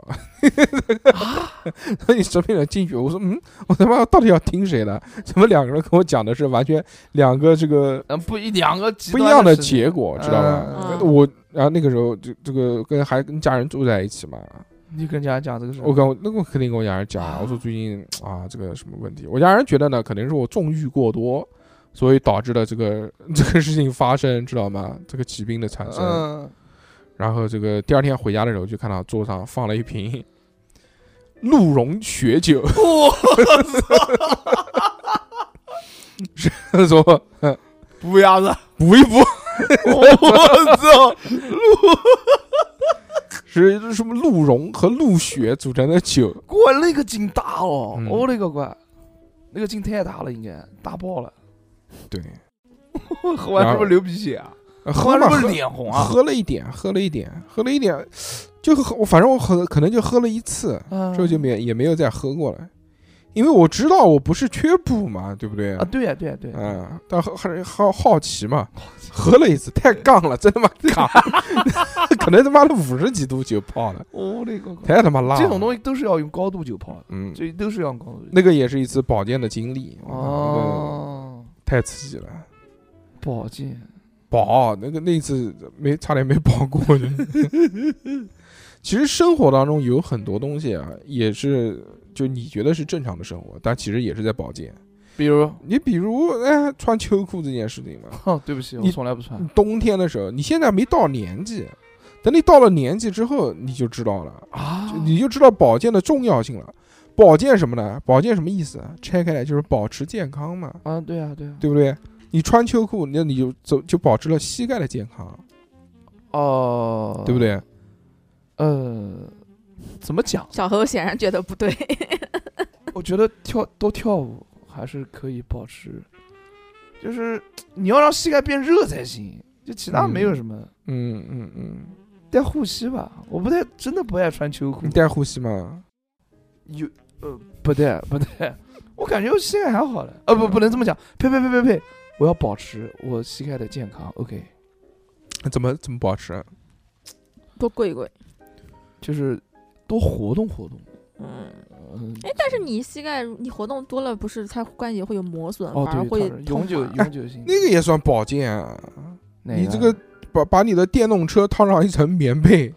[SPEAKER 3] 啊
[SPEAKER 1] <laughs> 他说你生病了禁欲。我说嗯，我他妈到底要听谁的？怎么两个人跟我讲的是完全两个这个
[SPEAKER 3] 嗯，不一两个极
[SPEAKER 1] 不一
[SPEAKER 3] 端
[SPEAKER 1] 样的
[SPEAKER 3] 事情
[SPEAKER 1] 结果，知道吧？
[SPEAKER 2] 嗯
[SPEAKER 1] 我然后那个时候就这个跟还跟家人住在一起嘛，
[SPEAKER 3] 你跟人家讲这个事，
[SPEAKER 1] 我跟我那我肯定跟我家人讲啊，我说最近啊这个什么问题，我家人觉得呢，可能是我纵欲过多，所以导致了这个 <laughs> 这个事情发生，知道吗？这个疾病的产生。
[SPEAKER 3] 嗯，
[SPEAKER 1] 然后这个第二天回家的时候，就看到桌上放了一瓶鹿茸血酒， <laughs>
[SPEAKER 3] 不
[SPEAKER 1] 说嗯
[SPEAKER 3] 不
[SPEAKER 1] <laughs>
[SPEAKER 3] 鸭子，
[SPEAKER 1] 补一补，
[SPEAKER 3] 我操，
[SPEAKER 1] 是什么鹿茸和鹿血组成的酒，
[SPEAKER 3] 我那个劲大哦
[SPEAKER 1] 嗯，
[SPEAKER 3] 我勒个乖，那个劲太大了，应该大爆了，
[SPEAKER 1] 对，
[SPEAKER 3] 喝完
[SPEAKER 1] 然
[SPEAKER 3] 是
[SPEAKER 1] 后
[SPEAKER 3] 不是流鼻血啊？
[SPEAKER 1] 呃
[SPEAKER 3] 喝
[SPEAKER 1] 喝
[SPEAKER 3] 完
[SPEAKER 1] 嘛
[SPEAKER 3] 是不
[SPEAKER 1] 喝
[SPEAKER 3] 是脸红啊？
[SPEAKER 1] 喝了一点，喝了一点，喝了一点，就喝，我反正我喝可能就喝了一次，
[SPEAKER 3] 嗯
[SPEAKER 1] 之后就没也没有再喝过了，因为我知道我不是缺补嘛，对不对？
[SPEAKER 3] 啊，对呀、对呀、对、呀，
[SPEAKER 1] 嗯，但好还好好奇嘛，喝了一次太杠
[SPEAKER 3] <laughs>
[SPEAKER 1] 了，真他妈杠，可能他妈的五十几度酒泡
[SPEAKER 3] <laughs>
[SPEAKER 1] 了，
[SPEAKER 3] 我勒个乖，
[SPEAKER 1] 太他妈辣了。
[SPEAKER 3] 这种东西都是要用高度酒泡的，
[SPEAKER 1] 嗯，
[SPEAKER 3] 这都是要用高度酒
[SPEAKER 1] 那个也是一次保健的经历，
[SPEAKER 3] 泡。
[SPEAKER 1] 哦，
[SPEAKER 3] 哦，
[SPEAKER 1] 太刺激了。
[SPEAKER 3] 保健，
[SPEAKER 1] 保那个那次没差点没保过去。 <laughs> 其实生活当中有很多东西啊，也是就你觉得是正常的生活，但其实也是在保健。
[SPEAKER 3] 比如，
[SPEAKER 1] 你比如哎，穿秋裤这件事情嘛，
[SPEAKER 3] 哼，哦对不起，我
[SPEAKER 1] 你
[SPEAKER 3] 从来不穿
[SPEAKER 1] 你。冬天的时候，你现在没到年纪，等你到了年纪之后，你就知道了，
[SPEAKER 3] 啊
[SPEAKER 1] 就你就知道保健的重要性了。保健什么呢？保健什么意思啊？拆开来就是保持健康嘛，
[SPEAKER 3] 啊，对啊，对啊，
[SPEAKER 1] 对不对？你穿秋裤，那你就走就保持了膝盖的健康，
[SPEAKER 3] 哦，
[SPEAKER 1] 对不？对？
[SPEAKER 3] 呃，怎么讲？
[SPEAKER 2] 小何显然觉得不对，
[SPEAKER 3] 我觉得跳多跳舞还是可以保持，就是你要让膝盖变热才行，就其他没有什么。
[SPEAKER 1] 嗯嗯嗯，
[SPEAKER 3] 带护膝吧，我不太真的不爱穿秋裤
[SPEAKER 1] 你，戴护膝吗？
[SPEAKER 3] 有呃不带不带，我感觉我膝盖还好了。呃不不能这么讲，呸呸呸呸呸，我要保持我膝盖的健康。OK，
[SPEAKER 1] 怎么怎么保持？
[SPEAKER 2] <laughs>
[SPEAKER 1] 啊
[SPEAKER 2] 多跪跪。
[SPEAKER 3] 就是多活动活动。
[SPEAKER 2] 嗯，
[SPEAKER 3] 嗯、
[SPEAKER 2] 但是你膝盖你活动多了，不是它关节会有磨损，
[SPEAKER 3] 哦
[SPEAKER 2] 反而
[SPEAKER 3] 对，
[SPEAKER 2] 会
[SPEAKER 3] 当然
[SPEAKER 2] 痛
[SPEAKER 3] 永久
[SPEAKER 2] 嘛
[SPEAKER 1] <laughs>
[SPEAKER 3] 永久性。
[SPEAKER 1] 哎那个也算保健啊！
[SPEAKER 3] 哪
[SPEAKER 1] 你这个把把你的电动车套上一层棉被，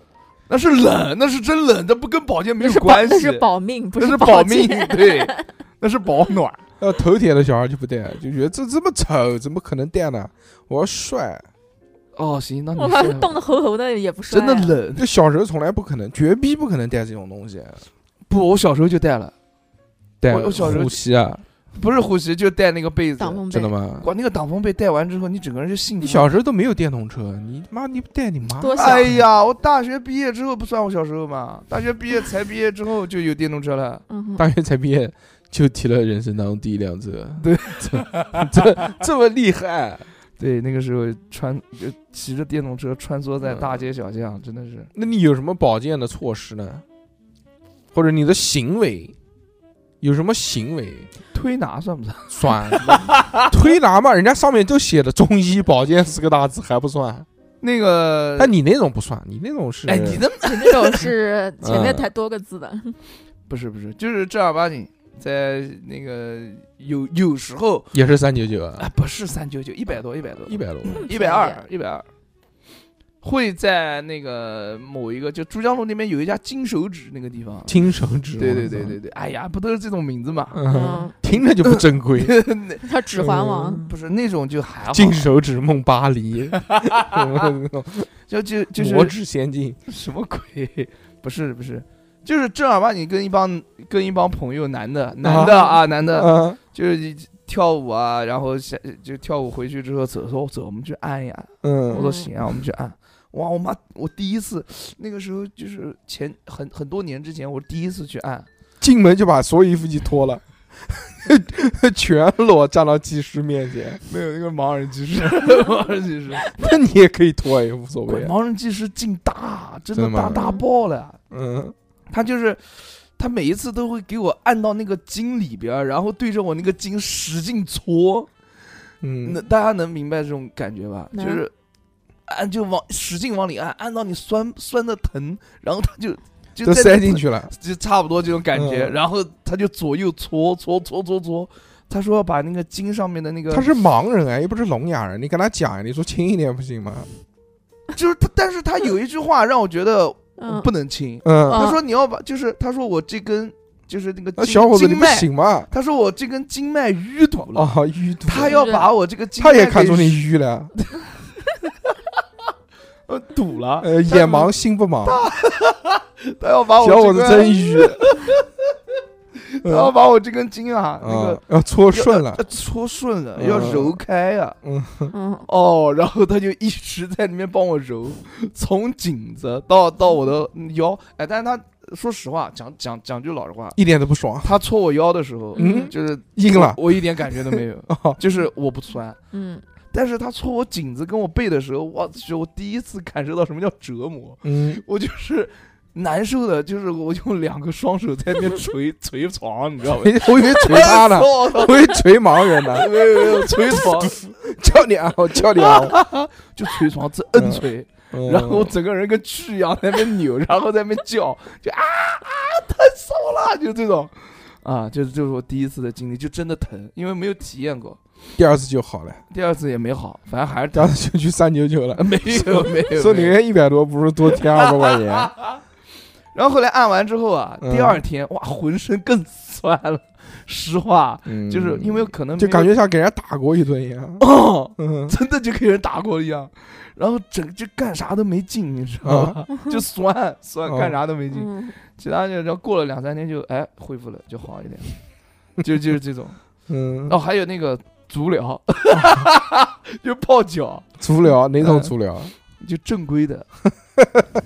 [SPEAKER 3] 那是冷，那是真冷，那不跟保健没
[SPEAKER 2] 那
[SPEAKER 3] 有
[SPEAKER 2] 是保
[SPEAKER 3] 关系
[SPEAKER 2] 那，是保命，不
[SPEAKER 3] 那是
[SPEAKER 2] 保
[SPEAKER 3] 命，
[SPEAKER 2] 健
[SPEAKER 3] 对，那是保暖。
[SPEAKER 1] 呃，头铁的小孩就不戴，就觉得这这么丑，怎么可能戴呢？我要帅，
[SPEAKER 3] 哦，行，那
[SPEAKER 2] <laughs>
[SPEAKER 3] 你
[SPEAKER 2] 我把
[SPEAKER 3] 是
[SPEAKER 2] 冻得猴猴的也不帅
[SPEAKER 3] 真
[SPEAKER 2] 啊。
[SPEAKER 3] 的冷。
[SPEAKER 1] 这小时候从来不可能，绝逼不可能戴这种东西，
[SPEAKER 3] 不，我小时候就戴了，
[SPEAKER 1] 戴
[SPEAKER 3] 我我小时候
[SPEAKER 1] 护膝啊，
[SPEAKER 3] 不是护膝，就戴那个被子。
[SPEAKER 2] 挡风被
[SPEAKER 1] 真的吗？
[SPEAKER 3] 管那个挡风被戴完之后，你整个人就幸福。
[SPEAKER 1] 你小时候都没有电动车，你妈你不带你妈
[SPEAKER 2] 多小
[SPEAKER 3] 哎呀，我大学毕业之后不算我小时候嘛，大学毕业才毕业之后就有电动车了。
[SPEAKER 2] 嗯哼，
[SPEAKER 1] 大学才毕业就提了人生当中第一辆车，
[SPEAKER 3] 对，
[SPEAKER 1] <laughs> 这这这么厉害，
[SPEAKER 3] 对，那个时候穿就骑着电动车穿梭
[SPEAKER 1] 嗯
[SPEAKER 3] 在大街小巷，真的是
[SPEAKER 1] 那你有什么保健的措施呢？或者你的行为有什么行为
[SPEAKER 3] 推拿算不算？
[SPEAKER 1] 算 <laughs> 推拿嘛？人家上面都写的中医保健四个大字还不算，
[SPEAKER 3] 那个，
[SPEAKER 1] 但你那种不算，你那种哎是
[SPEAKER 3] 呃哎，你的
[SPEAKER 2] 你
[SPEAKER 3] <laughs>
[SPEAKER 2] 那种是前面
[SPEAKER 1] 嗯
[SPEAKER 2] 才多个字的，
[SPEAKER 3] 不是不是，就是正儿八经在那个有有时候
[SPEAKER 1] 也是三九九
[SPEAKER 3] 啊嗯
[SPEAKER 1] 啊，，
[SPEAKER 3] 不是三九九，一百多，一百多，
[SPEAKER 1] 一百多，
[SPEAKER 3] 一百二，一百二，会在那个某一个就珠江路那边有一家金手指那个地方。
[SPEAKER 1] 金手指，
[SPEAKER 3] 对对对对，对，哎呀，不都是这种名字嘛？
[SPEAKER 1] 嗯
[SPEAKER 2] 嗯，
[SPEAKER 1] 听着就不正规。
[SPEAKER 3] 那
[SPEAKER 2] 叫《指环王》
[SPEAKER 3] 不是那种就还好，
[SPEAKER 1] 金手指梦巴
[SPEAKER 3] <laughs>
[SPEAKER 1] 黎，嗯
[SPEAKER 3] 就就就
[SPEAKER 1] 魔
[SPEAKER 3] 是
[SPEAKER 1] 指仙境，
[SPEAKER 3] 什么鬼？不是不是，就是正儿八经跟一帮跟一帮朋友，男的男的啊，男的
[SPEAKER 1] 嗯
[SPEAKER 3] 就是跳舞啊，然后下就跳舞回去之后走走走，我们去按呀，我
[SPEAKER 1] 嗯
[SPEAKER 3] 说行啊，我们去按。哇，我妈，我第一次那个时候就是前很很多年之前，我第一次去按，
[SPEAKER 1] 进门就把所有衣服一脱了， <laughs> 全裸站到技师面前。
[SPEAKER 3] 没有那个盲人 <laughs> 技师，盲人技师，
[SPEAKER 1] 那你也可以脱也无所谓
[SPEAKER 3] 鬼
[SPEAKER 1] 啊。
[SPEAKER 3] 盲人技师劲大，真的
[SPEAKER 1] 真的
[SPEAKER 3] 大
[SPEAKER 1] 吗
[SPEAKER 3] 大爆了。
[SPEAKER 1] 嗯，
[SPEAKER 3] 他就是他每一次都会给我按到那个筋里边儿，然后对着我那个筋使劲搓。那
[SPEAKER 1] 嗯，
[SPEAKER 3] 大家能明白这种感觉吧？就
[SPEAKER 2] 能
[SPEAKER 3] 是按就往使劲往里按，按到你酸酸的疼，然后他就就
[SPEAKER 1] 都
[SPEAKER 3] 在
[SPEAKER 1] 塞
[SPEAKER 3] 那
[SPEAKER 1] 进
[SPEAKER 3] 疼，
[SPEAKER 1] 去了。
[SPEAKER 3] 就差不多这种感觉。
[SPEAKER 1] 嗯
[SPEAKER 3] 然后他就左右搓搓搓搓搓，他说要把那个筋上面的那个，
[SPEAKER 1] 他是盲人啊，又不是聋哑人，你跟他讲呀，你说轻一点不行吗？
[SPEAKER 3] 就是他，但是他有一句话让我觉得我
[SPEAKER 2] 嗯，
[SPEAKER 3] 不能亲。
[SPEAKER 1] 嗯，
[SPEAKER 2] 啊
[SPEAKER 3] 他说你要把，就是他说我这根就是那个
[SPEAKER 1] 那
[SPEAKER 3] 筋
[SPEAKER 1] 小伙子
[SPEAKER 3] 筋
[SPEAKER 1] 你不
[SPEAKER 3] 脉
[SPEAKER 1] 行吗？
[SPEAKER 3] 他说我这根经脉淤堵了，
[SPEAKER 1] 哦，淤堵，
[SPEAKER 3] 他要把我这个经脉
[SPEAKER 1] 他
[SPEAKER 3] 给
[SPEAKER 1] 也看出你淤了，
[SPEAKER 3] 呃堵了，
[SPEAKER 1] 呃，眼盲心不盲，
[SPEAKER 3] 他要把我
[SPEAKER 1] 小伙子
[SPEAKER 3] 这
[SPEAKER 1] 真
[SPEAKER 3] 根，
[SPEAKER 1] 淤。
[SPEAKER 3] 他要
[SPEAKER 1] 嗯
[SPEAKER 3] 把我这根筋啊那个
[SPEAKER 1] 嗯要搓顺了
[SPEAKER 3] 要，搓顺了，
[SPEAKER 1] 嗯
[SPEAKER 3] 要揉开啊。
[SPEAKER 2] 嗯，
[SPEAKER 3] 哦，然后他就一直在里面帮我揉， <laughs> 从颈子到到我的
[SPEAKER 1] 嗯
[SPEAKER 3] 腰，哎，但是他说实话，讲讲讲句老实话，
[SPEAKER 1] 一点都不爽，
[SPEAKER 3] 他搓我腰的时候，
[SPEAKER 1] 嗯
[SPEAKER 3] 就是
[SPEAKER 1] 硬了。
[SPEAKER 3] 我一点感觉都没有，
[SPEAKER 1] <laughs> 哦
[SPEAKER 3] 就是我不酸，
[SPEAKER 2] 嗯，
[SPEAKER 3] 但是他搓我颈子跟我背的时候，我去，我第一次感受到什么叫折磨。
[SPEAKER 1] 嗯，
[SPEAKER 3] 我就是难受的，就是我用两个双手在
[SPEAKER 1] <laughs>
[SPEAKER 3] 那边捶捶床，你知道吗？
[SPEAKER 1] 我以为捶他呢，
[SPEAKER 3] 我操
[SPEAKER 1] 我以为捶盲人呢。
[SPEAKER 3] 没有没有捶床，
[SPEAKER 1] <laughs> 叫你啊，我叫你
[SPEAKER 3] <laughs>
[SPEAKER 1] 啊，
[SPEAKER 3] 就捶床，这摁
[SPEAKER 1] 嗯
[SPEAKER 3] 捶，然后我整个人跟蛆一样在那边扭，然后在那边叫， <laughs> 就啊啊，疼死我了，就这种，啊，就是就是我第一次的经历，就真的疼，因为没有体验过，
[SPEAKER 1] 第二次就好了，
[SPEAKER 3] 第二次也没好，反
[SPEAKER 1] <laughs>
[SPEAKER 3] 正还是
[SPEAKER 1] 第
[SPEAKER 3] 疼
[SPEAKER 1] 二，次就去三九九了，
[SPEAKER 3] 没有没 <laughs> 有，
[SPEAKER 1] 送你
[SPEAKER 3] 没有
[SPEAKER 1] 人一百多，不如多啊添
[SPEAKER 3] <laughs>
[SPEAKER 1] 二百块钱。
[SPEAKER 3] 然后后来按完之后啊，
[SPEAKER 1] 嗯
[SPEAKER 3] 第二天哇，浑身更酸了。实话，
[SPEAKER 1] 嗯
[SPEAKER 3] 就是因为可能
[SPEAKER 1] 就
[SPEAKER 3] 没有 <laughs>
[SPEAKER 1] 感觉像给人家打过一顿一样。
[SPEAKER 3] 哦，
[SPEAKER 1] 嗯，
[SPEAKER 3] 真的就给人打过一样，然后整就干啥都没劲，你知道吧？
[SPEAKER 1] 嗯
[SPEAKER 3] <laughs> 就酸酸，
[SPEAKER 1] 哦
[SPEAKER 3] 干啥都没劲。
[SPEAKER 2] 嗯，
[SPEAKER 3] 其他就然后过了两三天就哎恢复了，就好一点，就就是这种。
[SPEAKER 1] 嗯
[SPEAKER 3] 然，后还有那个足疗， <laughs> 就泡脚，
[SPEAKER 1] 足疗哪种足疗？
[SPEAKER 3] 就正规的。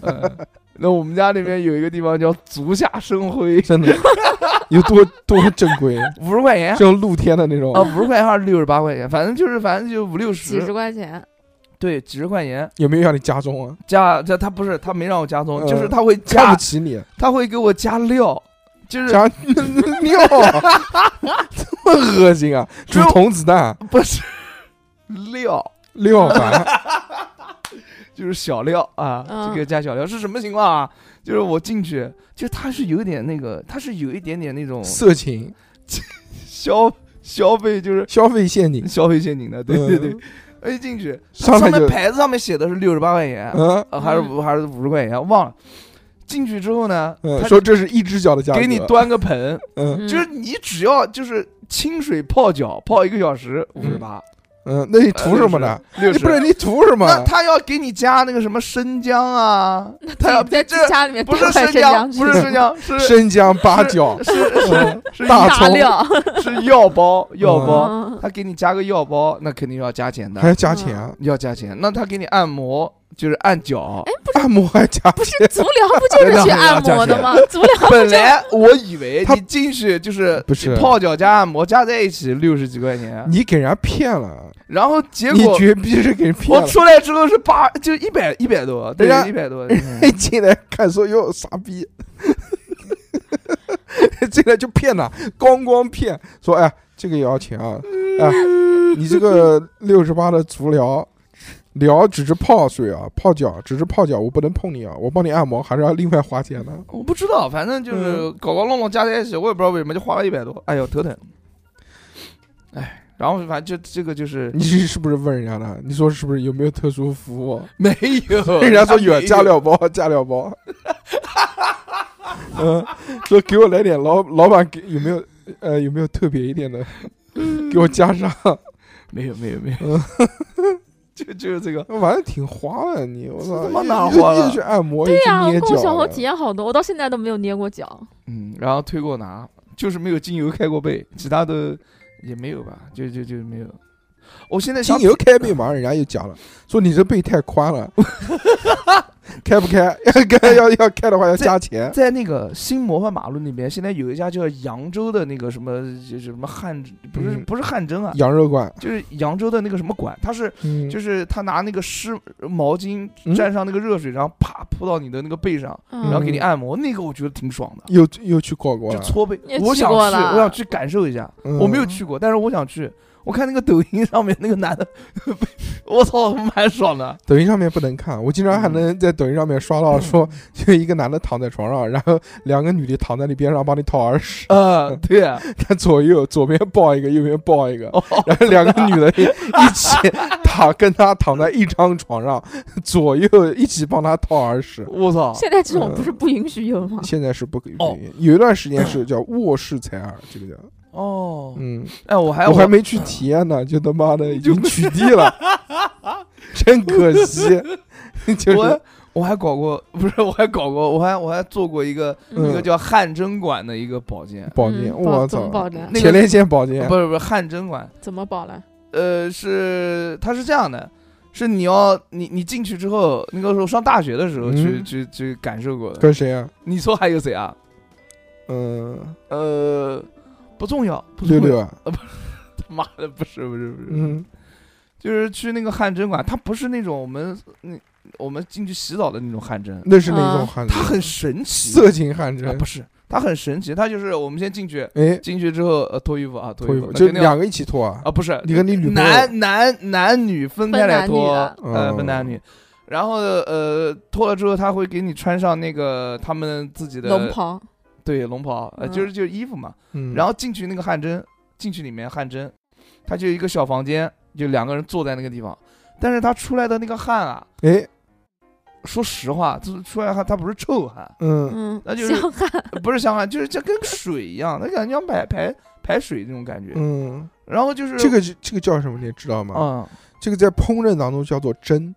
[SPEAKER 3] 嗯那我们家那边有一个地方叫足下生辉，
[SPEAKER 1] 真
[SPEAKER 3] <laughs>
[SPEAKER 1] 的有多多正规？
[SPEAKER 3] 五十块钱
[SPEAKER 1] 就露天的那种
[SPEAKER 3] 啊，，五十块钱还是六十八块钱，反正就是反正就五六
[SPEAKER 2] 几十
[SPEAKER 3] 十，
[SPEAKER 2] 块钱，
[SPEAKER 3] 对，几十块钱
[SPEAKER 1] 有没有让你加重啊？
[SPEAKER 3] 加加他不是他没让我加葱，
[SPEAKER 1] 嗯
[SPEAKER 3] 哦就是他会
[SPEAKER 1] 看
[SPEAKER 3] 加
[SPEAKER 1] 不起你，啊
[SPEAKER 3] 他会给我加料，就是
[SPEAKER 1] 加 <laughs> 尿，这么恶心啊！
[SPEAKER 3] 只
[SPEAKER 1] 煮
[SPEAKER 3] 有
[SPEAKER 1] 童子蛋，
[SPEAKER 3] 不是 <laughs> 料， <laughs>
[SPEAKER 1] 料
[SPEAKER 3] 哦
[SPEAKER 1] 饭，
[SPEAKER 3] 就是小料啊，
[SPEAKER 2] 嗯
[SPEAKER 3] 就给我加小料是什么情况啊？就是我进去，就他是有点那个，他是有一点点
[SPEAKER 1] <laughs>
[SPEAKER 3] 那种
[SPEAKER 1] 色情，
[SPEAKER 3] 消消费就是 <laughs>
[SPEAKER 1] 消费陷阱。
[SPEAKER 3] 消费陷阱的，对
[SPEAKER 1] 嗯
[SPEAKER 3] 对对，他一进去，
[SPEAKER 1] 上来
[SPEAKER 3] 面
[SPEAKER 1] 就
[SPEAKER 3] 牌子上面写的是六十八块钱，
[SPEAKER 1] 嗯
[SPEAKER 3] 呃还是五还是五十块钱，忘了。进去之后呢，
[SPEAKER 1] 嗯，
[SPEAKER 3] 他
[SPEAKER 1] 说这是一只脚的价格，
[SPEAKER 3] 给你端个盆，
[SPEAKER 1] <laughs> 嗯
[SPEAKER 2] 嗯
[SPEAKER 3] 就是你只要就是清水泡脚泡一个小时五
[SPEAKER 1] 嗯
[SPEAKER 3] 十八，呃
[SPEAKER 1] 嗯，那你图什么呢？
[SPEAKER 3] 六
[SPEAKER 1] 你
[SPEAKER 3] 十
[SPEAKER 1] 不是你图什么？
[SPEAKER 3] 啊那他要给你加那个什么生姜啊，他要
[SPEAKER 2] 自己 <laughs> 在
[SPEAKER 3] 这
[SPEAKER 2] 家里面
[SPEAKER 3] 不
[SPEAKER 2] 多
[SPEAKER 3] 是
[SPEAKER 2] 块
[SPEAKER 3] 生
[SPEAKER 2] 生
[SPEAKER 3] 姜，
[SPEAKER 2] 姜
[SPEAKER 3] 不是
[SPEAKER 2] 汁
[SPEAKER 3] 生姜，是
[SPEAKER 1] 生姜八角，
[SPEAKER 3] 是是是
[SPEAKER 1] 嗯大
[SPEAKER 2] <laughs> 大
[SPEAKER 1] 葱
[SPEAKER 3] <laughs>
[SPEAKER 2] 料，
[SPEAKER 3] 是药包药包，
[SPEAKER 2] 嗯
[SPEAKER 3] 他给你加个药包，那肯定要加钱
[SPEAKER 1] 还
[SPEAKER 3] 的，
[SPEAKER 1] 要加钱啊？
[SPEAKER 3] 要加钱。那他给你按摩就是按脚，
[SPEAKER 1] 按摩还加钱？
[SPEAKER 2] 足疗
[SPEAKER 3] <laughs>
[SPEAKER 2] 不就是去按摩的吗？足疗
[SPEAKER 3] 本来我以为
[SPEAKER 1] 他
[SPEAKER 3] 你进去就是
[SPEAKER 1] 不是
[SPEAKER 3] 泡脚加按摩加在一起六十几块钱，
[SPEAKER 1] 你给人家骗了，
[SPEAKER 3] 然后结
[SPEAKER 1] 你
[SPEAKER 3] 果
[SPEAKER 1] 绝逼是给人骗
[SPEAKER 3] 我
[SPEAKER 1] 了。
[SPEAKER 3] 出来之后是八就一百一百多，对
[SPEAKER 1] 人，家
[SPEAKER 3] 一
[SPEAKER 1] <laughs>
[SPEAKER 3] 百多。
[SPEAKER 1] 一进来看说哟傻逼， <laughs> 进来就骗他，光光骗，说哎这个也要钱啊，哎你这个六十八的足疗。疗只是泡水啊，泡脚只是泡脚，我不能碰你啊，我帮你按摩还是要另外花钱的。
[SPEAKER 3] 我不知道，反正就是
[SPEAKER 1] 嗯
[SPEAKER 3] 搞搞弄弄加在一起，我也不知道为什么就花了一百多，哎呦头疼。哎，然后反正就这个就是
[SPEAKER 1] 你是是不是问人家的？你说是不是有没有特殊服务？
[SPEAKER 3] 没
[SPEAKER 1] <laughs>
[SPEAKER 3] 有，
[SPEAKER 1] 人家说
[SPEAKER 3] 没有
[SPEAKER 1] 有加，料包，加料包。 <laughs> 嗯，说给我来点老老板给有没有呃有没有特别一点的，给我加上。 <laughs>
[SPEAKER 3] 没有没有没有
[SPEAKER 1] 嗯，
[SPEAKER 3] <laughs> 就就是这个，
[SPEAKER 1] 反正挺花的，你我操，
[SPEAKER 3] 这他妈
[SPEAKER 1] 又
[SPEAKER 3] 哪
[SPEAKER 1] 又
[SPEAKER 3] 花了
[SPEAKER 1] 又去按摩，
[SPEAKER 2] 对哎呀、
[SPEAKER 1] 呀，捏
[SPEAKER 2] 跟我小
[SPEAKER 1] 脚
[SPEAKER 2] 猴
[SPEAKER 1] 了，
[SPEAKER 2] 体验好多，我到现在都没有捏过脚。
[SPEAKER 3] 嗯，然后推过拿，就是没有精油开过背，其他的也没有吧，就就就没有。我现在想
[SPEAKER 1] 精油开背嘛，人家又讲了，说你这背太宽了， <laughs> 开不开？ <laughs> 要开要要开的话要加钱。
[SPEAKER 3] 在那个新模范马路那边，现在有一家叫扬州的那个什么就是什么汗，不是
[SPEAKER 1] 嗯
[SPEAKER 3] 不是汗蒸啊，
[SPEAKER 1] 羊肉馆，
[SPEAKER 3] 就是扬州的那个什么馆，它是
[SPEAKER 1] 嗯，
[SPEAKER 3] 就是他拿那个湿毛巾
[SPEAKER 1] 嗯
[SPEAKER 3] 沾上那个热水，然后啪扑到你的那个背上，
[SPEAKER 2] 嗯，
[SPEAKER 3] 然后给你
[SPEAKER 1] 嗯
[SPEAKER 3] 按摩，那个我觉得挺爽的，
[SPEAKER 1] 又又去搞过
[SPEAKER 3] 就
[SPEAKER 1] 了，
[SPEAKER 3] 搓背
[SPEAKER 2] 你也。
[SPEAKER 3] 我
[SPEAKER 2] 去
[SPEAKER 3] 想去，
[SPEAKER 2] 过了
[SPEAKER 3] 我想去感受一下，
[SPEAKER 1] 嗯
[SPEAKER 3] 我没有去过，但是我想去。我看那个抖音上面那个男的， <laughs> 我操，蛮爽的。
[SPEAKER 1] 抖音上面不能看，我经常还
[SPEAKER 3] 嗯
[SPEAKER 1] 能在抖音上面刷到说， <laughs> 就一个男的躺在床上，然后两个女的躺在你边上帮你掏耳屎，
[SPEAKER 3] 呃，对啊，
[SPEAKER 1] <laughs> 他左右左边抱一个，右边抱一个，
[SPEAKER 3] 哦，
[SPEAKER 1] 然后两个女的一一起躺跟他躺在一张床上， <laughs> 左右一起帮他掏耳屎。<laughs>
[SPEAKER 3] 我操，
[SPEAKER 2] 现在这种不是
[SPEAKER 1] 嗯
[SPEAKER 2] 不允许有吗？
[SPEAKER 1] 现在是不可以
[SPEAKER 3] 哦，
[SPEAKER 1] 有一段时间是叫卧室采耳，这个叫，
[SPEAKER 3] 哦，
[SPEAKER 1] 嗯，
[SPEAKER 3] 哎，我还
[SPEAKER 1] 我还没去体验
[SPEAKER 3] <laughs>
[SPEAKER 1] 呢，就他妈的已经取缔了，真可惜， <laughs> 就
[SPEAKER 3] 我
[SPEAKER 1] 是
[SPEAKER 3] 我还搞过，不是，我还搞过，我还我还做过一个
[SPEAKER 1] 嗯
[SPEAKER 3] 一个叫汗蒸馆的一个保健，
[SPEAKER 1] 保健，
[SPEAKER 2] 嗯
[SPEAKER 1] 我
[SPEAKER 2] 怎么
[SPEAKER 1] 操，
[SPEAKER 2] 保的？
[SPEAKER 3] 那个啊
[SPEAKER 1] 前列腺保健，
[SPEAKER 3] 不是不是汗蒸馆，
[SPEAKER 2] 怎么保了？
[SPEAKER 3] 呃，是它是这样的，是你要你你进去之后，那个时候上大学的时候去、
[SPEAKER 1] 嗯
[SPEAKER 3] 去去感受过的。
[SPEAKER 1] 跟谁啊？
[SPEAKER 3] 你说还有谁啊？
[SPEAKER 1] 嗯，
[SPEAKER 3] 呃，不重要，不重
[SPEAKER 1] 六
[SPEAKER 3] 要。
[SPEAKER 1] 六啊，
[SPEAKER 3] <laughs> 妈的，不是不是不是，
[SPEAKER 1] 嗯
[SPEAKER 3] 就是去那个汗蒸馆，它不是那种我们那我们进去洗澡的那种汗蒸，
[SPEAKER 1] 那是哪种汗
[SPEAKER 3] 它
[SPEAKER 1] 蒸？
[SPEAKER 3] 啊很神奇，
[SPEAKER 1] 色情汗
[SPEAKER 3] 啊
[SPEAKER 1] 蒸
[SPEAKER 3] 不，是，它很神奇，它就是我们先进去，
[SPEAKER 1] 哎，
[SPEAKER 3] 进去之后呃脱衣服啊
[SPEAKER 1] 脱衣
[SPEAKER 3] 服
[SPEAKER 1] 服，
[SPEAKER 3] 那
[SPEAKER 1] 就
[SPEAKER 3] 肯定
[SPEAKER 1] 两个一起脱啊？
[SPEAKER 3] 啊不是
[SPEAKER 1] 你跟你女朋友
[SPEAKER 3] 男男男女分开来
[SPEAKER 1] 分男
[SPEAKER 3] 脱，
[SPEAKER 1] 女的
[SPEAKER 3] 呃
[SPEAKER 1] 哦
[SPEAKER 3] 分男女。然后呃，脱了之后，他会给你穿上那个他们自己的
[SPEAKER 2] 龙袍，
[SPEAKER 3] 对龙袍，呃，
[SPEAKER 2] 嗯
[SPEAKER 3] 就是就是衣服嘛。
[SPEAKER 1] 嗯，
[SPEAKER 3] 然后进去那个汗蒸，进去里面汗蒸，它就一个小房间，就两个人坐在那个地方。但是他出来的那个汗啊，
[SPEAKER 1] 哎，
[SPEAKER 3] 说实话，就是出来的汗，它不是臭汗，
[SPEAKER 1] 嗯，
[SPEAKER 2] 嗯，
[SPEAKER 3] 那就是
[SPEAKER 2] 香汗，
[SPEAKER 3] 呃不是香汗，就是这跟水一样，那感觉像排排排水那种感觉。
[SPEAKER 1] 嗯，
[SPEAKER 3] 然后就是
[SPEAKER 1] 这，个是这个叫什么？你知道吗？
[SPEAKER 3] 嗯，
[SPEAKER 1] 这个在烹饪当中叫做蒸。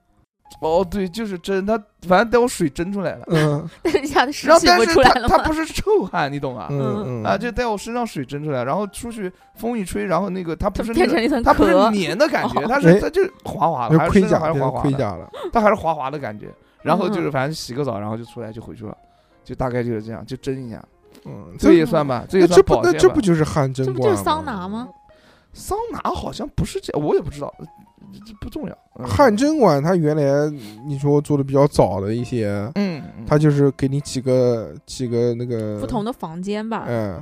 [SPEAKER 3] 哦对，就是蒸，它反正得有水蒸出来了。
[SPEAKER 1] 嗯
[SPEAKER 2] 一下子湿
[SPEAKER 3] 然后
[SPEAKER 2] 气
[SPEAKER 3] 但
[SPEAKER 2] 不
[SPEAKER 3] 是
[SPEAKER 2] 出来
[SPEAKER 3] 它
[SPEAKER 2] 了
[SPEAKER 3] 它
[SPEAKER 2] 吗？
[SPEAKER 3] 不是臭汗，你懂吗？
[SPEAKER 1] 嗯嗯
[SPEAKER 3] 啊，就在我身上水蒸出来，然后出去风一吹，然后那个它不是那
[SPEAKER 2] 变
[SPEAKER 3] 个，
[SPEAKER 2] 成一层
[SPEAKER 3] 它不是
[SPEAKER 2] 壳，
[SPEAKER 3] 黏的感觉，
[SPEAKER 2] 哦
[SPEAKER 3] 它是
[SPEAKER 1] 哎
[SPEAKER 3] 它就是滑滑的，
[SPEAKER 1] 就
[SPEAKER 3] 还是
[SPEAKER 1] 盔
[SPEAKER 3] 身上
[SPEAKER 1] 甲
[SPEAKER 3] 还是
[SPEAKER 1] 变
[SPEAKER 3] 滑
[SPEAKER 1] 成
[SPEAKER 3] 滑
[SPEAKER 1] 盔
[SPEAKER 3] 的，
[SPEAKER 1] 甲了。
[SPEAKER 3] 它还是滑滑的感觉。然后就
[SPEAKER 2] 嗯
[SPEAKER 3] 是反正洗个澡，然后就出来就回去了，就大概就是这样，就蒸一下，
[SPEAKER 1] 嗯，
[SPEAKER 3] 这
[SPEAKER 1] 这
[SPEAKER 3] 也算吧，这也
[SPEAKER 1] 那
[SPEAKER 3] 算
[SPEAKER 1] 这不
[SPEAKER 3] 保
[SPEAKER 1] 那
[SPEAKER 3] 健
[SPEAKER 1] 这
[SPEAKER 3] 吧
[SPEAKER 1] 不就是汗蒸
[SPEAKER 2] 这不
[SPEAKER 1] 罐
[SPEAKER 2] 就
[SPEAKER 1] 吗？
[SPEAKER 2] 是桑拿吗？？
[SPEAKER 3] 桑拿好像不是这，我也不知道，呃这这不重要。嗯
[SPEAKER 1] 汗，蒸馆它原来你说做的比较早的一些，
[SPEAKER 3] 嗯，嗯
[SPEAKER 1] 它就是给你几个几个那个
[SPEAKER 2] 不同，的房间
[SPEAKER 3] 啊
[SPEAKER 2] 吧，
[SPEAKER 1] 嗯，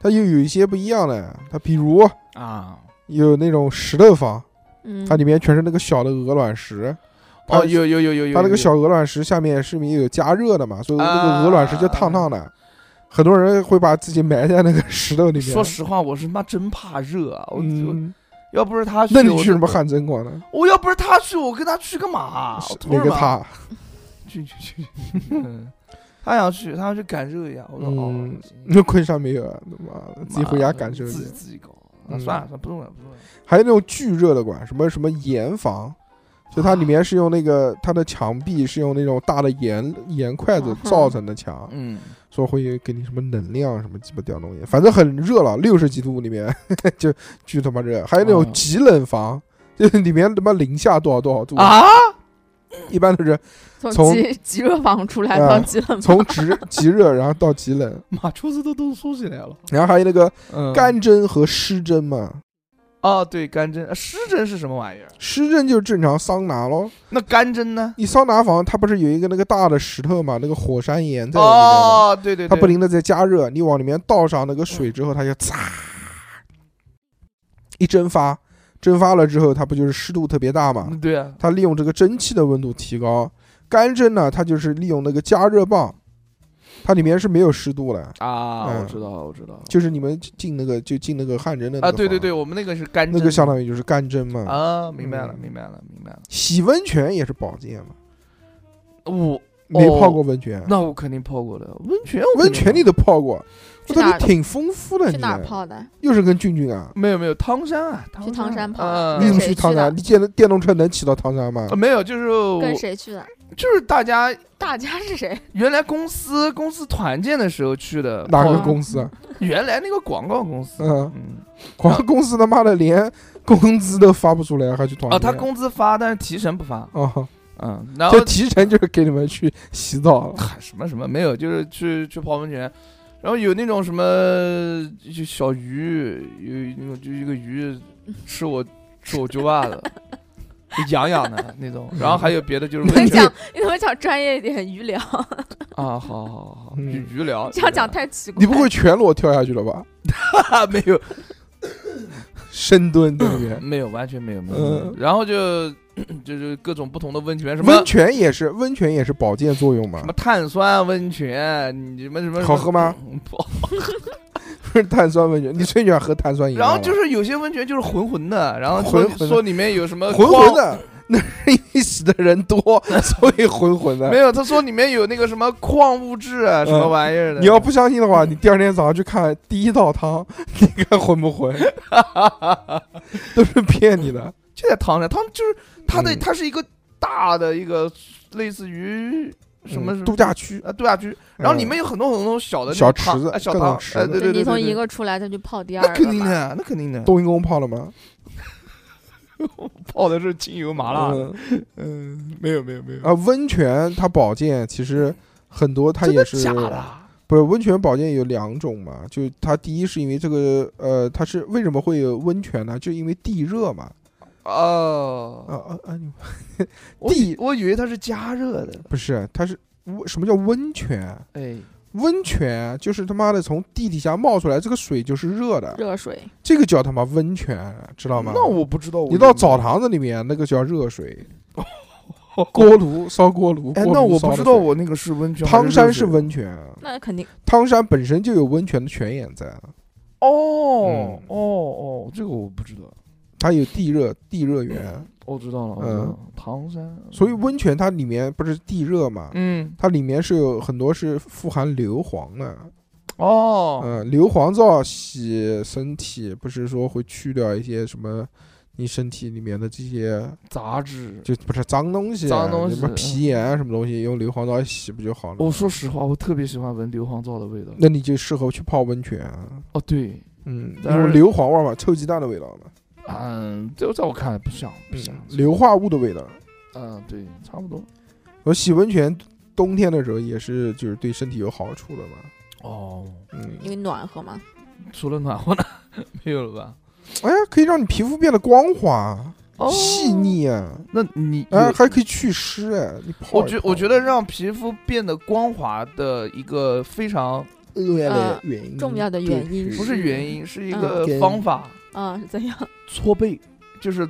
[SPEAKER 1] 它又有一些不一样了。它比如
[SPEAKER 3] 啊，
[SPEAKER 1] 有那种石头房，
[SPEAKER 2] 嗯，
[SPEAKER 1] 它里面全是那个小的鹅卵石。它
[SPEAKER 3] 哦，有有有有有，
[SPEAKER 1] 它那
[SPEAKER 3] 有
[SPEAKER 1] 个小鹅卵石下面是不是也有加热的嘛？所以那
[SPEAKER 3] 啊
[SPEAKER 1] 个鹅卵石就烫烫的。很多人会把自己埋在那个石头里面。
[SPEAKER 3] 说实话，我是他妈真怕热啊！我就
[SPEAKER 1] 嗯，
[SPEAKER 3] 要不是他去，
[SPEAKER 1] 那你
[SPEAKER 3] 我
[SPEAKER 1] 去
[SPEAKER 3] 就
[SPEAKER 1] 什么汗蒸馆呢？
[SPEAKER 3] 我要不是他去，我跟他去干嘛？啊我图
[SPEAKER 1] 哪个
[SPEAKER 3] 什么
[SPEAKER 1] 他？
[SPEAKER 3] 去去去去。 <laughs> 嗯他想去，他想去赶热呀！我说哦
[SPEAKER 1] 嗯，
[SPEAKER 3] 行
[SPEAKER 1] <laughs> 那昆山没有啊，他妈的， <laughs> 自己回家感受
[SPEAKER 3] 妈
[SPEAKER 1] 去
[SPEAKER 3] 啊的。自己自己搞。啊
[SPEAKER 1] 嗯
[SPEAKER 3] 算了算了，不重要不重要。
[SPEAKER 1] 还有那种巨热的馆，什么什么盐房，就它里面是用那个它的墙壁是用那种大的盐盐块子
[SPEAKER 2] 啊哈
[SPEAKER 1] 造成的墙，
[SPEAKER 3] 嗯，
[SPEAKER 1] 说会给你什么能量什么鸡巴屌东西，反正很热了，六十几度里面 <laughs> 就巨他妈热。还有那
[SPEAKER 3] 哦
[SPEAKER 1] 种极冷房，就是里面他妈零下多少多少度，
[SPEAKER 3] 啊，
[SPEAKER 1] 一般都是
[SPEAKER 2] 从
[SPEAKER 1] 从嗯
[SPEAKER 2] 极极热房出来
[SPEAKER 1] 啊
[SPEAKER 2] 到极冷
[SPEAKER 1] 从极极热然后到极冷，
[SPEAKER 3] 马厨子都都缩起来了。
[SPEAKER 1] 然后还有那个
[SPEAKER 3] 嗯
[SPEAKER 1] 干蒸和湿蒸嘛，
[SPEAKER 3] 哦，对干蒸，啊湿蒸是什么玩意儿？
[SPEAKER 1] 湿蒸就是正常桑拿咯。
[SPEAKER 3] 那干蒸呢？
[SPEAKER 1] 你桑拿房它不是有一个那个大的石头嘛，那个火山岩在里面吗？
[SPEAKER 3] 哦，对对对，
[SPEAKER 1] 它不停的在加热，你往里面倒上那个水之后，它就嚓一蒸发，蒸发了之后，它不就是湿度特别大嘛？
[SPEAKER 3] 嗯对啊，
[SPEAKER 1] 它利用这个蒸汽的温度提高。干蒸呢，它就是利用那个加热棒，它里面是没有湿度的，
[SPEAKER 3] 啊，
[SPEAKER 1] 嗯
[SPEAKER 3] 我知道我知道。
[SPEAKER 1] 就是你们进那个就进那个汗蒸的那
[SPEAKER 3] 啊，
[SPEAKER 1] 个
[SPEAKER 3] 对对
[SPEAKER 1] 房
[SPEAKER 3] 对，，我们那个是干蒸，
[SPEAKER 1] 那个相当于就是干蒸嘛。
[SPEAKER 3] 啊，明白了
[SPEAKER 1] 嗯
[SPEAKER 3] 明白了明白了。
[SPEAKER 1] 洗温泉也是保健嘛，
[SPEAKER 3] 我
[SPEAKER 1] 没
[SPEAKER 3] 哦
[SPEAKER 1] 泡过温泉，
[SPEAKER 3] 那我肯定泡过的，温泉我
[SPEAKER 1] 温
[SPEAKER 3] 肯定
[SPEAKER 1] 泉你都泡过，我
[SPEAKER 2] 去
[SPEAKER 1] 说
[SPEAKER 2] 哪儿
[SPEAKER 1] 你挺丰富的，
[SPEAKER 2] 去
[SPEAKER 1] 你
[SPEAKER 2] 哪儿泡的？
[SPEAKER 1] 又是跟俊俊啊？
[SPEAKER 3] 没有没有汤山啊，
[SPEAKER 2] 去
[SPEAKER 3] 汤
[SPEAKER 2] 唐山泡
[SPEAKER 3] 啊
[SPEAKER 1] 你
[SPEAKER 2] 的，跟
[SPEAKER 1] 怎么
[SPEAKER 2] 谁
[SPEAKER 1] 去
[SPEAKER 2] 去
[SPEAKER 1] 唐山？
[SPEAKER 2] 的
[SPEAKER 1] 你电动电动车能骑到唐山吗
[SPEAKER 3] 呃？没有，就是
[SPEAKER 1] 哦
[SPEAKER 3] 我
[SPEAKER 2] 跟谁去的？
[SPEAKER 3] 就是大家
[SPEAKER 2] 大家
[SPEAKER 1] <laughs>
[SPEAKER 2] 是谁？
[SPEAKER 3] 原来公司公司团建的时候去的，
[SPEAKER 1] 哪个
[SPEAKER 3] 泡
[SPEAKER 1] 公司啊？
[SPEAKER 3] 原来那个广告公司，
[SPEAKER 1] 嗯，
[SPEAKER 3] 嗯，
[SPEAKER 1] 广告公司他妈的连 <laughs> 工资都发不出来，还去团
[SPEAKER 3] 哦，他
[SPEAKER 1] 建
[SPEAKER 3] 工资发，但是提成不发，
[SPEAKER 1] 哦，
[SPEAKER 3] 嗯，然后
[SPEAKER 1] 就提成就是给你们去洗澡
[SPEAKER 3] <laughs>
[SPEAKER 1] 了。
[SPEAKER 3] 嗨什么什么没有，就是去去泡温泉。然后有那种什么就小鱼，有那种就一个鱼吃我
[SPEAKER 2] <laughs>
[SPEAKER 3] 吃我脚袜子，就痒痒的那种。然后还有别
[SPEAKER 2] <laughs>
[SPEAKER 3] 的就是
[SPEAKER 2] 你
[SPEAKER 3] 温泉
[SPEAKER 2] 讲，你怎么讲专业一点？鱼疗，
[SPEAKER 3] <laughs> 啊，好好好好，
[SPEAKER 1] 嗯
[SPEAKER 3] 鱼鱼疗。
[SPEAKER 2] 这样讲
[SPEAKER 3] 鱼疗
[SPEAKER 2] 太奇怪。
[SPEAKER 1] 你不会全裸跳下去了吧？
[SPEAKER 3] 啊， <laughs> 没有，
[SPEAKER 1] 深蹲在里面，
[SPEAKER 3] 没有，完全没有，没有。
[SPEAKER 1] 嗯
[SPEAKER 3] 没有然后就 <clears throat> 就是各种不同的温泉，什么
[SPEAKER 1] 温泉也是温泉也是保健作用嘛
[SPEAKER 3] 什么？碳酸温泉，你什么什么
[SPEAKER 1] 好喝吗？
[SPEAKER 3] 嗯不好。
[SPEAKER 1] 不是 <laughs> 碳酸温泉，你最喜欢喝碳酸啊饮料
[SPEAKER 3] 然
[SPEAKER 1] 了？
[SPEAKER 3] 后就是有些温泉就是浑浑的，然后说
[SPEAKER 1] 浑浑的
[SPEAKER 3] 说里面有什么
[SPEAKER 1] 浑浑
[SPEAKER 3] 矿。
[SPEAKER 1] 的， <laughs> 那是因为洗的人
[SPEAKER 3] <laughs>
[SPEAKER 1] 多，所以浑浑的
[SPEAKER 3] 没。有，他说里面有那个什么矿物质啊，什么玩意儿
[SPEAKER 1] 嗯
[SPEAKER 3] 的。
[SPEAKER 1] 你要不相信的话，你第二天早上去看第一道汤， <laughs> 你看混不
[SPEAKER 3] <laughs>
[SPEAKER 1] 混？都是骗你的。
[SPEAKER 3] 就在汤山，他们就是它的，
[SPEAKER 1] 嗯
[SPEAKER 3] 它是一个大的一个类似于什么
[SPEAKER 1] 嗯度假区？嗯
[SPEAKER 3] 啊度假区， <laughs> 然后里面有很多很多小的那
[SPEAKER 1] 小
[SPEAKER 3] 种汤
[SPEAKER 1] 池子
[SPEAKER 3] 啊小
[SPEAKER 1] 各种
[SPEAKER 3] 汤，
[SPEAKER 1] 池
[SPEAKER 3] 哎
[SPEAKER 1] 子
[SPEAKER 3] 对对对，
[SPEAKER 2] 你从
[SPEAKER 3] 对
[SPEAKER 2] 一个出来，他就泡第二
[SPEAKER 3] 那肯
[SPEAKER 2] 个
[SPEAKER 3] 定
[SPEAKER 2] 嘛。
[SPEAKER 3] 的，那肯定的，
[SPEAKER 1] 冬阴功泡了吗？
[SPEAKER 3] 泡的是精油麻辣的。
[SPEAKER 1] 嗯
[SPEAKER 3] 嗯，没有没有没有，
[SPEAKER 1] 啊，温泉它保健其实很多，它
[SPEAKER 3] 真
[SPEAKER 1] 也
[SPEAKER 3] 的
[SPEAKER 1] 是
[SPEAKER 3] 假的？
[SPEAKER 1] 不是温泉保健有两种嘛？就它第一是因为这个呃，它是为什么会有温泉呢？就因为地热嘛。
[SPEAKER 3] 哦，
[SPEAKER 1] 啊啊！你
[SPEAKER 3] 我
[SPEAKER 1] <laughs>
[SPEAKER 3] 以
[SPEAKER 1] 地
[SPEAKER 3] 我以为它是加热的，
[SPEAKER 1] 不是，它是温什么叫温泉？
[SPEAKER 3] 哎，
[SPEAKER 1] 温泉就是他妈的从地底下冒出来，这个水就是热的，
[SPEAKER 2] 热水，
[SPEAKER 1] 这个叫他妈温泉，知道吗？
[SPEAKER 3] 那我不知道，
[SPEAKER 1] 你到澡，堂子里面那个叫热
[SPEAKER 3] <laughs>
[SPEAKER 1] 水，锅炉烧锅炉，
[SPEAKER 3] 哎，
[SPEAKER 1] 锅
[SPEAKER 3] 那
[SPEAKER 1] 炉
[SPEAKER 3] 我
[SPEAKER 1] 烧
[SPEAKER 3] 不
[SPEAKER 1] 的
[SPEAKER 3] 知道
[SPEAKER 1] 水
[SPEAKER 3] 我那个是温泉还是热
[SPEAKER 1] 汤
[SPEAKER 3] 水，
[SPEAKER 1] 山是温泉，
[SPEAKER 2] 那肯定
[SPEAKER 1] 汤山本身就有温泉的泉眼在，
[SPEAKER 3] 哦
[SPEAKER 1] 嗯
[SPEAKER 3] 哦哦，这个我不知道，
[SPEAKER 1] 它有地热
[SPEAKER 3] 嗯
[SPEAKER 1] 地热源，
[SPEAKER 3] 我知道了，我知道了，唐山，
[SPEAKER 1] 嗯所以温泉它里面不是地热嘛，
[SPEAKER 3] 嗯
[SPEAKER 1] 它里面是有很多是富含硫磺的，
[SPEAKER 3] 哦
[SPEAKER 1] 嗯，硫磺皂洗身体，不是说会去掉一些什么你身体里面的这些
[SPEAKER 3] 杂志，
[SPEAKER 1] 就不是脏东西啊，
[SPEAKER 3] 脏东
[SPEAKER 1] 什么
[SPEAKER 3] 西
[SPEAKER 1] 皮炎啊什么东西，用硫磺皂一洗不就好了？
[SPEAKER 3] 我说实话，我特别喜欢闻硫磺皂的味道，
[SPEAKER 1] 那你就适合去泡温泉啊，
[SPEAKER 3] 哦对，
[SPEAKER 1] 嗯，一
[SPEAKER 3] 但是
[SPEAKER 1] 种硫磺味儿嘛，臭鸡蛋的味道嘛，嗯
[SPEAKER 3] 嗯，这在我看来不像不像，
[SPEAKER 1] 硫化物的味道。
[SPEAKER 3] 嗯对，差不多，
[SPEAKER 1] 我洗温泉，冬天的时候也是就是对身体有好处的嘛，
[SPEAKER 3] 哦，
[SPEAKER 1] 嗯，
[SPEAKER 2] 因为暖和嘛。
[SPEAKER 3] 除了暖和呢， <laughs> 没有了吧？
[SPEAKER 1] 哎，可以让你皮肤变得光滑、
[SPEAKER 3] 哦
[SPEAKER 1] 细，腻啊，
[SPEAKER 3] 那你
[SPEAKER 1] 哎，还可以祛湿哎，你泡
[SPEAKER 3] 我
[SPEAKER 1] 一
[SPEAKER 3] 觉
[SPEAKER 1] 泡
[SPEAKER 3] 我觉得让皮肤变得光滑的一个非常
[SPEAKER 1] 重要
[SPEAKER 2] 呃
[SPEAKER 1] 的原因，
[SPEAKER 2] 重要的
[SPEAKER 1] 对
[SPEAKER 2] 原因
[SPEAKER 3] 不是原因，是一
[SPEAKER 2] 嗯
[SPEAKER 3] 个
[SPEAKER 1] 跟
[SPEAKER 3] 方法，
[SPEAKER 2] 啊，是怎样？
[SPEAKER 3] 搓背，就是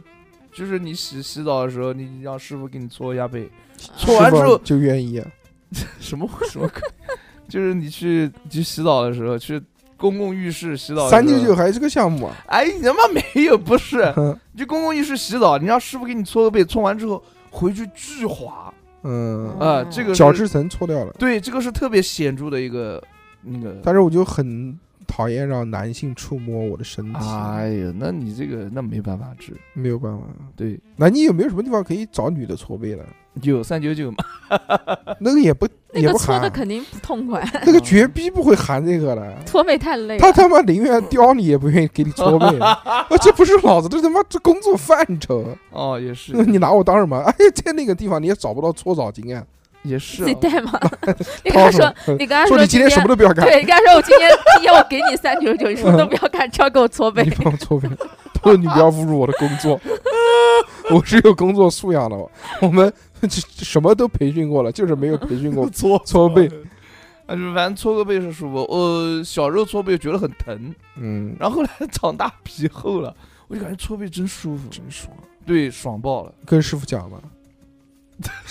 [SPEAKER 3] 就是你洗洗澡的时候，你让师傅给你搓一下背，搓
[SPEAKER 1] 是
[SPEAKER 3] 完之
[SPEAKER 1] 吧
[SPEAKER 3] 后
[SPEAKER 1] 就愿意啊，
[SPEAKER 3] 什么 <laughs> 什么鬼，就是你去去洗澡的时候，去公共浴室洗澡的时候，
[SPEAKER 1] 三九九还是个项目啊，
[SPEAKER 3] 哎，你他妈没有，不是，
[SPEAKER 1] 哼
[SPEAKER 3] 你去公共浴室洗澡，你让师傅给你搓个背，搓完之后回去巨滑，
[SPEAKER 1] 嗯，
[SPEAKER 3] 啊，
[SPEAKER 2] 嗯
[SPEAKER 3] 这个是
[SPEAKER 1] 角质层搓掉了，
[SPEAKER 3] 对，这个是特别显著的一个那个。
[SPEAKER 1] 但是我就很讨厌让男性触摸我的身体，
[SPEAKER 3] 哎呀，那你这个那没办法治。
[SPEAKER 1] 没有办法。
[SPEAKER 3] 对，
[SPEAKER 1] 那你有没有什么地方可以找女的搓
[SPEAKER 3] <laughs>
[SPEAKER 1] 背的？
[SPEAKER 3] 有三九九嘛？
[SPEAKER 1] 那个也不
[SPEAKER 2] 那
[SPEAKER 1] 也
[SPEAKER 2] 个
[SPEAKER 1] 不
[SPEAKER 2] 搓
[SPEAKER 1] 含
[SPEAKER 2] 的，肯定不痛快， <laughs>
[SPEAKER 1] 那个绝逼不会含这个的。
[SPEAKER 2] 搓背太累
[SPEAKER 1] 他
[SPEAKER 2] 了。
[SPEAKER 1] 他妈宁愿叼你也不愿意给你搓
[SPEAKER 3] <laughs>
[SPEAKER 1] 背，啊这不是老子这他妈这工作范畴，
[SPEAKER 3] 哦，也是，
[SPEAKER 1] 你拿我当什么？哎，在那个地方你也找不到搓澡巾啊！
[SPEAKER 3] 也
[SPEAKER 2] <laughs>
[SPEAKER 3] 是、
[SPEAKER 2] 自己
[SPEAKER 3] 啊。
[SPEAKER 1] <laughs>
[SPEAKER 2] 带嘛。 <laughs> 你跟
[SPEAKER 1] 掏
[SPEAKER 2] 他
[SPEAKER 1] 什么
[SPEAKER 2] 说，你跟他
[SPEAKER 1] 说你今
[SPEAKER 2] 今
[SPEAKER 1] 天什么都不要干，嗯
[SPEAKER 2] 对，你跟他说
[SPEAKER 1] <laughs>
[SPEAKER 2] 我今天今天我给你三九九，你什么都不要干，只要给我搓背
[SPEAKER 1] 你。不要搓背，他说你不要侮辱我的工作， <laughs> 我是有工作素养的，我们 <laughs> 这这什么都培训过了，就是没有培训
[SPEAKER 3] <laughs>
[SPEAKER 1] 过
[SPEAKER 3] 搓
[SPEAKER 1] 搓背。
[SPEAKER 3] 啊，就是反正搓个背是舒服。我小时候搓背觉得很疼，
[SPEAKER 1] 嗯，
[SPEAKER 3] 然后后来长大皮厚了，我就感觉搓背真舒服，
[SPEAKER 1] 真爽。
[SPEAKER 3] 对，爽爆了。
[SPEAKER 1] 跟师傅讲嘛，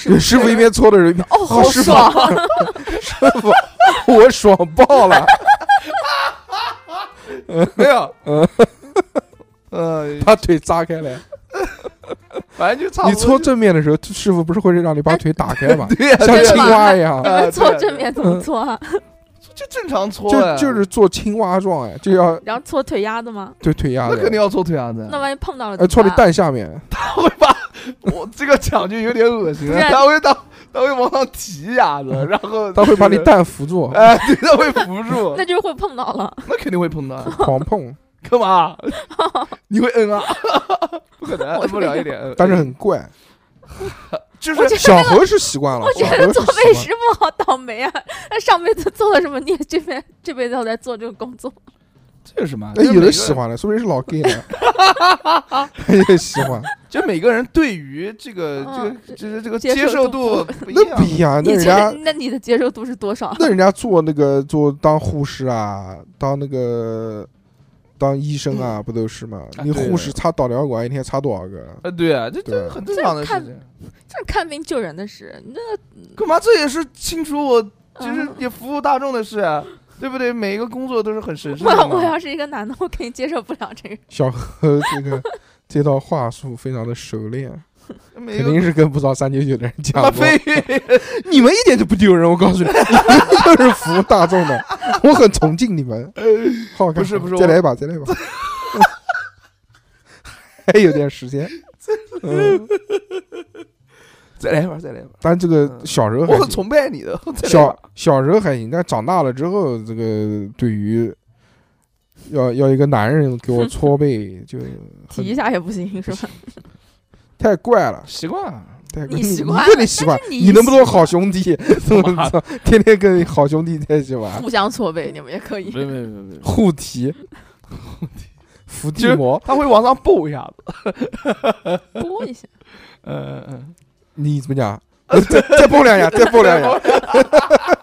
[SPEAKER 1] 跟师傅一边搓的人一边，
[SPEAKER 2] 哦，好
[SPEAKER 1] 师傅
[SPEAKER 2] 爽！
[SPEAKER 1] <laughs> 师傅，我爽爆了。
[SPEAKER 3] 没有， <laughs>
[SPEAKER 1] 嗯
[SPEAKER 3] 呃，
[SPEAKER 1] 把腿扎开
[SPEAKER 3] <laughs>
[SPEAKER 1] 来，
[SPEAKER 3] 反正就差不多。？
[SPEAKER 1] 你搓正面的时候，师傅不是会让你把腿打开吗
[SPEAKER 3] 对呀、
[SPEAKER 1] 像
[SPEAKER 3] 对呀
[SPEAKER 1] 青蛙一样
[SPEAKER 2] <laughs> 你，
[SPEAKER 3] 啊
[SPEAKER 2] 们搓
[SPEAKER 3] 对
[SPEAKER 2] 正面
[SPEAKER 1] 嗯
[SPEAKER 2] 怎么搓啊？
[SPEAKER 3] 就正常搓呀
[SPEAKER 1] 啊就就是做青蛙状哎，就要
[SPEAKER 2] 然后搓腿丫子吗？
[SPEAKER 1] 对腿压
[SPEAKER 3] 那
[SPEAKER 1] 的，
[SPEAKER 3] 肯定要搓腿啊，
[SPEAKER 1] <laughs>
[SPEAKER 3] 子。
[SPEAKER 2] 那万一碰到了，
[SPEAKER 1] 呃搓你。蛋下面，
[SPEAKER 3] 会把我这个讲就有点恶心了
[SPEAKER 2] 不，是啊嗯
[SPEAKER 3] 他会到他会往上提一下子，然 <laughs> 后
[SPEAKER 1] 他会把你
[SPEAKER 3] 就是，
[SPEAKER 1] 蛋扶
[SPEAKER 3] <laughs>
[SPEAKER 1] 住，
[SPEAKER 3] 哎，对，他会扶住
[SPEAKER 2] 那，就是会碰到了，
[SPEAKER 3] 那肯定会碰到啊，
[SPEAKER 1] 狂碰。
[SPEAKER 3] 干
[SPEAKER 2] <laughs>
[SPEAKER 3] 嘛？你会摁啊？ <laughs> 不可能，
[SPEAKER 2] 我
[SPEAKER 3] 摁不了
[SPEAKER 2] 没有
[SPEAKER 3] 一点，摁
[SPEAKER 1] 但是很怪。
[SPEAKER 3] 就是
[SPEAKER 2] 我觉得
[SPEAKER 1] 小
[SPEAKER 2] 那个
[SPEAKER 1] 何是习惯了，
[SPEAKER 2] 我 <laughs>
[SPEAKER 1] 小
[SPEAKER 2] 觉
[SPEAKER 1] 何
[SPEAKER 2] 得
[SPEAKER 1] 是
[SPEAKER 2] 做
[SPEAKER 1] 习
[SPEAKER 2] 美
[SPEAKER 1] 惯
[SPEAKER 2] 食不好倒霉啊！ <laughs> 他上辈子做了什么孽，这辈这辈子都在做这个工作。
[SPEAKER 3] 这有什么？啊
[SPEAKER 1] 哎，
[SPEAKER 3] 就
[SPEAKER 1] 有
[SPEAKER 3] 每个
[SPEAKER 1] 的喜，欢了，说不定是老 gay 呢， <laughs> 有的喜欢，
[SPEAKER 3] 就每个人对于这个
[SPEAKER 2] 嗯
[SPEAKER 3] 这个就是这个
[SPEAKER 2] 接
[SPEAKER 3] 接
[SPEAKER 2] 受
[SPEAKER 3] 受
[SPEAKER 2] 度
[SPEAKER 3] 度 <laughs> 不一
[SPEAKER 1] 那不一样，那
[SPEAKER 3] 样。
[SPEAKER 2] 你
[SPEAKER 1] 人
[SPEAKER 2] 这
[SPEAKER 1] 家
[SPEAKER 2] 那你的接受度是多少？
[SPEAKER 1] 那人家做那个做当护士啊，当那个当医生啊，不都是吗
[SPEAKER 3] 啊？
[SPEAKER 1] 你
[SPEAKER 3] 对
[SPEAKER 1] 护士插导尿管一天插多少个？
[SPEAKER 3] 啊，对啊，这
[SPEAKER 1] 对
[SPEAKER 3] 这很正常的事
[SPEAKER 2] 这看
[SPEAKER 3] 情。
[SPEAKER 2] 这是看病救人的事，那
[SPEAKER 3] 干嘛？这也是清楚我就是
[SPEAKER 2] 嗯
[SPEAKER 3] 也服务大众的事啊，对不对？每一个工作都是很神圣
[SPEAKER 2] 我
[SPEAKER 3] 的
[SPEAKER 2] 要 <laughs>
[SPEAKER 3] 嘛。
[SPEAKER 2] 我要是一个男的，我肯定接受不了这个。
[SPEAKER 1] 小何这
[SPEAKER 3] <laughs>
[SPEAKER 1] 个这套话术非常的熟练，
[SPEAKER 3] 每一
[SPEAKER 1] 肯
[SPEAKER 3] 个
[SPEAKER 1] 定是跟不少三九九的人讲
[SPEAKER 3] 他妈
[SPEAKER 1] 过。
[SPEAKER 3] 非
[SPEAKER 1] 你们一点都不丢人，我告诉你，你 <laughs> 们都是服务大众的，我很崇敬你们。好，
[SPEAKER 3] 哎不是
[SPEAKER 1] 看
[SPEAKER 3] 不是
[SPEAKER 1] 再
[SPEAKER 3] 我
[SPEAKER 1] 来一把， <laughs> 再来一把，还有点时
[SPEAKER 3] <laughs>
[SPEAKER 1] 间。嗯，
[SPEAKER 3] 再来一把，再来一把。
[SPEAKER 1] 但这个小时候
[SPEAKER 3] 嗯
[SPEAKER 1] 还
[SPEAKER 3] 我很
[SPEAKER 1] 行，
[SPEAKER 3] 崇拜你的。再来一
[SPEAKER 1] 小
[SPEAKER 3] 把
[SPEAKER 1] 小时候还行，但长大了之后，这个对于要要一个男人给我搓
[SPEAKER 3] <laughs>
[SPEAKER 1] 背，就
[SPEAKER 2] 提
[SPEAKER 1] 很
[SPEAKER 2] 一下也不行是吧？
[SPEAKER 1] 太怪了。
[SPEAKER 3] 习惯了，
[SPEAKER 1] 太怪
[SPEAKER 2] 你习惯
[SPEAKER 1] 你就得习惯
[SPEAKER 2] 但，是你
[SPEAKER 1] 你能不能
[SPEAKER 2] 习惯
[SPEAKER 1] 好兄弟？ <laughs> 我操，天天跟好兄弟在一起玩。
[SPEAKER 3] <laughs>
[SPEAKER 2] 互相搓背，你们也可以。
[SPEAKER 3] 没没没没，
[SPEAKER 1] 护体，伏
[SPEAKER 3] 其
[SPEAKER 1] 地
[SPEAKER 3] 实
[SPEAKER 1] 魔，
[SPEAKER 3] 他会往上蹦一下子。
[SPEAKER 2] 拨一下，
[SPEAKER 3] 嗯嗯
[SPEAKER 1] 你怎么讲？呃再再蹦两下，再蹦两
[SPEAKER 2] <laughs>
[SPEAKER 1] 下。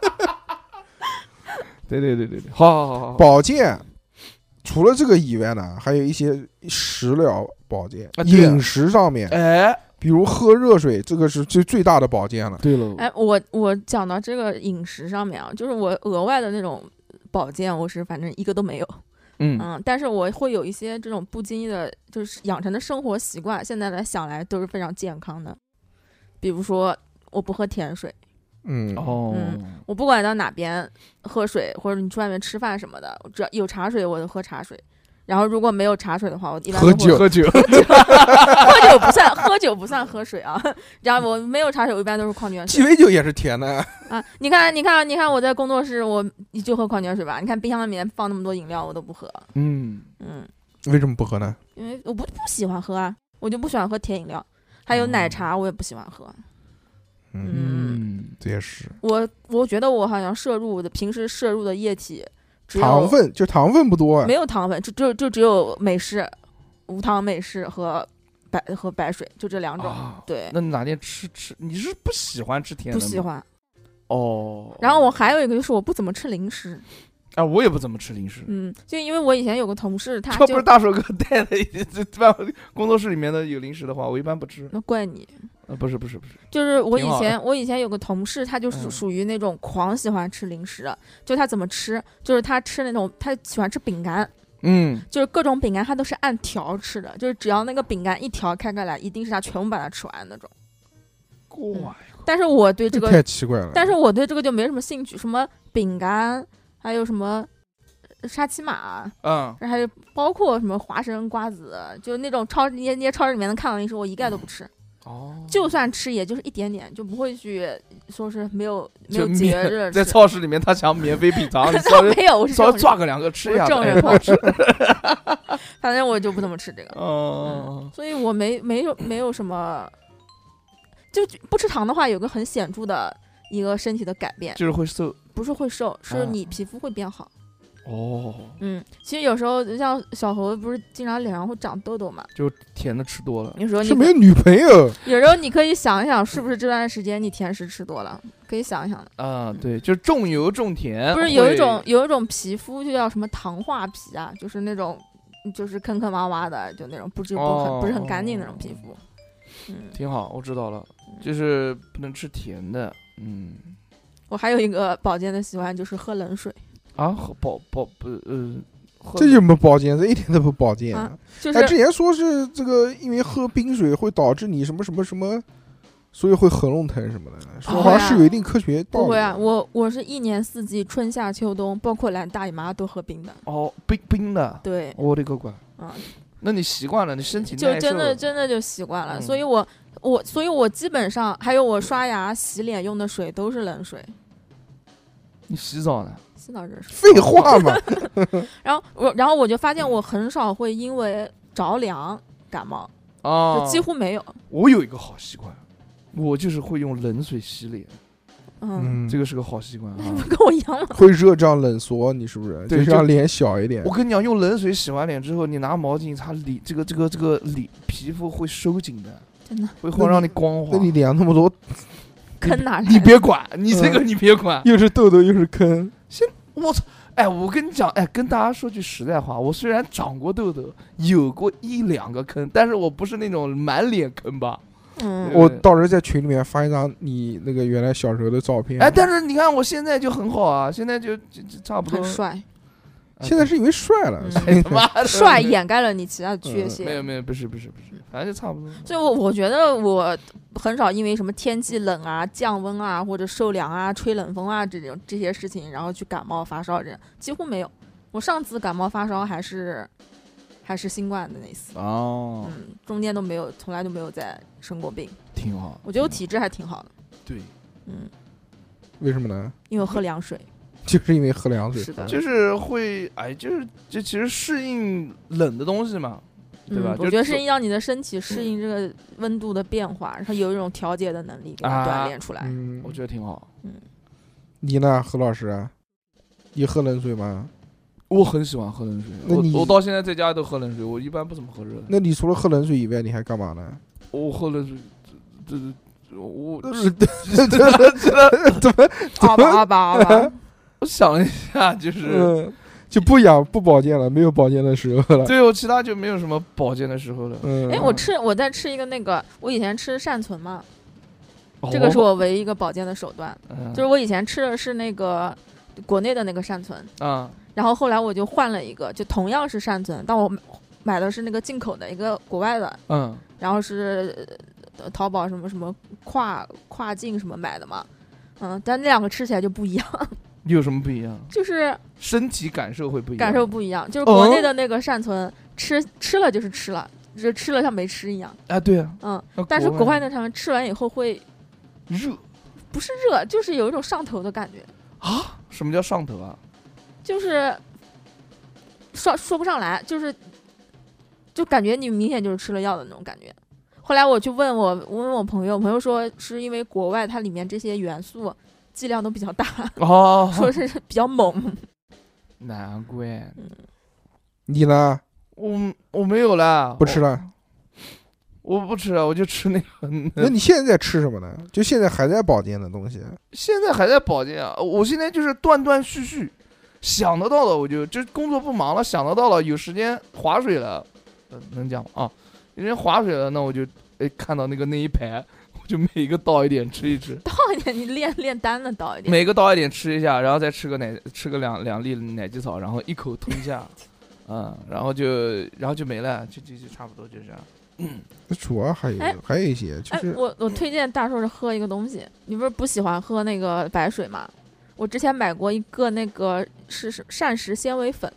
[SPEAKER 3] 嗯，对对对对对，好好好好好。
[SPEAKER 1] 宝剑，除了这个以外呢，还有一些食疗保健
[SPEAKER 3] 啊，对啊
[SPEAKER 1] 饮食上面，
[SPEAKER 3] 哎，
[SPEAKER 1] 比如喝热水，这个是最最大的保健了。
[SPEAKER 3] 对了，
[SPEAKER 2] 哎，我我讲到这个饮食上面啊，就是我额外的那种保健，我是反正一个都没有，
[SPEAKER 3] 嗯，
[SPEAKER 2] 嗯，但是我会有一些这种不经意的，就是养成的生活习惯，现在来想来都是非常健康的，比如说我不喝甜水。
[SPEAKER 1] 嗯，
[SPEAKER 3] 哦，
[SPEAKER 2] 我不管到哪边喝水，或者你去外面吃饭什么的，只要有茶水我就喝茶水。然后如果没有茶水的话，我一般都
[SPEAKER 1] 喝
[SPEAKER 2] 会
[SPEAKER 1] 酒
[SPEAKER 3] 喝 <laughs> 酒，
[SPEAKER 2] 喝酒不算，喝酒不算喝水啊。然后我没有茶水，我一般都是矿泉水
[SPEAKER 1] 鸡尾酒也是甜的。
[SPEAKER 2] 啊。你看，你看，你看，我在工作室我就喝矿泉水吧。你看冰箱里面放那么多饮料，我都不喝。
[SPEAKER 3] 嗯，
[SPEAKER 2] 嗯，
[SPEAKER 1] <laughs> 为什么不喝呢？
[SPEAKER 2] 因为我不不喜欢喝啊，我就不喜欢喝甜饮料，还有奶茶我也不喜欢喝。
[SPEAKER 1] 嗯，
[SPEAKER 3] 嗯，
[SPEAKER 1] 这也是
[SPEAKER 2] 我我觉得我好像摄入的平时摄入的液体只有
[SPEAKER 1] 糖分，就糖分不多啊
[SPEAKER 2] 没。有糖分，就就就只有美式、无糖美式和白和白水，就这两种。
[SPEAKER 3] 啊，
[SPEAKER 2] 对，
[SPEAKER 3] 那你哪天吃吃？你是不喜欢吃甜
[SPEAKER 2] 不
[SPEAKER 3] 的？
[SPEAKER 2] 喜。欢。
[SPEAKER 3] 哦。
[SPEAKER 2] 然后我还有一个就是我不怎么吃零食，
[SPEAKER 3] 啊，我也不怎么吃零食。
[SPEAKER 2] 嗯，就因为我以前有个同事，他
[SPEAKER 3] 这不
[SPEAKER 2] 就是
[SPEAKER 3] 大手哥带的，这办工作室里面的有零食的话，我一般不吃。
[SPEAKER 2] 那怪你，
[SPEAKER 3] 呃，不是不是不是，
[SPEAKER 2] 就是我
[SPEAKER 3] 挺
[SPEAKER 2] 以
[SPEAKER 3] 好的
[SPEAKER 2] 前我以前有个同事，他就是
[SPEAKER 3] 嗯
[SPEAKER 2] 属于那种狂喜欢吃零食的，就他怎么吃，就是他吃那种他喜欢吃饼干，
[SPEAKER 3] 嗯，
[SPEAKER 2] 就是各种饼干他都是按条吃的，就是只要那个饼干一条开开来，一定是他全部把它吃完那种。
[SPEAKER 3] 哇，
[SPEAKER 2] 但是我对这个
[SPEAKER 1] 太奇怪了。
[SPEAKER 2] 但是我对这个就没什么兴趣，什么饼干，还有什么呃沙琪玛，
[SPEAKER 3] 嗯，
[SPEAKER 2] 还有包括什么花生、瓜子，就那种超那些那些超市里面能看到的零食，我一概都不吃，
[SPEAKER 3] 哦，
[SPEAKER 2] 就算吃也就是一点点，就不会去说是没有没
[SPEAKER 3] 就
[SPEAKER 2] 有节
[SPEAKER 3] 免
[SPEAKER 2] 日
[SPEAKER 3] <laughs> 在
[SPEAKER 2] 吃。
[SPEAKER 3] 超市里面，他想免费品尝，你
[SPEAKER 2] <laughs>
[SPEAKER 3] 稍
[SPEAKER 2] 倒
[SPEAKER 3] 微
[SPEAKER 2] 没有，我是
[SPEAKER 3] 稍
[SPEAKER 2] 正
[SPEAKER 3] 微抓
[SPEAKER 2] 人，
[SPEAKER 3] 个两个吃一
[SPEAKER 2] 我是
[SPEAKER 3] 下子，
[SPEAKER 2] 正
[SPEAKER 3] 哎
[SPEAKER 2] 人，不好吃。
[SPEAKER 3] <laughs>
[SPEAKER 2] <laughs> 反正我就不怎么吃这个，
[SPEAKER 3] 哦，
[SPEAKER 2] 所以我没没有没有什么，就不吃糖的话，有个很显著的一个身体的改变，
[SPEAKER 3] 就是会瘦，
[SPEAKER 2] 不是会瘦，是
[SPEAKER 3] 啊
[SPEAKER 2] 你皮肤会变好。
[SPEAKER 3] 哦，
[SPEAKER 2] 嗯，其实有时候像小猴不是经常脸上会长痘痘嘛？
[SPEAKER 3] 就甜的吃多了，
[SPEAKER 2] 有时候你
[SPEAKER 1] 是
[SPEAKER 2] 可
[SPEAKER 1] 没有女朋友，
[SPEAKER 2] <laughs> 有时候你可以想一想，是不是这段时间你甜食吃多了？可以想一想的。
[SPEAKER 3] 啊，对，就是重油重甜，
[SPEAKER 2] 不是有一
[SPEAKER 3] 哎会
[SPEAKER 2] 种有一种皮肤就叫什么糖化皮啊，就是那种就是坑坑洼洼的，就那种不是不
[SPEAKER 3] 哦
[SPEAKER 2] 很、不是很干净那种皮肤。嗯，
[SPEAKER 3] 挺好，我知道了，
[SPEAKER 2] 嗯
[SPEAKER 3] 就是不能吃甜的，嗯，
[SPEAKER 2] 我还有一个保健的习惯就是喝冷水，
[SPEAKER 3] 啊，喝保保不呃，喝
[SPEAKER 1] 这有没有保健？这一点都不保健。
[SPEAKER 2] 啊就是、
[SPEAKER 1] 哎，之前说是这个，因为喝冰水会导致你什么什么什么，所以会喉咙疼什么的，说
[SPEAKER 2] 不
[SPEAKER 1] 好
[SPEAKER 2] 会
[SPEAKER 1] 像
[SPEAKER 2] 啊
[SPEAKER 1] 是有一定科学道理的。
[SPEAKER 2] 不会啊，我我是一年四季春夏秋冬，包括来大姨妈都喝冰的。
[SPEAKER 3] 哦冰冰的，
[SPEAKER 2] 对，
[SPEAKER 3] 我的个乖，
[SPEAKER 2] 啊，
[SPEAKER 3] 那你习惯了，你身体
[SPEAKER 2] 就
[SPEAKER 3] 耐
[SPEAKER 2] 真的
[SPEAKER 3] 受
[SPEAKER 2] 真的就习惯了，
[SPEAKER 3] 嗯
[SPEAKER 2] 所以我我所以我基本上还有我刷牙洗脸用的水都是冷水，
[SPEAKER 3] 你洗澡呢，
[SPEAKER 2] 洗澡热水。
[SPEAKER 1] 废话嘛，
[SPEAKER 2] 然后我然后我就发现我很少会因为着凉感冒，
[SPEAKER 3] 啊
[SPEAKER 2] 就，几乎没有。
[SPEAKER 3] 我有一个好习惯，我就是会用冷水洗脸，
[SPEAKER 2] 嗯，
[SPEAKER 1] 嗯，
[SPEAKER 3] 这个是个好习惯
[SPEAKER 2] <laughs> 那你
[SPEAKER 3] 啊
[SPEAKER 2] 不。跟我一样吗？
[SPEAKER 1] 会热胀冷缩，你是不是？就
[SPEAKER 3] 对
[SPEAKER 1] 是
[SPEAKER 3] 就
[SPEAKER 1] 让脸小一点
[SPEAKER 3] 我。跟你讲，用冷水洗完脸之后，你拿毛巾一擦里，这个这个这个里皮肤会收紧的，
[SPEAKER 2] 真的
[SPEAKER 3] 会会让你光滑
[SPEAKER 1] 那。你脸上那么多，
[SPEAKER 2] 坑哪来的？
[SPEAKER 3] 你别 <laughs> 管，你这个你别管。
[SPEAKER 1] 又是痘痘又是坑，
[SPEAKER 3] 我操！哎，我跟你讲，哎，跟大家说句实在话，我虽然长过痘痘，有过一两个坑，但是我不是那种满脸坑吧？
[SPEAKER 2] 嗯，
[SPEAKER 1] 我到时候在群里面发一张你那个原来小时候的照片。
[SPEAKER 3] 哎，但是你看我现在就很好啊，现在就就就差不多
[SPEAKER 2] 很。帅，
[SPEAKER 3] 哎
[SPEAKER 1] 现在呃是因为帅了，
[SPEAKER 2] 嗯
[SPEAKER 1] 所以
[SPEAKER 3] <laughs> 哎他妈的
[SPEAKER 2] 帅掩盖了你其他的缺
[SPEAKER 3] 没有
[SPEAKER 2] 陷。
[SPEAKER 3] 没有，不是不是不是，反正就差不多。
[SPEAKER 2] 所以我，我觉得我很少因为什么天气冷啊、降温啊，或者受凉啊、吹冷风啊这种这些事情，然后去感冒发烧这样，几乎没有。我上次感冒发烧还是还是新冠的那一次，
[SPEAKER 3] 哦，
[SPEAKER 2] 嗯，中间都没有，从来都没有再生过病。
[SPEAKER 3] 挺好。
[SPEAKER 2] 我觉得我
[SPEAKER 3] 挺
[SPEAKER 2] 体质还挺好的，
[SPEAKER 3] 好对，
[SPEAKER 2] 嗯，
[SPEAKER 1] 为什么呢？
[SPEAKER 2] 因为我喝凉水，
[SPEAKER 1] 就是因为喝凉水。
[SPEAKER 2] 是的
[SPEAKER 3] 就是会哎，就是就其实适应冷的东西嘛，对吧？
[SPEAKER 2] 嗯
[SPEAKER 3] 就
[SPEAKER 2] 我觉得
[SPEAKER 3] 走
[SPEAKER 2] 是让你的身体适应这个温度的变化，然后有一种调节的能力，给它
[SPEAKER 3] 啊
[SPEAKER 2] 锻炼出来。 <laughs>
[SPEAKER 1] 嗯
[SPEAKER 3] 我，觉得挺好。
[SPEAKER 1] 啊你呢，何老师？你喝冷水吗？
[SPEAKER 3] 我很喜欢喝冷水，
[SPEAKER 1] 那你
[SPEAKER 3] 我我到现在在家都喝冷水，我一般不怎么喝热的。
[SPEAKER 1] 那你除了喝冷水以外，你还干嘛呢？ <laughs>
[SPEAKER 3] 我喝冷水，这这这我
[SPEAKER 1] 呃这这
[SPEAKER 2] 二吧二吧二
[SPEAKER 3] <laughs>
[SPEAKER 2] 吧，
[SPEAKER 3] 我想了一下，就是
[SPEAKER 1] 嗯，就不养不保健了，没有保健的时候了。
[SPEAKER 3] 对我其他就没有什么保健的时候了。
[SPEAKER 1] 嗯，
[SPEAKER 2] 哎，我吃我在吃一个那个，我以前吃善存嘛，嗯这
[SPEAKER 3] 哦
[SPEAKER 2] 个是我唯一一个保健的手段，
[SPEAKER 3] 嗯
[SPEAKER 2] 就是我以前吃的是那个国内的那个善存，
[SPEAKER 3] 啊
[SPEAKER 2] 然后后来我就换了一个，就同样是善存，但我买买的是那个进口的一个国外的，
[SPEAKER 3] 嗯
[SPEAKER 2] 然后是呃淘宝什么什么跨跨境什么买的嘛，嗯，但那两个吃起来就不一样， <laughs>
[SPEAKER 3] 有什么不一样？
[SPEAKER 2] 就是
[SPEAKER 3] 身体感受会不一样，哦
[SPEAKER 2] 感受不一样，就是国内的那个善存吃吃了就是吃了，就是吃了像没吃一样，
[SPEAKER 3] 啊，对啊，
[SPEAKER 2] 嗯，
[SPEAKER 3] 那
[SPEAKER 2] 但是国外
[SPEAKER 3] 呢
[SPEAKER 2] 那产品吃完以后会
[SPEAKER 3] 热
[SPEAKER 2] 不是热，就是有一种上头的感觉，
[SPEAKER 3] 啊？什么叫上
[SPEAKER 2] <laughs>
[SPEAKER 3] 头啊？
[SPEAKER 2] 就是说说不上来，就是就感觉你明显就是吃了药的那种感觉。后来我去问我我问我朋友，朋友说是因为国外它里面这些元素剂量都比较大，
[SPEAKER 3] 哦，
[SPEAKER 2] 说是比较猛。
[SPEAKER 3] 难怪
[SPEAKER 1] 你呢？
[SPEAKER 3] 我我没有啦，
[SPEAKER 1] 不吃了。
[SPEAKER 3] 我，我不吃了，我就吃那
[SPEAKER 1] <laughs>
[SPEAKER 3] 个。
[SPEAKER 1] 那你现在吃什么呢？就现在还在保健的东西，
[SPEAKER 3] 现在还在保健啊，我现在就是断断续续，想得到了我就就工作不忙了，想得到了有时间划水了，呃能讲吗？啊，有时间划水了，那我就哎看到那个那一排， <laughs> 我就每一个倒一点吃
[SPEAKER 2] <laughs>
[SPEAKER 3] 一吃，
[SPEAKER 2] <laughs> 倒一点，你炼炼丹的倒一点。
[SPEAKER 3] 每个倒一点吃一下，然后再吃个奶吃个两两粒奶蓟草，然后一口吞
[SPEAKER 2] <laughs>
[SPEAKER 3] 下，嗯，然后就然后就没了，就就就差不多就这样。
[SPEAKER 1] 主要还有
[SPEAKER 2] 哎
[SPEAKER 1] 还有一些就
[SPEAKER 2] 哎
[SPEAKER 1] 是，
[SPEAKER 2] 我我推荐大硕是喝一个东西，你不是不喜欢喝那个白水吗？我之前买过一个那个是是膳食纤维粉，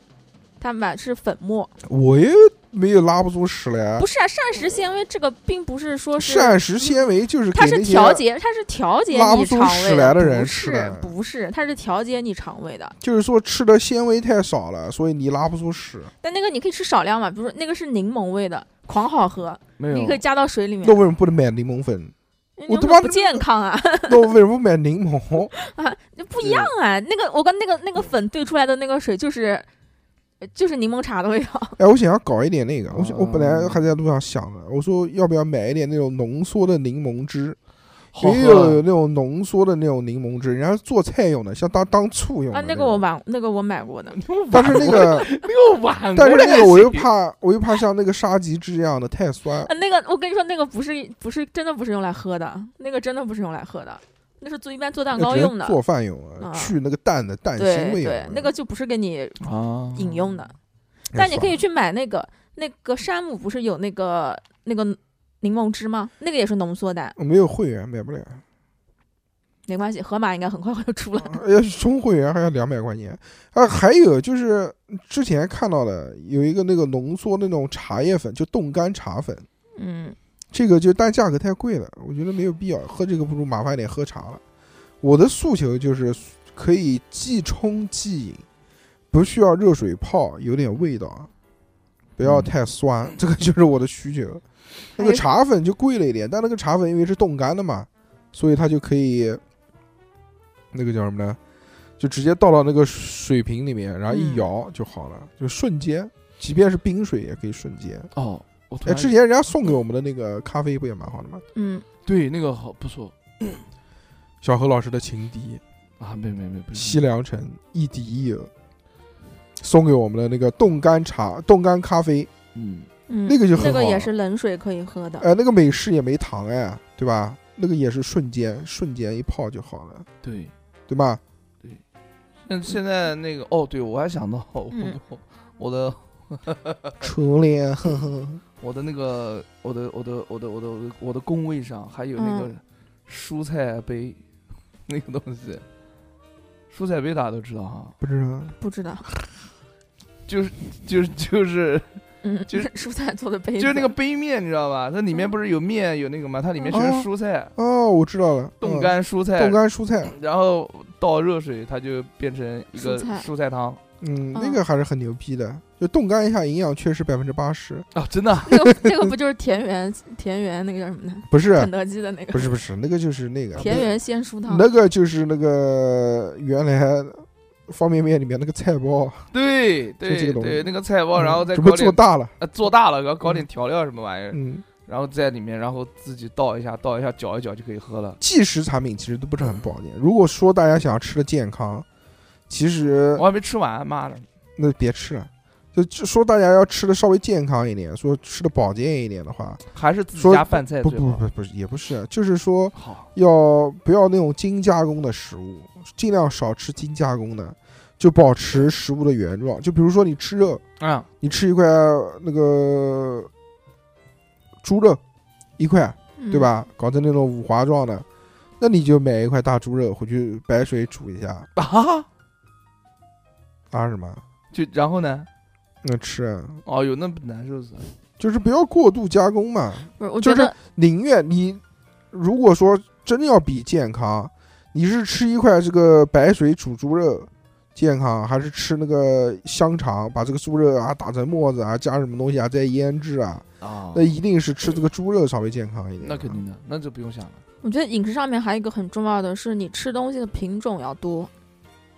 [SPEAKER 2] 它买是粉末，
[SPEAKER 1] 我也没有拉不出屎来
[SPEAKER 2] 不。是啊，膳食纤维这个并不是说是
[SPEAKER 1] 膳食纤维就是给
[SPEAKER 2] 它是
[SPEAKER 1] 那些
[SPEAKER 2] 调节，它是调节
[SPEAKER 1] 拉不
[SPEAKER 2] 你
[SPEAKER 1] 出
[SPEAKER 2] 肠胃
[SPEAKER 1] 屎来的人
[SPEAKER 2] 不
[SPEAKER 1] 吃的
[SPEAKER 2] 是不是，它是调节你肠胃的。
[SPEAKER 1] 就是说吃的纤维太少了，所以你拉不出屎。
[SPEAKER 2] 但那个你可以吃少量嘛，比如说那个是柠檬味的，狂好喝，
[SPEAKER 3] 没
[SPEAKER 2] 你可以加到水里面
[SPEAKER 1] 哎那，为什么不能买柠檬
[SPEAKER 2] <laughs>
[SPEAKER 1] 粉？
[SPEAKER 2] 因为
[SPEAKER 1] 我他
[SPEAKER 2] 柠檬
[SPEAKER 1] 妈
[SPEAKER 2] 不健康啊
[SPEAKER 1] 那我为什么不买柠檬？
[SPEAKER 2] 啊， <laughs> 那不一样啊。那个我跟那个那个粉兑出来的那个水就是。就是柠檬茶的味道，
[SPEAKER 1] 哎，我想要搞一点那个，我
[SPEAKER 2] 哦
[SPEAKER 1] 想我本来
[SPEAKER 3] 嗯
[SPEAKER 1] 还在路上想呢，我说要不要买一点那种浓缩的柠檬汁，
[SPEAKER 3] 好
[SPEAKER 1] 也
[SPEAKER 3] 喝
[SPEAKER 1] 有
[SPEAKER 3] 了
[SPEAKER 1] 那种浓缩的那种柠檬汁，人家做菜用的，像当当醋用的
[SPEAKER 2] 啊，
[SPEAKER 1] 种。
[SPEAKER 2] 那个我买，那个我买过的，
[SPEAKER 1] 但是那个，
[SPEAKER 3] 那个碗，
[SPEAKER 1] 但是那个我又怕，我又怕像那个沙棘汁一样的太酸。
[SPEAKER 2] 啊，那个我跟你说，那个不是不是真的不是用来喝的，那个真的不是用来喝的，那是做一般做蛋
[SPEAKER 1] 那
[SPEAKER 2] 糕
[SPEAKER 1] 只能
[SPEAKER 2] 用的，
[SPEAKER 1] 做饭用啊，
[SPEAKER 2] 啊
[SPEAKER 1] 去那个蛋的蛋腥
[SPEAKER 2] 对
[SPEAKER 1] 味
[SPEAKER 2] 对
[SPEAKER 1] 啊。，
[SPEAKER 2] 那个就不是给你
[SPEAKER 3] 啊
[SPEAKER 2] 饮用的。
[SPEAKER 1] 哎
[SPEAKER 2] 但你可
[SPEAKER 1] 算
[SPEAKER 2] 以
[SPEAKER 1] 了
[SPEAKER 2] 去买那个那个山姆，不是有那个那个柠檬汁吗？那个也是浓缩的，
[SPEAKER 1] 我没有会员，买不了。 <laughs>
[SPEAKER 2] 没关系，盒马应该很快会就出了。
[SPEAKER 1] 要是充哎会员还要两百块钱。啊，还有就是之前看到的有一个那个浓缩那种茶叶粉，就冻干茶粉，
[SPEAKER 2] 嗯，
[SPEAKER 1] 这个就但价格太贵了，我觉得没有必要。喝这个不如麻烦一点喝茶了。我的诉求就是可以即冲即饮，不需要热水泡，有点味道，不
[SPEAKER 3] 嗯
[SPEAKER 1] 要太酸，这个就是我的需求。那个茶粉就贵了一点，但那个茶粉因为是冻干的嘛，所以它就可以那个叫什么呢？就直接倒到那个水瓶里面，然后一
[SPEAKER 2] 嗯
[SPEAKER 1] 摇就好了，就瞬间，即便是冰水也可以瞬间。
[SPEAKER 3] 哦，我突
[SPEAKER 1] 哎，
[SPEAKER 3] 然
[SPEAKER 1] 之前人家送给我们的那个咖啡不也蛮好的吗？
[SPEAKER 2] 嗯，
[SPEAKER 3] 对那个好不错
[SPEAKER 1] 小何老师的情敌
[SPEAKER 3] 啊，没没没不
[SPEAKER 1] 西凉城亦敌亦友送给我们的那个冻干茶、冻干咖啡，
[SPEAKER 3] 嗯，
[SPEAKER 2] 嗯
[SPEAKER 1] 那个就很
[SPEAKER 2] 那个
[SPEAKER 1] 好啊
[SPEAKER 2] 也
[SPEAKER 1] 了
[SPEAKER 2] 是冷水可以喝的。
[SPEAKER 1] 呃，那个美式也没糖哎，对吧？那个也是瞬间瞬间一泡就好了，
[SPEAKER 3] 对。
[SPEAKER 1] 对吧？
[SPEAKER 3] 嗯，现在那个哦，对我还想到我、
[SPEAKER 2] 嗯
[SPEAKER 3] 我我的呃
[SPEAKER 1] 初恋，呵呵，
[SPEAKER 3] 我的那个我的我的我的我的我的我的工位上还有那个蔬菜杯、那个东西，蔬菜杯大家都知道哈， <laughs>
[SPEAKER 1] 不知道
[SPEAKER 2] 不知道，
[SPEAKER 3] 就是就是就是
[SPEAKER 2] 嗯，
[SPEAKER 3] 就是
[SPEAKER 2] <laughs> 蔬菜做的杯子，
[SPEAKER 3] 就是那
[SPEAKER 2] <laughs>
[SPEAKER 3] 个杯面，你知道吧？它里面不是有面有那个嘛，它里面全是
[SPEAKER 1] 哦
[SPEAKER 3] 蔬菜，
[SPEAKER 1] 哦，我知道了，
[SPEAKER 3] 冻
[SPEAKER 1] 嗯
[SPEAKER 3] 干蔬菜，
[SPEAKER 1] 冻干蔬菜，
[SPEAKER 3] 然后倒热水，它就变成一
[SPEAKER 2] 蔬
[SPEAKER 3] 个
[SPEAKER 2] 菜
[SPEAKER 3] 蔬菜汤
[SPEAKER 1] 嗯，
[SPEAKER 2] 嗯
[SPEAKER 1] 那个还是很牛逼的，就冻干一下，营养缺失百分之八十，
[SPEAKER 3] 啊，真的啊
[SPEAKER 2] 那个那个不就是田园田园那个叫什么呢？
[SPEAKER 1] 不是
[SPEAKER 2] 肯，德基的那
[SPEAKER 1] 不
[SPEAKER 2] 个
[SPEAKER 1] 是，不是，那个就是那个
[SPEAKER 2] 田园鲜蔬汤。
[SPEAKER 1] 那个就是那个原来方便面里面那个菜包，
[SPEAKER 3] 对
[SPEAKER 1] 就这
[SPEAKER 3] 对
[SPEAKER 1] 个东西嗯
[SPEAKER 3] 对，那个菜包，然后再
[SPEAKER 1] 准备
[SPEAKER 3] 搞
[SPEAKER 1] 做
[SPEAKER 3] 点
[SPEAKER 1] 大嗯了，
[SPEAKER 3] 呃做大了，然后搞点调料什么玩意儿，
[SPEAKER 1] 嗯，
[SPEAKER 3] 然后在里面，然后自己倒一下，倒一下，搅一搅就可以喝了。
[SPEAKER 1] 即食产品其实都不是很保健。如果说大家想吃的健康，其实
[SPEAKER 3] 我还没吃完，妈的，
[SPEAKER 1] 那别吃了。就就说大家要吃的稍微健康一点，说吃的保健一点的话，
[SPEAKER 3] 还是自己
[SPEAKER 1] 说
[SPEAKER 3] 家饭菜
[SPEAKER 1] 不
[SPEAKER 3] 最
[SPEAKER 1] 不
[SPEAKER 3] 好。
[SPEAKER 1] 不不是也不是，就是说
[SPEAKER 3] 好，
[SPEAKER 1] 要不要那种精加工的食物，尽量少吃精加工的，就保持食物的原状。就比如说你吃肉，
[SPEAKER 3] 嗯，
[SPEAKER 1] 你吃一块那个猪肉，一块
[SPEAKER 2] 嗯
[SPEAKER 1] 对？吧？搞成那种五花状的，那你就买一块大猪肉回去白水煮一下
[SPEAKER 3] 啊，
[SPEAKER 1] 啊什么，
[SPEAKER 3] <laughs> 就然后呢？
[SPEAKER 1] 那吃啊
[SPEAKER 3] 哦哟，那不难受死了。
[SPEAKER 1] 就是不要过度加工嘛。
[SPEAKER 2] 不是，我
[SPEAKER 1] 就
[SPEAKER 2] 觉
[SPEAKER 1] 是
[SPEAKER 2] 得
[SPEAKER 1] 宁愿你如果说真要比健康，你是吃一块这个白水煮猪肉健康，还是吃那个香肠把这个猪肉啊打成沫子啊，加什么东西啊再腌制啊？
[SPEAKER 3] 啊
[SPEAKER 1] 那一定是吃这个猪肉稍微健康一点。啊
[SPEAKER 3] 那肯定的，那就不用想了。
[SPEAKER 2] 我觉得饮食上面还有一个很重要的是，你吃东西的品种要多，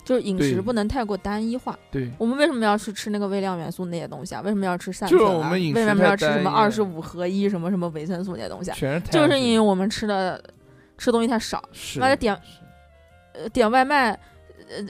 [SPEAKER 2] 就是饮
[SPEAKER 3] 对
[SPEAKER 2] 食不能太过单一化。
[SPEAKER 3] 对，
[SPEAKER 2] 我们为什么要去吃那个微量元素那些东西啊？为什么要吃善
[SPEAKER 3] 就是
[SPEAKER 2] 存
[SPEAKER 3] 我
[SPEAKER 2] 啊？
[SPEAKER 3] 们饮
[SPEAKER 2] 为
[SPEAKER 3] 食
[SPEAKER 2] 什么
[SPEAKER 3] 太
[SPEAKER 2] 要吃什
[SPEAKER 3] 单
[SPEAKER 2] 么
[SPEAKER 3] 一
[SPEAKER 2] 二
[SPEAKER 3] 了
[SPEAKER 2] 十五合一什么什么维生素那些东西啊？
[SPEAKER 3] 全是太
[SPEAKER 2] 就
[SPEAKER 3] 阳
[SPEAKER 2] 是
[SPEAKER 3] 系
[SPEAKER 2] 因为我们吃的吃东西太少，
[SPEAKER 3] 是
[SPEAKER 2] 妈的点
[SPEAKER 3] 是
[SPEAKER 2] 呃点外卖，呃，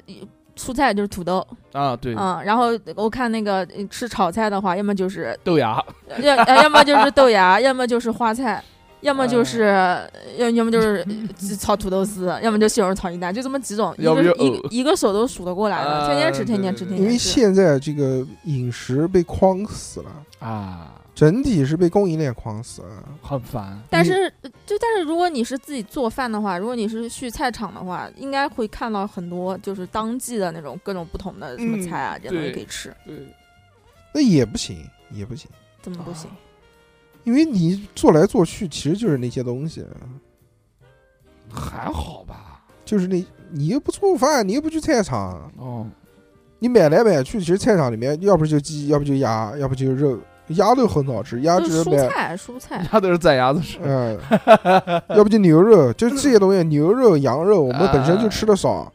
[SPEAKER 2] 蔬菜就是土豆，
[SPEAKER 3] 啊，对，
[SPEAKER 2] 嗯，然后我看那个呃吃炒菜的话，要么就是
[SPEAKER 3] 豆芽，
[SPEAKER 2] 要呃要么就是豆芽，要么就是花菜，要么
[SPEAKER 3] 嗯
[SPEAKER 2] 就是要要么就是呃炒土豆丝，要么就西红柿炒鸡蛋，就这么几种，一
[SPEAKER 3] 要不
[SPEAKER 2] 个
[SPEAKER 3] 就
[SPEAKER 2] 一
[SPEAKER 3] 藕
[SPEAKER 2] 个一个手都数得过来的，天天吃，
[SPEAKER 3] 啊
[SPEAKER 2] 天天
[SPEAKER 3] 对
[SPEAKER 2] 吃，
[SPEAKER 3] 对
[SPEAKER 2] 天
[SPEAKER 1] 因为
[SPEAKER 2] 天吃。
[SPEAKER 1] 现在这个饮食被框死了，
[SPEAKER 3] 啊，
[SPEAKER 1] 整体是被供应链框死了。
[SPEAKER 3] 很烦。
[SPEAKER 2] 但是，呃就但是，如果你是自己做饭的话，如果你是去菜场的话，应该会看到很多就是当季的那种各种不同的什么
[SPEAKER 1] 嗯
[SPEAKER 2] 菜啊，这些东西
[SPEAKER 3] 对
[SPEAKER 2] 可以吃，
[SPEAKER 3] <laughs> 对，
[SPEAKER 1] 那也不行，也不行，
[SPEAKER 2] 怎么不行？
[SPEAKER 1] 因为你做来做去其实就是那些东西，
[SPEAKER 3] 还好吧？
[SPEAKER 1] 就是那你又不做饭，你又不去菜场，
[SPEAKER 3] 哦，
[SPEAKER 1] 你买来买去，其实菜场里面要不就鸡，要不就鸭，要不就肉。鸭肉很好吃，鸭
[SPEAKER 2] 就
[SPEAKER 1] 只
[SPEAKER 2] 是
[SPEAKER 1] 是
[SPEAKER 2] 嗯蔬
[SPEAKER 1] 买，
[SPEAKER 2] 菜，蔬菜。 <laughs>
[SPEAKER 3] 他都是攒牙子吃。
[SPEAKER 1] 嗯， <laughs> 要不就牛肉，就这些东西，牛肉、羊肉，我们本身就吃的少，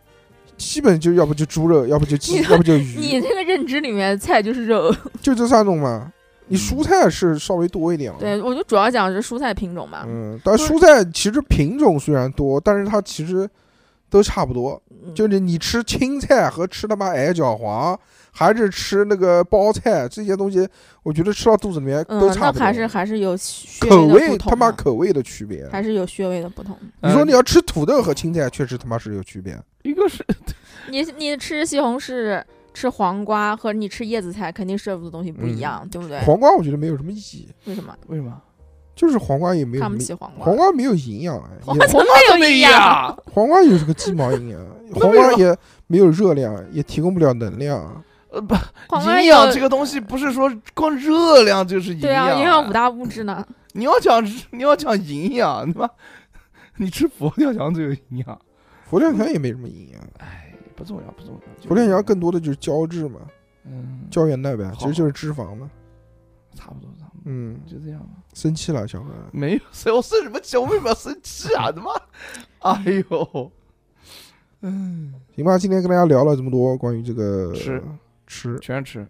[SPEAKER 1] 基本就要不就猪肉，要不就鸡，
[SPEAKER 2] 你
[SPEAKER 1] 要不就
[SPEAKER 2] 你
[SPEAKER 1] 鱼，
[SPEAKER 2] 这个认知里面，菜就是肉。
[SPEAKER 1] 就这三种嘛。你蔬菜是稍微多一点了，
[SPEAKER 2] 对，我就主要讲的是蔬菜品种嘛。
[SPEAKER 1] 嗯，但蔬菜其实品种虽然多，但是它其实都差不多。
[SPEAKER 2] 嗯
[SPEAKER 1] 就是你吃青菜和吃他妈矮脚黄，还是吃那个包菜这些东西，我觉得吃到肚子里面
[SPEAKER 2] 嗯，
[SPEAKER 1] 都差不
[SPEAKER 2] 那
[SPEAKER 1] 多。
[SPEAKER 2] 还是还
[SPEAKER 1] <laughs>
[SPEAKER 2] 是有穴
[SPEAKER 1] 口
[SPEAKER 2] 位的不
[SPEAKER 1] 味
[SPEAKER 2] 同
[SPEAKER 1] 他妈
[SPEAKER 2] 的
[SPEAKER 1] 口味的区别。
[SPEAKER 2] 还是有穴位的不同。
[SPEAKER 1] 你说
[SPEAKER 3] 呃
[SPEAKER 1] 你要吃土豆和青菜，确实他妈是有区别。
[SPEAKER 3] 一个是
[SPEAKER 2] 你你吃西红柿、吃黄瓜和你吃叶子菜，肯定摄入的东西不一样，对不对？
[SPEAKER 1] 嗯黄瓜我觉得没有什么意义，
[SPEAKER 2] 为什么
[SPEAKER 3] 为什么？
[SPEAKER 1] 就是黄瓜也没有
[SPEAKER 2] 看
[SPEAKER 1] 什
[SPEAKER 2] 不
[SPEAKER 1] 么意
[SPEAKER 2] 起
[SPEAKER 1] 义。
[SPEAKER 2] 黄瓜？
[SPEAKER 1] 黄瓜没有营养啊，
[SPEAKER 2] 黄
[SPEAKER 1] 也
[SPEAKER 2] 怎么
[SPEAKER 3] 都
[SPEAKER 2] 没有
[SPEAKER 3] 一
[SPEAKER 2] 营
[SPEAKER 3] <laughs>
[SPEAKER 2] 养？
[SPEAKER 3] 样。
[SPEAKER 1] 黄瓜有这个鸡毛营
[SPEAKER 2] <laughs>
[SPEAKER 1] 养，黄
[SPEAKER 3] 为什
[SPEAKER 1] 瓜
[SPEAKER 3] 么
[SPEAKER 1] 也没有热量，也提供不了能量。啊
[SPEAKER 3] 呃不，
[SPEAKER 2] 黄瓜
[SPEAKER 3] 营
[SPEAKER 2] 有
[SPEAKER 3] 养这个东西不是说光热量就是营
[SPEAKER 2] 对啊，
[SPEAKER 3] 养。
[SPEAKER 2] 营养五大物质
[SPEAKER 1] 啊
[SPEAKER 2] 呢。
[SPEAKER 3] 你要讲你要讲营养，对吧？ <laughs> 你吃佛跳墙最有营养。
[SPEAKER 1] 佛跳墙也没什么营养，
[SPEAKER 3] 哎，不重要，不重要。
[SPEAKER 1] 佛跳墙更多的就是胶质嘛，
[SPEAKER 3] 嗯，
[SPEAKER 1] 胶原蛋白
[SPEAKER 3] 好
[SPEAKER 1] 其实就是脂肪嘛。
[SPEAKER 3] 差不多，差不多，
[SPEAKER 1] 嗯，
[SPEAKER 3] 就这样吧。
[SPEAKER 1] 生气了，小何。
[SPEAKER 3] 没有， <laughs> 所以我生什么气？我为什么要生气啊？
[SPEAKER 1] <laughs>
[SPEAKER 3] 他妈！哎呦，嗯，
[SPEAKER 1] 行吧，今天跟大家聊了这么多关于这个
[SPEAKER 3] 吃
[SPEAKER 1] 吃
[SPEAKER 3] 全吃，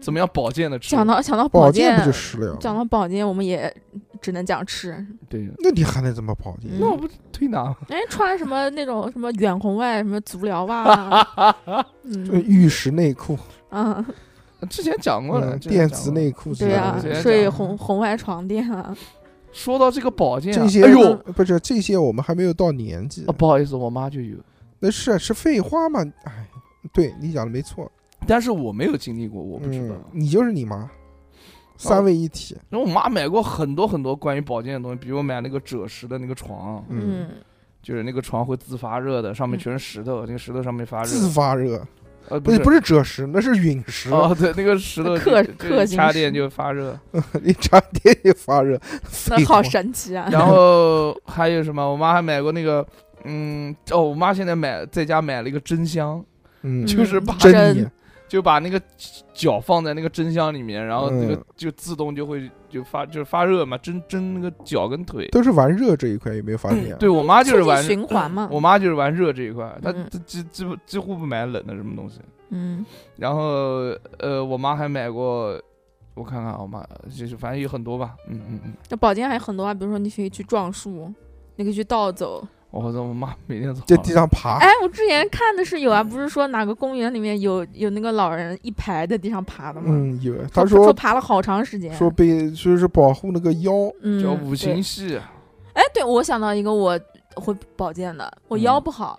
[SPEAKER 3] 怎么样保健的吃？
[SPEAKER 2] 讲到讲到
[SPEAKER 1] 保
[SPEAKER 2] 健
[SPEAKER 1] 健不就，食疗？
[SPEAKER 2] 讲到保健，我嗯们也只能讲吃。
[SPEAKER 3] 对，
[SPEAKER 1] 那你还能怎么保健？
[SPEAKER 2] 嗯
[SPEAKER 3] 那我不推拿吗？
[SPEAKER 2] 哎，穿什么那种什么远红外什么足疗袜，啊
[SPEAKER 1] <laughs> 就
[SPEAKER 2] 嗯
[SPEAKER 1] 玉石内裤、
[SPEAKER 2] 啊，
[SPEAKER 3] 之前讲过了，
[SPEAKER 1] 嗯
[SPEAKER 3] 之前
[SPEAKER 1] 电
[SPEAKER 3] 讲
[SPEAKER 1] 子
[SPEAKER 3] 过了。
[SPEAKER 1] 内裤之类
[SPEAKER 2] 对
[SPEAKER 1] 的
[SPEAKER 2] 啊
[SPEAKER 1] 东西，
[SPEAKER 3] 嗯
[SPEAKER 2] 睡红红外床垫啊，
[SPEAKER 3] 说到这个保健啊，
[SPEAKER 1] 这些
[SPEAKER 3] 哎呦，
[SPEAKER 1] 不是这些，我们还没有到年纪
[SPEAKER 3] 啊。不好意思，我妈就有，
[SPEAKER 1] 那是啊是废话嘛？哎，对你讲的没错。
[SPEAKER 3] 但是我没有经历过，我不知道哦
[SPEAKER 1] 嗯。，你就是你妈，三位一体。
[SPEAKER 3] 然后我妈买过很多很多关于保健的东西，比如买那个赭石的那个床，
[SPEAKER 1] 嗯，
[SPEAKER 2] 嗯，
[SPEAKER 3] 就是那个床会自发热的，上面全是石头，那个石头上面发热。
[SPEAKER 1] 自发热，
[SPEAKER 3] 呃，不
[SPEAKER 1] 那
[SPEAKER 3] 是
[SPEAKER 1] 不是赭石，那是陨石。
[SPEAKER 3] 哦，对，那个石头
[SPEAKER 2] 克
[SPEAKER 3] 就就
[SPEAKER 2] 克
[SPEAKER 3] 一掐
[SPEAKER 2] 星
[SPEAKER 3] 电
[SPEAKER 2] 石
[SPEAKER 3] 就发热。
[SPEAKER 1] <laughs> 你差点也发热。
[SPEAKER 2] 那好
[SPEAKER 1] 废话
[SPEAKER 2] 神奇 <laughs> 啊！
[SPEAKER 3] <laughs> 然后还有什么？我妈还买过那个，嗯，哦，我妈现在买在家买了一个真香，
[SPEAKER 1] 嗯，
[SPEAKER 3] 就是把
[SPEAKER 1] 真你
[SPEAKER 3] 就把那个脚放在那个蒸箱里面，然后那个
[SPEAKER 1] 嗯
[SPEAKER 3] 就自动就会就发就是发热嘛，蒸蒸那个脚跟腿。
[SPEAKER 1] 都是玩热这一块，有没有发现？啊
[SPEAKER 3] 嗯对我妈就
[SPEAKER 2] 促
[SPEAKER 3] 是
[SPEAKER 2] 进
[SPEAKER 3] 玩
[SPEAKER 2] 循环嘛
[SPEAKER 3] <clears throat> 我妈就是玩热这一块，她
[SPEAKER 2] 嗯
[SPEAKER 3] 她几几乎几乎不买冷的什么东西。
[SPEAKER 2] 嗯，
[SPEAKER 3] 然后呃，我妈还买过，我看看啊，我妈就是反正有很多吧，嗯嗯嗯。
[SPEAKER 2] 那保健还有很多啊，比如说你可以去撞树，你可以去倒走。
[SPEAKER 3] 我操，我妈每天早
[SPEAKER 1] 在
[SPEAKER 3] 上
[SPEAKER 1] 地上
[SPEAKER 3] 啊哦
[SPEAKER 1] 爬，
[SPEAKER 2] 哎，我之前看的是有啊，不是说哪个公园里面有有那个老人一排在地上爬的吗？
[SPEAKER 1] 嗯，有。他
[SPEAKER 2] 说
[SPEAKER 1] 说
[SPEAKER 2] 爬了好长时间。
[SPEAKER 1] 说被说是保护那个腰，
[SPEAKER 2] 嗯，
[SPEAKER 3] 叫五
[SPEAKER 2] 对
[SPEAKER 3] 行戏，啊
[SPEAKER 2] 哎，对，我想到一个我会保健的，我
[SPEAKER 3] 嗯
[SPEAKER 2] 腰不好，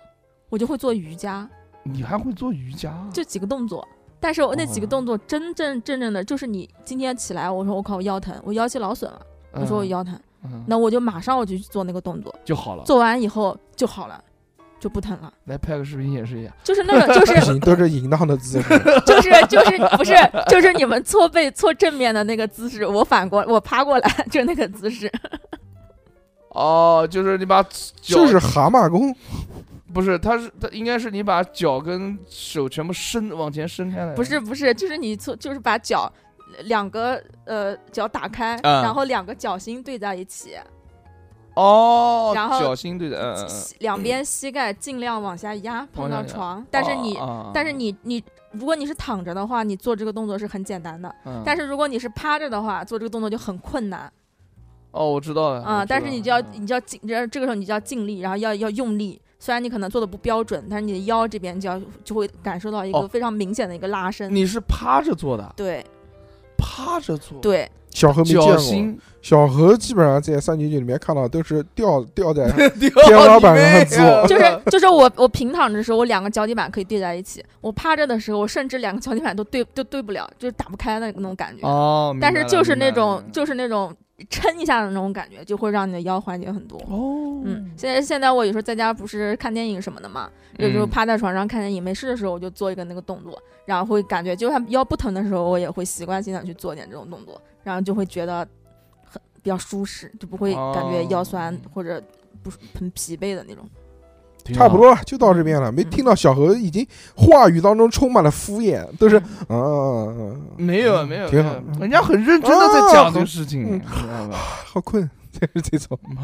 [SPEAKER 2] 我就会做瑜伽，
[SPEAKER 3] 你还会做瑜伽啊？
[SPEAKER 2] 就几个动作。但是我那几个
[SPEAKER 3] 哦
[SPEAKER 2] 动作真正真正的就是你今天起来，我说我靠，我腰疼，我腰肌劳损了，我说我腰疼，
[SPEAKER 3] 嗯，嗯
[SPEAKER 2] 那我就马上我就去做那个动作，
[SPEAKER 3] 就好了。
[SPEAKER 2] 做完以后就好了，就不
[SPEAKER 3] <laughs>
[SPEAKER 2] 疼了。
[SPEAKER 3] 来拍个视频演示一下。
[SPEAKER 2] 就是那个，就是
[SPEAKER 1] 不行，都是淫荡的姿
[SPEAKER 3] <laughs>
[SPEAKER 1] 势。
[SPEAKER 2] 就是就是不是就是你们错背错正面的那个姿势，我反过我趴过来 <laughs> 就那个姿势，
[SPEAKER 3] 嗯哦，就是你把脚
[SPEAKER 1] 就是蛤蟆功，
[SPEAKER 3] 不是，它是它应该是你把脚跟手全部伸往前伸开来。
[SPEAKER 2] 不是不是，就是你错就是把脚两个呃脚打开，
[SPEAKER 3] 嗯
[SPEAKER 2] 然后两个脚心对在一起，
[SPEAKER 3] 哦，
[SPEAKER 2] 然后
[SPEAKER 3] 脚心对的，嗯嗯嗯，
[SPEAKER 2] 膝两边膝盖尽量往下压碰
[SPEAKER 3] 往
[SPEAKER 2] 到
[SPEAKER 3] 下压
[SPEAKER 2] 床，但是你
[SPEAKER 3] 哦
[SPEAKER 2] 但是，你你如果你是躺着的话，你做这个动作是很简单的，但
[SPEAKER 3] 是
[SPEAKER 2] 是如果你是趴着的话，做这个动作就很困难。
[SPEAKER 3] 哦，我知道了
[SPEAKER 2] 啊、
[SPEAKER 3] 我知
[SPEAKER 2] 但是
[SPEAKER 3] 道
[SPEAKER 2] 你
[SPEAKER 3] 了
[SPEAKER 2] 就要
[SPEAKER 3] 嗯
[SPEAKER 2] 你就要尽，这这个时候你就要尽力，然后要要用力。虽然你可能做的不标准，但是你的腰这边就要就会感受到一个
[SPEAKER 3] 哦
[SPEAKER 2] 非常明显的一个拉伸。
[SPEAKER 3] 你是趴着做的，
[SPEAKER 2] 对
[SPEAKER 3] 趴着做，，
[SPEAKER 2] 对，
[SPEAKER 1] 小何没见
[SPEAKER 3] 脚
[SPEAKER 1] 过。
[SPEAKER 3] 心
[SPEAKER 1] 小何基本上在三九九里面看到都是吊吊
[SPEAKER 3] <laughs>
[SPEAKER 1] 在
[SPEAKER 3] <laughs> 天
[SPEAKER 1] 花板上
[SPEAKER 3] <laughs> 啊哦
[SPEAKER 1] 做
[SPEAKER 2] 就是就是我我平躺着的时候，我两个脚底板可以对在一起；我趴着的时候，我甚至两个脚底板都对都对不了，就是打不开的那种感觉。
[SPEAKER 3] 哦，明
[SPEAKER 2] 但
[SPEAKER 3] 白
[SPEAKER 2] 是
[SPEAKER 3] 了
[SPEAKER 2] 就是
[SPEAKER 3] 明白
[SPEAKER 2] 那
[SPEAKER 3] 了嗯
[SPEAKER 2] 种
[SPEAKER 3] 明白了
[SPEAKER 2] 就是那种撑一下的那种感觉，就会让你的腰缓解很多。
[SPEAKER 3] 哦，
[SPEAKER 2] 嗯，现在现在我有时候在家不是看电影什么的嘛，有
[SPEAKER 3] 嗯
[SPEAKER 2] 时候趴在床上看电影没事的时候，我就做一个那个动作，然后会感觉就算腰不疼的时候，我也会习惯性的去做点这种动作，然后就会觉得很比较舒适，就不会感觉腰酸
[SPEAKER 3] 哦
[SPEAKER 2] 或者不是很疲惫的那种。嗯
[SPEAKER 3] 挺
[SPEAKER 1] 差不
[SPEAKER 3] 好
[SPEAKER 1] 多了，就到这
[SPEAKER 3] 嗯
[SPEAKER 1] 边了。没听到小何已经话语当中充满了敷衍，都是嗯嗯嗯嗯，
[SPEAKER 3] 没有没有，
[SPEAKER 1] 挺
[SPEAKER 3] 没有
[SPEAKER 1] 好
[SPEAKER 3] 人家很认真的在讲这个事
[SPEAKER 2] 哦
[SPEAKER 3] 情，
[SPEAKER 1] 嗯
[SPEAKER 3] 你知道吧？
[SPEAKER 1] 好困， <laughs> 就是这种。
[SPEAKER 2] 嗯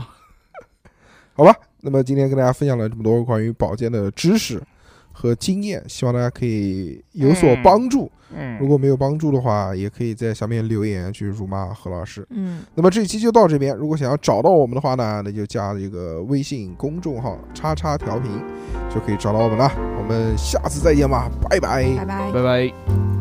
[SPEAKER 1] 好吧，那么今天跟大家分享了这么多关于保健的知识和经验，希望大家可以有所帮助。
[SPEAKER 3] 嗯
[SPEAKER 1] 如果没有帮助的话，也可以在下面留言去辱骂何老师。
[SPEAKER 2] 嗯，
[SPEAKER 1] 那么这一期就到这边。如果想要找到我们的话呢，那就加这个微信公众号“叉叉调频”，就可以找到我们了。我们下次再见吧，拜拜
[SPEAKER 2] 拜拜。
[SPEAKER 3] 拜拜。